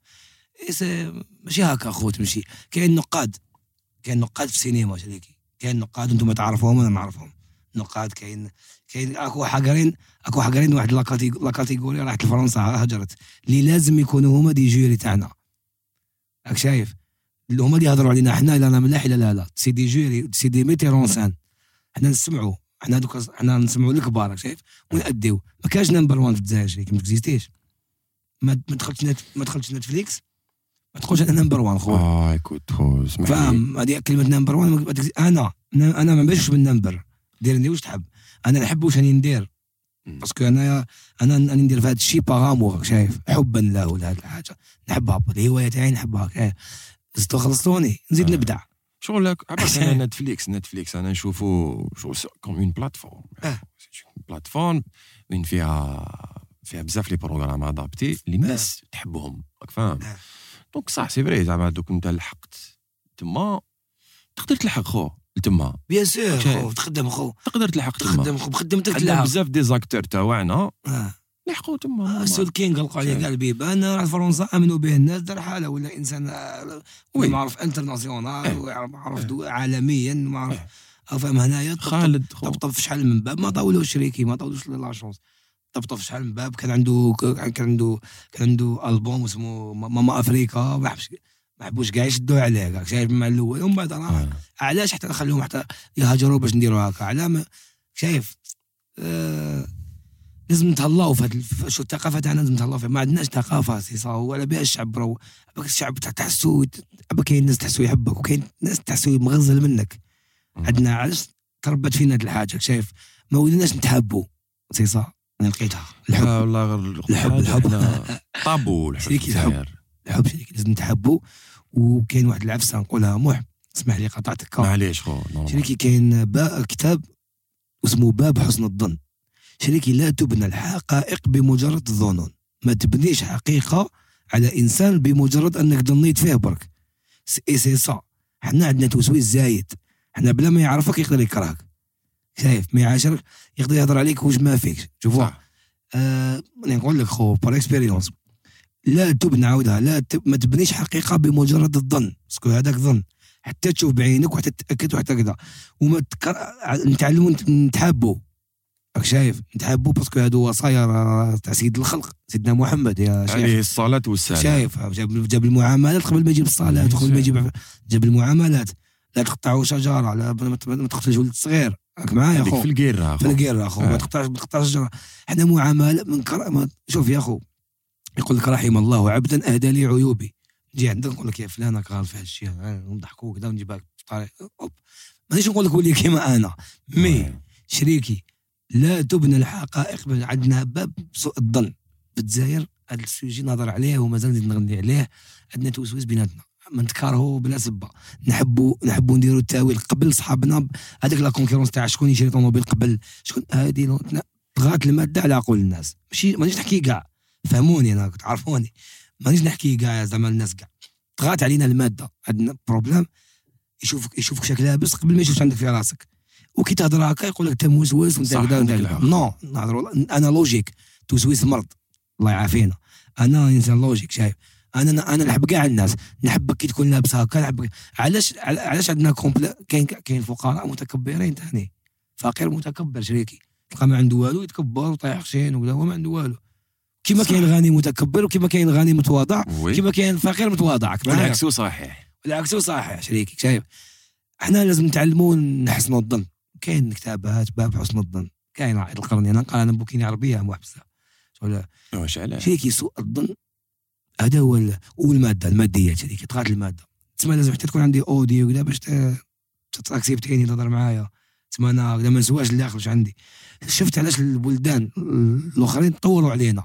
Speaker 2: إيه سي- ماشي هكا خو تمشي كاين نقاد كاين نقاد في السينما شريكي كاين نقاد انتم تعرفوهم انا نعرفهم نقاد كاين كاين اكو حقرين اكو حقرين واحد لاكاتيغ- لاكاتيغوري راحت لفرنسا هجرت اللي لازم يكونوا هما دي جيري تاعنا راك شايف اللي هما اللي يهضروا علينا حنا لا لا ملاح لا لا لا سي دي جيري سي دي ميتيرونسان حنا نسمعوا حنا دوكا حنا نسمعوا الكبار راك شايف ونأديو ما كانش نمبر وان في الجزائر شريك ما تكزيستيش ما ما دخلتش نت... ما دخلتش نتفليكس ما تقولش انا نمبر وان خويا
Speaker 1: اه ايكوت خو اسمح لي.
Speaker 2: فاهم هذه كلمه نمبر وان ما تكز- انا انا أنا ما نبانش من نمبر ديرني واش تحب انا نحب واش راني ندير
Speaker 1: مم.
Speaker 2: باسكو انا انا راني ندير في هذا الشيء باغامور شايف حبا له لهذه الحاجه نحبها الهوايه تاعي نحبها إيه. زدتو خلصتوني نزيد
Speaker 1: آه.
Speaker 2: نبدع
Speaker 1: شغل هاك- عبرت انا نتفليكس نتفليكس انا نشوفو شغل كوم اون بلاتفورم
Speaker 2: آه.
Speaker 1: بلاتفورم وين فيها فيها بزاف لي بروغرام ادابتي اللي الناس تحبهم راك فاهم
Speaker 2: آه.
Speaker 1: دونك صح سي فري زعما دوك انت لحقت تما تقدر تلحق خو تما
Speaker 2: بيان سور
Speaker 1: شايف.
Speaker 2: خو تخدم خو
Speaker 1: تقدر تلحق تما
Speaker 2: تخدم خو بخدمتك
Speaker 1: عندنا
Speaker 2: تلعب
Speaker 1: بزاف دي زاكتور تاعنا
Speaker 2: آه.
Speaker 1: لحقوا تما
Speaker 2: آه،
Speaker 1: نورمال.
Speaker 2: سول كينغ لقوا عليه
Speaker 1: شايف.
Speaker 2: كاع البيبان راح فرنسا امنوا به الناس دار حاله ولا انسان آه،
Speaker 1: وي.
Speaker 2: معروف انترناسيونال
Speaker 1: إيه.
Speaker 2: ويعرف- معروف دو- عالميا معروف فاهم هنايا طب-
Speaker 1: خالد خو
Speaker 2: طبطب في شحال من باب ما طاولوش شريكي ما طاولوش لا شونس طبطب في شحال من باب كان عنده كان عنده كان عنده البوم اسمه م- ماما افريكا ما حبش ما حبوش كاع يشدوه عليه كاع شايف مع الاول ومن بعد راه
Speaker 1: آه.
Speaker 2: علاش حتى نخليهم حتى يهاجروا باش نديروا هكا على ما شايف آه لازم نتهلاو في هاد الف- شو الثقافه تاعنا لازم نتهلاو فيها ما عندناش ثقافه سي صاو ولا بها الشعب راهو عباك الشعب تاع- تحسو عباك كاين ناس تحسو يحبك وكاين ناس تحسو مغزل منك عندنا علاش تربت فينا هاد الحاجه شايف ما وليناش نتحابوا سي صا انا لقيتها الحب
Speaker 1: لا والله غير
Speaker 2: الحب- الحب.
Speaker 1: حنا طابو الحب
Speaker 2: شريك الحب.
Speaker 1: الجزائر.
Speaker 2: الحب شريك لازم نتحابوا وكاين واحد العفسه نقولها موح اسمح لي قطعتك
Speaker 1: معليش خو نورمال.
Speaker 2: شريكي كاين با- كتاب اسمه باب حسن الظن شريكي لا تبنى الحقائق بمجرد الظنون ما تبنيش حقيقة على إنسان بمجرد أنك ظنيت فيه برك س- إي سي سا حنا عندنا توسويس زايد حنا بلا ما يعرفك يقدر يكرهك شايف ما يعاشرك يقدر يهضر عليك واش ما فيك شوفوا
Speaker 1: صح.
Speaker 2: آه أنا نقول لك خو بار اكسبيريونس لا تبنى عاودها لا تب... ما تبنيش حقيقة بمجرد الظن باسكو هذاك ظن حتى تشوف بعينك وحتى تتاكد وحتى كذا وما تكر... نتعلموا نت- نتحابوا راك شايف نتحابوا باسكو هادو وصايا راه تاع سيد الخلق سيدنا محمد يا شيخ
Speaker 1: عليه الصلاة والسلام
Speaker 2: شايف جاب جاب المعاملات قبل ما يجيب الصالات قبل ما يجيب جاب المعاملات لا تقطعوا شجره لا ما ت- ما تقتلش ولد صغير راك معايا
Speaker 1: هذيك
Speaker 2: اخو
Speaker 1: في القيرة
Speaker 2: في
Speaker 1: خو
Speaker 2: القير اخو ما
Speaker 1: آه.
Speaker 2: تقطعش ما تقطعش شجره حنا معامله من كر... ما... شوف يا اخو يقول لك رحم الله عبدا اهدى لي عيوبي نجي عندك نقول لك يا فلان راك غالط في هالشيء ونضحكوا كذا ونجيبك في طريق أوب. مانيش نقول لك ولي كيما انا مي شريكي لا تبنى الحقائق بل عندنا باب سوء الظن في الجزائر هذا السوجي نهضر عليه ومازال نزيد نغني عليه عندنا توسويس بيناتنا ما نتكارهو بلا سبه نحبوا نحبوا نديروا التاويل قبل صحابنا ب- هذاك لا كونكيرونس تاع شكون يشري طوموبيل قبل شكون هذه لو- لا، طغات الماده على عقول الناس ماشي مانيش نحكي كاع فهموني انا تعرفوني مانيش نحكي كاع زعما الناس كاع طغات علينا الماده عندنا بروبليم يشوفك يشوفك شكل لابس قبل ما يشوفش عندك في راسك وكي تهضر هكا يقول لك انت موسوس وانت
Speaker 1: صح،
Speaker 2: كذا وانت
Speaker 1: عندك
Speaker 2: كذا
Speaker 1: الحق.
Speaker 2: نو نهضر والله، انا لوجيك توسويس مرض الله يعافينا انا انسان لوجيك شايف انا انا نحب كاع الناس نحبك كي تكون لابس هكا نحبك علاش عل- علاش عندنا كومبلا كاين كاين فقراء متكبرين ثاني فقير متكبر شريكي تلقى ما عنده والو يتكبر وطايح خشين وكذا هو ما عنده والو كيما
Speaker 1: صح.
Speaker 2: كاين غني متكبر وكيما كاين غني متواضع
Speaker 1: وي
Speaker 2: كيما كاين فقير متواضع معايا؟
Speaker 1: والعكس هو صحيح
Speaker 2: العكس هو صحيح شريكي شايف احنا لازم نتعلموا نحسنوا الظن كاين كتابات باب حسن الظن كاين رائد القرن انا نقرا انا بوكيني عربيه محبسه ولا
Speaker 1: واش علاش
Speaker 2: شريكي سوء الظن هذا هو ال- والماده الماديه شريكي طغات الماده تسمى لازم حتى تكون عندي اوديو كذا باش ت- تاكسبتيني تهضر معايا تسمى انا كذا ما نسواش الداخل واش عندي شفت علاش البلدان الاخرين طوروا علينا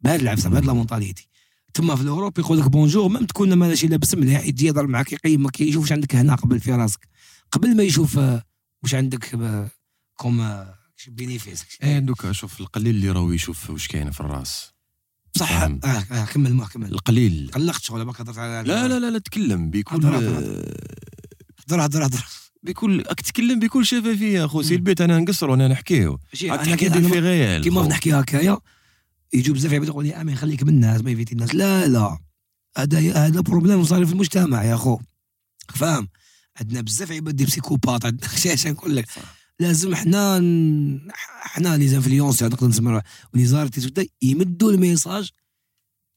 Speaker 2: بهذا العفسه بهذا لامونتاليتي تما في الاوروب يقول لك بونجور ميم تكون ماشي لابس مليح يجي يهضر معاك يقيمك يشوف واش عندك هنا قبل في راسك قبل ما يشوف آه، واش عندك آه، كوم آه، بينيفيس
Speaker 1: ايه دوكا شوف القليل اللي راهو يشوف واش كاين في الراس
Speaker 2: صح
Speaker 1: فهم.
Speaker 2: آه آه كمل ما كمل
Speaker 1: القليل
Speaker 2: قلقت شغل باك هضرت على
Speaker 1: لا لا لا لا تكلم بيكون
Speaker 2: هضر- هضر-
Speaker 1: آه،
Speaker 2: هضر هضر هضر
Speaker 1: بكل راك تتكلم بكل شفافيه اخو سي البيت انا نقصر انا نحكيه
Speaker 2: شي-
Speaker 1: راك
Speaker 2: إيه، أنا
Speaker 1: تحكي
Speaker 2: كي-
Speaker 1: دي
Speaker 2: أنا-
Speaker 1: في غيال
Speaker 2: كيما
Speaker 1: خو.
Speaker 2: نحكي هكايا يجوا بزاف عباد يقول لي امين خليك من الناس ما يفيت الناس لا لا هذا هذا بروبليم صار في المجتمع يا خو فاهم عندنا بزاف عباد دي بسيكوبات عندنا عشان نقول لك لازم حنا ن- حنا لي زانفلونسر نقدر نسمع ولي زارتيست يمدوا الميساج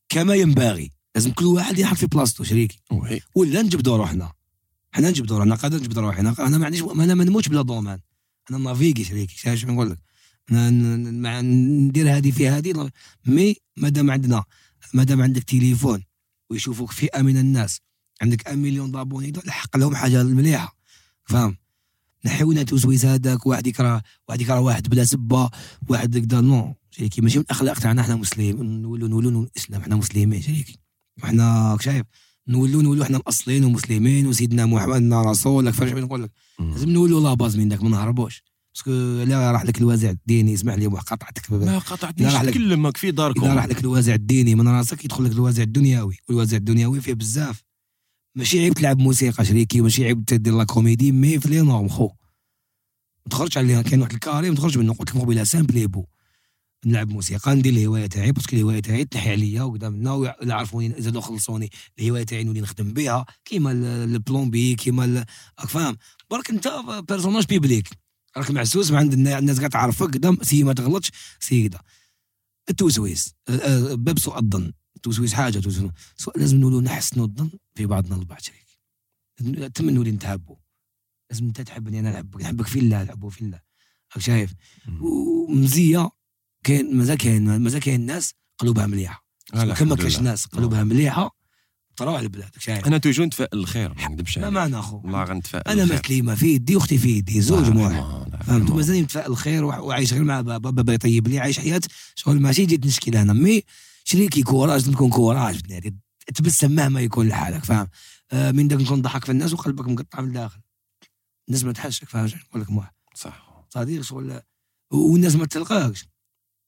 Speaker 2: كما ينبغي لازم كل واحد يحط في بلاصتو شريكي
Speaker 1: وي.
Speaker 2: ولا نجبدوا روحنا حنا نجبدوا روحنا قادر نجبدوا روحنا انا ما عنديش انا ما نموتش بلا دومان انا نافيكي شريكي شايف شنو نقول لك أنا ن- ن- مع- ندير هذه في هذه مي مادام عندنا مادام عندك تليفون ويشوفوك فئه من الناس عندك ان مليون دابوني دول حق لهم حاجه مليحه فاهم نحيونات وزويز هذاك واحد يكره واحد يكره واحد بلا سبه واحد كدا نو شريكي ماشي من الاخلاق تاعنا احنا مسلمين نولو نولو نولو الاسلام احنا مسلمين شريكي احنا راك شايف نولو نولو احنا الاصلين ومسلمين وسيدنا محمد رسولك فاهم شنو نقول لك لازم نولو لا باز منك ما نهربوش باسكو لا راح لك الوازع الديني اسمح لي قطعتك
Speaker 1: ما
Speaker 2: إذا
Speaker 1: قطعتنيش
Speaker 2: راح لك-
Speaker 1: تكلم راك في داركم
Speaker 2: اذا راح لك الوازع الديني من راسك يدخل لك الوازع الدنيوي والوازع الدنيوي فيه بزاف ماشي عيب تلعب موسيقى شريكي ماشي عيب تدير لا كوميدي مي في لي نورم خو ما تخرجش عليها كاين واحد الكاري ما تخرجش منه قلت لك قبيله سامبلي بو نلعب موسيقى ندير الهوايه تاعي باسكو الهوايه تاعي تنحي عليا وكذا منا ويع- لا عرفوني زادوا خلصوني الهوايه تاعي نولي نخدم بها كيما ال- البلومبي كيما ال- راك فاهم برك انت بيرسوناج بيبليك راك معسوس ما عند النا- الناس قاعد تعرفك قدام سي ما تغلطش سي كذا التوسويس آه، آه، باب سوء الظن التوسويس حاجه توسويس سواء لازم نولوا نحسنوا الظن في بعضنا البعض شريك لازم- تم نولي نتحابوا لازم انت تحبني انا نحبك نحبك في الله نحبه في الله راك شايف ومزيه كاين مازال كاين مازال كاين ناس قلوبها مليحه
Speaker 1: آه،
Speaker 2: كما كاش ناس قلوبها مليحه طلعوا على البلاد راك شايف
Speaker 1: انا توجو نتفائل الخير ما نكذبش
Speaker 2: ما
Speaker 1: عليك.
Speaker 2: معنى اخو
Speaker 1: والله غنتفائل
Speaker 2: انا
Speaker 1: الخير.
Speaker 2: مات كليمه في يدي واختي في يدي زوج
Speaker 1: الله
Speaker 2: واحد
Speaker 1: يرحمها، الله
Speaker 2: فهمت
Speaker 1: يرحمها.
Speaker 2: مازال متفائل الخير وع- وعايش غير مع بابا بابا يطيب لي عايش حياه شغل ماشي جيت نشكي لهنا مي شريكي كوراج لازم تكون كوراج بنادي تبسم مهما يكون لحالك فاهم آه من داك نكون ضحك في الناس وقلبك مقطع من الداخل الناس ما تحشك فاهم شنو نقول لك موح
Speaker 1: صح
Speaker 2: صديق شغل والناس ما تلقاكش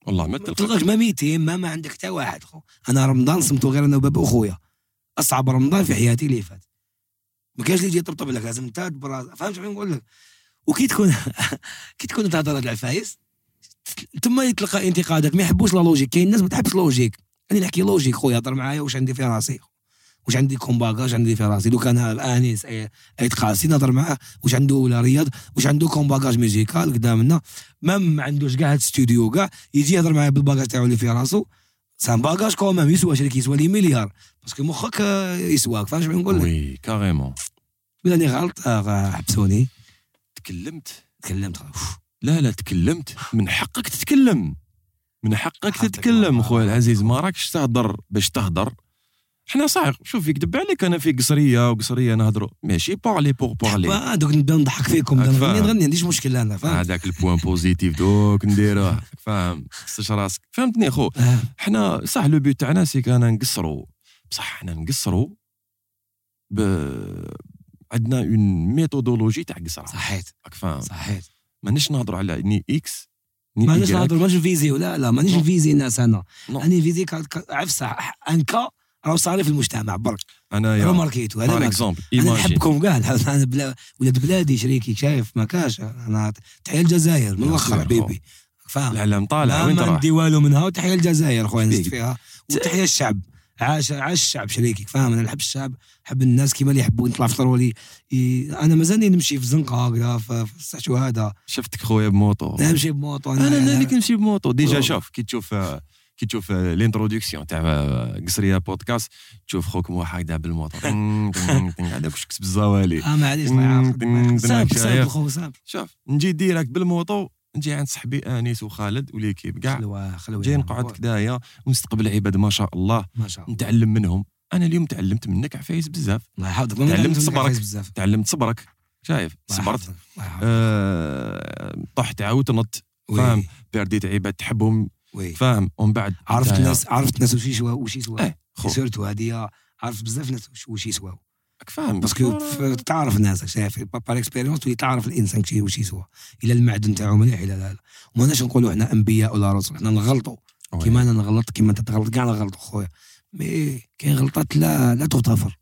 Speaker 1: والله ما
Speaker 2: ما
Speaker 1: تلقى
Speaker 2: تلقاش ما ميتين ما ما عندك حتى واحد خو انا رمضان صمتو غير انا وبابا وخويا اصعب رمضان في حياتي اللي فات ما كانش اللي يجي يطبطب لك لازم انت تبرا فهمت شنو نقول لك وكي تكون كي تكون تهضر هاد العفايس تما يتلقى انتقادك ما يحبوش لا لوجيك كاين ناس ما تحبش لوجيك انا نحكي لوجيك خويا هضر معايا واش عندي في راسي واش عندي كومباكا واش عندي في راسي لو كان ها انيس اي أي تقاسي نهضر معاه واش عنده ولا رياض واش عنده كومباكاج ميوزيكال قدامنا ما ما عندوش كاع هاد الاستوديو كاع يجي يهضر معايا بالباكاج تاعو اللي في راسو سان باكاج كومام يسوى شريك يسوى لي مليار باسكو مخك آه، يسواك فاهم شنو نقول لك
Speaker 1: وي كاريمون
Speaker 2: راني غلط آه، حبسوني
Speaker 1: تكلمت
Speaker 2: تكلمت أوف.
Speaker 1: لا لا تكلمت من حقك تتكلم من حقك
Speaker 2: حقك
Speaker 1: تتكلم
Speaker 2: والله.
Speaker 1: خويا العزيز ما راكش تهضر باش تهضر حنا صحيح شوف يكذب عليك انا في قصريه وقصريه نهضروا ماشي بارلي بور بارلي
Speaker 2: آه، دوك نبدا نضحك فيكم
Speaker 1: راك
Speaker 2: نغني
Speaker 1: فاهم.
Speaker 2: نغني ما عنديش مشكل انا فاهم
Speaker 1: هذاك البوان بوزيتيف دوك نديروه فاهم خصش راسك فهمتني خو
Speaker 2: آه.
Speaker 1: حنا صح لو بيوت تاعنا سي كان نقصروا بصح حنا نقصروا ب... عندنا اون ميثودولوجي تاع
Speaker 2: Ah,
Speaker 1: قصره
Speaker 2: صحيت
Speaker 1: راك فاهم
Speaker 2: صحيت
Speaker 1: مانيش نهضروا على ني اكس ني
Speaker 2: مانيش
Speaker 1: Y.
Speaker 2: نهضر مانيش نفيزي ولا لا مانيش
Speaker 1: نو.
Speaker 2: نفيزي الناس انا
Speaker 1: نو.
Speaker 2: انا نفيزي كا- كا- عفسه انكا راه صاري في المجتمع برك
Speaker 1: انا
Speaker 2: راه
Speaker 1: يا
Speaker 2: ماركيتو هذا
Speaker 1: بار
Speaker 2: ما-
Speaker 1: اكزومبل
Speaker 2: انا
Speaker 1: ايماجين
Speaker 2: نحبكم كاع نحب- انا بلا ولاد بلادي شريكي شايف ما كاش انا تحيه الجزائر من
Speaker 1: يا
Speaker 2: الاخر
Speaker 1: سير،
Speaker 2: حبيبي فاهم
Speaker 1: الاعلام طالع
Speaker 2: لا
Speaker 1: وين
Speaker 2: ما
Speaker 1: راح
Speaker 2: عندي والو منها وتحيه الجزائر خويا نزلت
Speaker 1: بيك.
Speaker 2: فيها وتحيه الشعب عاش عاش الشعب شريكي فاهم انا نحب الشعب نحب الناس كيما اللي يحبوا نطلع فطرولي ي- انا مازالني نمشي في زنقه هكذا في في السحشو هذا
Speaker 1: شفتك خويا بموطو
Speaker 2: نمشي بموطو
Speaker 1: انا انا اللي
Speaker 2: أنا-
Speaker 1: كنمشي بموطو ديجا
Speaker 2: أوه.
Speaker 1: شوف كي تشوف آه، كي تشوف آه، الانتروديكسيون تاع آه، قصريه بودكاست تشوف خوك مو هكذا بالموطو طن- طن- طن، هذاك واش كسب الزوالي
Speaker 2: اه معليش
Speaker 1: مم،
Speaker 2: الله يعاقبك.
Speaker 1: دن- دن-
Speaker 2: سامبل
Speaker 1: دن-
Speaker 2: سامبل خو سامبل
Speaker 1: شوف نجي ديريكت بالموطو نجي عند صاحبي انيس وخالد وليكيب كاع
Speaker 2: خلوه خلوه
Speaker 1: جاي نقعد كدايا ونستقبل عباد ما شاء الله
Speaker 2: ما شاء الله
Speaker 1: نتعلم منهم انا اليوم تعلمت منك عفايس بزاف
Speaker 2: الله يحفظك ما
Speaker 1: تعلمت
Speaker 2: نتعلمش
Speaker 1: صبرك.
Speaker 2: عفايس بزاف
Speaker 1: تعلمت صبرك شايف
Speaker 2: الله
Speaker 1: صبرت
Speaker 2: يحفظك. الله يحفظك.
Speaker 1: آه، طحت عاوت نط
Speaker 2: وي،
Speaker 1: فاهم. برديت عباد تحبهم
Speaker 2: وي
Speaker 1: فاهم ومن بعد
Speaker 2: عرفت
Speaker 1: نتايا-
Speaker 2: الناس عرفت الناس وش يسوا وش يسوا
Speaker 1: اه خو
Speaker 2: سيرتو هذه عرفت بزاف ناس وش- وش يسوا
Speaker 1: راك فاهم
Speaker 2: باسكو ف- تعرف ناسك شايف بار اكسبيريونس تولي تعرف الانسان كي واش يسوى الى المعدن تاعو مليح الى لا لا ماناش نقولوا احنا انبياء ولا رسل احنا نغلطوا
Speaker 1: وي.
Speaker 2: كيما انا نغلط كيما انت تغلط كاع نغلط خويا مي كاين غلطات لا لا تغتفر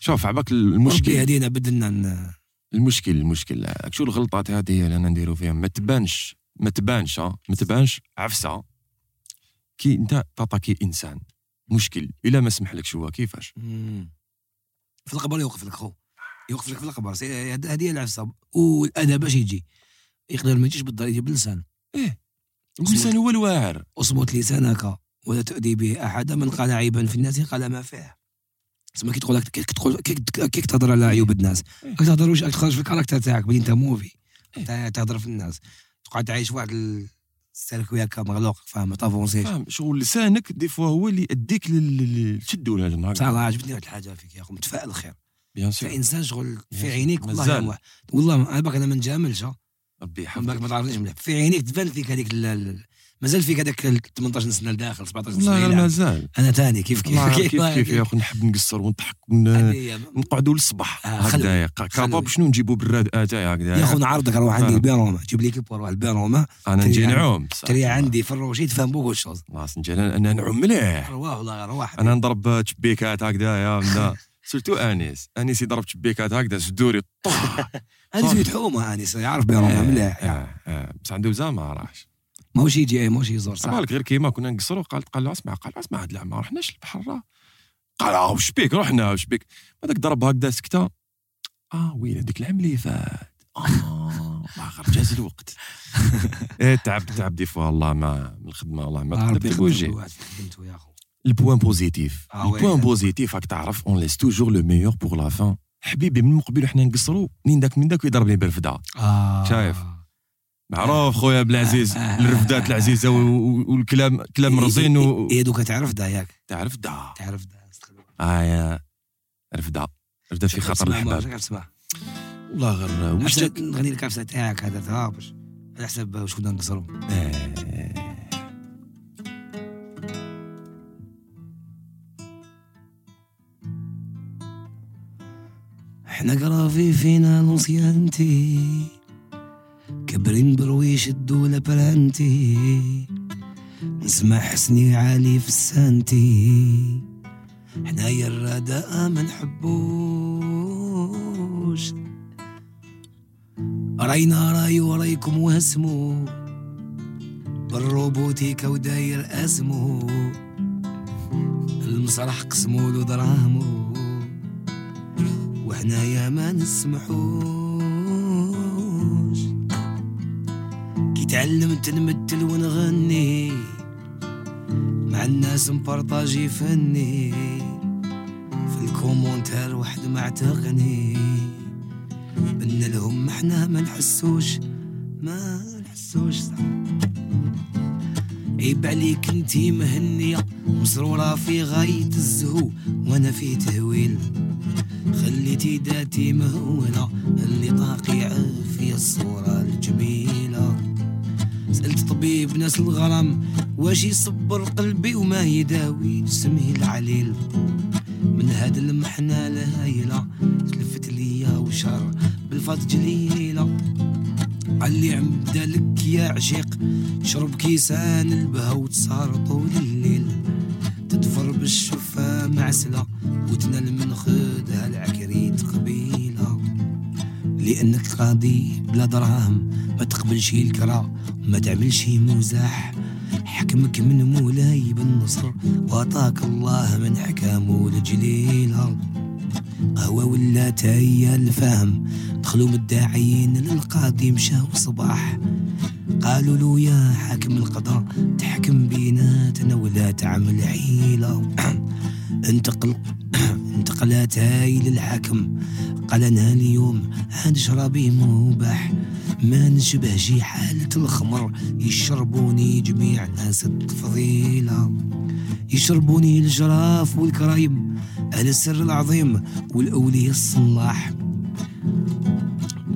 Speaker 1: شوف عباك
Speaker 2: مشكل
Speaker 1: المشكل
Speaker 2: هذه بدلنا ن-
Speaker 1: المشكل المشكل راك شو الغلطات هذه اللي انا نديرو فيها ما تبانش ما تبانش ها ما تبانش عفسه كي انت تاتاكي انسان مشكل الا ما سمحلكش هو كيفاش
Speaker 2: في القبر يوقف لك خو يوقف لك في القبر سي- هاد- هذه هي العفسه والادب باش يجي يقدر ما يجيش بالضريح يجي باللسان إيه.
Speaker 1: الانسان هو الواعر
Speaker 2: اصمت لسانك ولا تؤذي به احدا من قال عيبا في الناس قال ما فيه تسمى كي تقول لك كي تقول كي كي تهضر على عيوب الناس
Speaker 1: إيه.
Speaker 2: كي تهضر واش راك تخرج في الكاركتر تاعك بلي انت موفي تا- تهضر في الناس تقعد تعيش في واحد ال- السلك هكا مغلوق فاهم ما تافونسيش
Speaker 1: فاهم شغل لسانك دي فوا هو اللي يديك لل- لل- للشدو ولا
Speaker 2: بصح
Speaker 1: النهار
Speaker 2: الله عجبتني واحد الحاجه فيك يا اخو متفائل الخير
Speaker 1: بيان سور
Speaker 2: فانسان شغل في
Speaker 1: يا
Speaker 2: عينيك والله يا
Speaker 1: مازال.
Speaker 2: واحد. والله ما- انا باك انا ما نجاملش ها.
Speaker 1: ربي
Speaker 2: بالك ما
Speaker 1: يحفظك
Speaker 2: تعرفنيش مليح في عينيك تبان فيك هذيك ال- ال- مازال فيك هذاك ال 18 سنه لداخل 17 سنه
Speaker 1: والله
Speaker 2: يلعب.
Speaker 1: مازال
Speaker 2: انا ثاني كيف كيف
Speaker 1: كيف كيف يا اخو نحب نقصر ونضحك ون-
Speaker 2: هذه-
Speaker 1: نقعدوا للصباح
Speaker 2: آه،
Speaker 1: هكذايا ق-
Speaker 2: خلوي.
Speaker 1: كاباب شنو نجيبوا بالراد آه، اتاي هكذايا
Speaker 2: يا اخو نعرضك روح عندي
Speaker 1: فاهم.
Speaker 2: البيان روما جيب لي كيبور روح البيان روما
Speaker 1: انا
Speaker 2: تري
Speaker 1: نجي
Speaker 2: عندي.
Speaker 1: نعوم
Speaker 2: تري عندي في الروشيد فاهم بوكو شوز
Speaker 1: خلاص نجي انا أنا نعوم مليح
Speaker 2: رواه والله روح
Speaker 1: انا نضرب تشبيكات هكذايا من- سيرتو انيس انيس يضرب تشبيكات هكذا زدوري طخ
Speaker 2: انا
Speaker 1: صافي.
Speaker 2: زيد حومه انيس يعرف بيان روما مليح يعرف.
Speaker 1: آه، آه، بصح عنده وزام ما راحش
Speaker 2: ماهوش يجي ماهوش يزور صح
Speaker 1: بالك غير كيما كنا نقصروا قال قال له اسمع قال اسمع هاد العام ما رحناش البحر راه قال اه وش بيك رحنا وش بيك بعدك ضرب هكذا سكته اه وين هذيك العام اللي فات اه ما غير جاز الوقت إيه، تعب تعب دي فوا والله ما من الخدمه والله ما
Speaker 2: ربي
Speaker 1: تقدر توجي
Speaker 2: يخدم الواحد في خدمته يا اخو
Speaker 1: البوان بوزيتيف
Speaker 2: آه وي.
Speaker 1: البوان بوزيتيف راك تعرف اون ليس توجور لو ميور بور لا فان حبيبي من قبل وحنا نقصروا منين داك من داك يضربني بالرفده
Speaker 2: آه.
Speaker 1: شايف؟ معروف خويا عبد العزيز الرفدات العزيزه و- و- والكلام كلام
Speaker 2: إيه،
Speaker 1: رزين و...
Speaker 2: هي دوكا تعرف دا ياك
Speaker 1: تعرف دا
Speaker 2: تعرف دا استغفر
Speaker 1: آه رفده رفده في خطر
Speaker 2: اسمع ما
Speaker 1: الحباب
Speaker 2: عرفتش نسمع
Speaker 1: والله غير
Speaker 2: واش
Speaker 1: وش
Speaker 2: نغني لك عفسه تاعك هذا تا باش على حسب واش كنا نقصروا
Speaker 1: آه،
Speaker 2: احنا قرافي فينا نصيانتي كبرين برويش الدولة برانتي نسمع حسني عالي في السانتي حنايا الرداء ما نحبوش راينا راي ورايكم وهسمو بالروبوتيكا وداير اسمو المسرح قسمو له دراهمو وحنايا ما نسمحوش كي تعلمت نمثل ونغني مع الناس مبارطاجي فني في الكومونتير وحد معتقني بنا لهم احنا ما نحسوش ما نحسوش صح عيب عليك انتي مهنية مسرورة في غاية الزهو وانا في تهويل خليتي ذاتي مهونة اللي طاقي عافية الصورة الجميلة سألت طبيب ناس الغرام واش يصبر قلبي وما يداوي اسمي العليل من هاد المحنة الهايلة تلفت ليا وشر بالفات جليلة قال لي عمدالك يا عشيق شرب كيسان البها وتسهر طول الليل تدفر بالشفة معسلة وتنال من خدها العكريت قبيلة لأنك قاضي بلا دراهم ما تقبلش الكرا وما تعملش مزاح حكمك من مولاي بالنصر وعطاك الله من حكامه الجليلة قهوة ولا تاية الفهم دخلوا مداعيين للقاضي مشاو صباح قالوا له يا حاكم القضاء تحكم بيناتنا ولا تعمل حيلة انتقل انتقلت هاي للحاكم قال انا اليوم هنشربي مباح ما نشبه شي حالة الخمر يشربوني جميع ناس الفضيلة يشربوني الجراف والكرايم أهل السر العظيم والأولياء الصلاح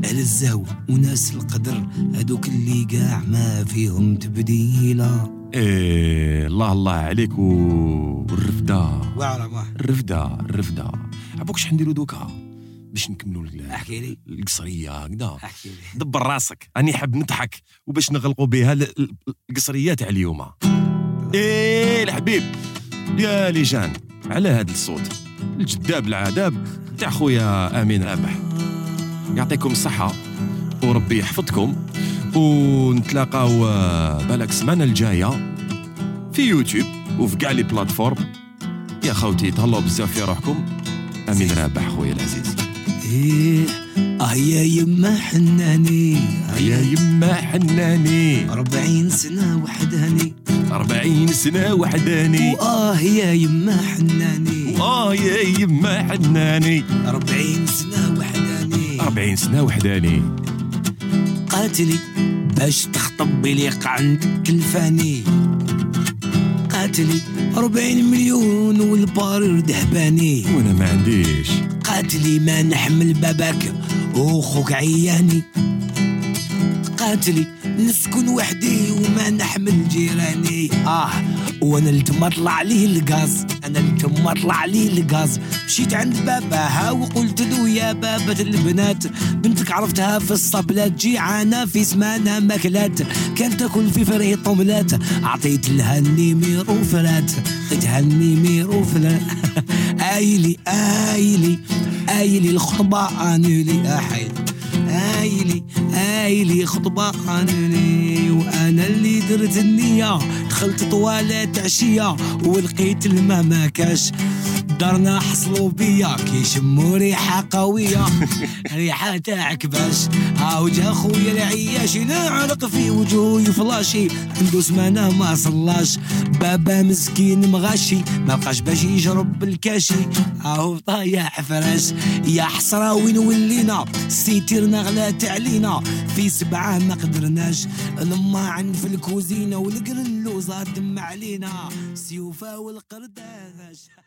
Speaker 2: أهل الزهو وناس القدر هذوك اللي قاع ما فيهم تبديلة
Speaker 1: إيه الله الله عليك و- والرفده
Speaker 2: واعرة ما
Speaker 1: الرفده الرفده عبوك شحال نديرو دوكا باش نكملوا ال-
Speaker 2: احكي لي
Speaker 1: القصريه هكذا
Speaker 2: احكي لي
Speaker 1: دبر راسك راني حاب نضحك وباش نغلقوا بها ال- ال- القصريه تاع اليوم ايه الحبيب يا لجان على هذا الصوت الجذاب العذاب تاع خويا امين رابح يعطيكم الصحه وربي يحفظكم ونتلاقاو آه، بالك السمانه الجايه في يوتيوب وفي كاع لي بلاتفورم يا خوتي تهلاو بزاف في روحكم امين رابح خويا العزيز
Speaker 2: ايه اه يا يما حناني آه
Speaker 1: يا يما حناني
Speaker 2: أربعين سنة وحداني
Speaker 1: 40 سنه وحداني
Speaker 2: وآه يا يما حناني
Speaker 1: اه يا يما حناني
Speaker 2: أربعين سنة وحداني
Speaker 1: 40 سنه وحداني
Speaker 2: قاتلي باش تخطب بليق عندك الفاني قاتلي أربعين مليون والبارير دهباني
Speaker 1: وانا ما عنديش
Speaker 2: قاتلي ما نحمل باباك وخوك عياني قاتلي نسكن وحدي وما نحمل جيراني اه وانا لتم اطلع عليه الغاز انا لتم اطلع عليه الغاز مشيت عند باباها وقلت له يا بابا البنات بنتك عرفتها في الصبلات جيعانه في سمانها ماكلات كانت تاكل في فريه طملات عطيت لها النمير وفلات عطيتها النمير وفلات ايلي ايلي ايلي الخطبه انولي احيد ايلي ايلي خطبه انولي وانا اللي درت النيه دخلت طوالات عشيه ولقيت الماء ما كاش درنا حصلوا بيا كيشموا ريحة قوية ريحة تاعك باش ها وجه خويا العياش نعرق في وجهه يفلاشي عنده سمانة ما صلاش بابا مسكين مغاشي ما بقاش باش يجرب بالكاشي هاو طايح فراش يا حسرة وين ولينا سيتيرنا غلات علينا في سبعة ما قدرناش الماعن في الكوزينة والقرن لوزة دم علينا سيوفة والقرداش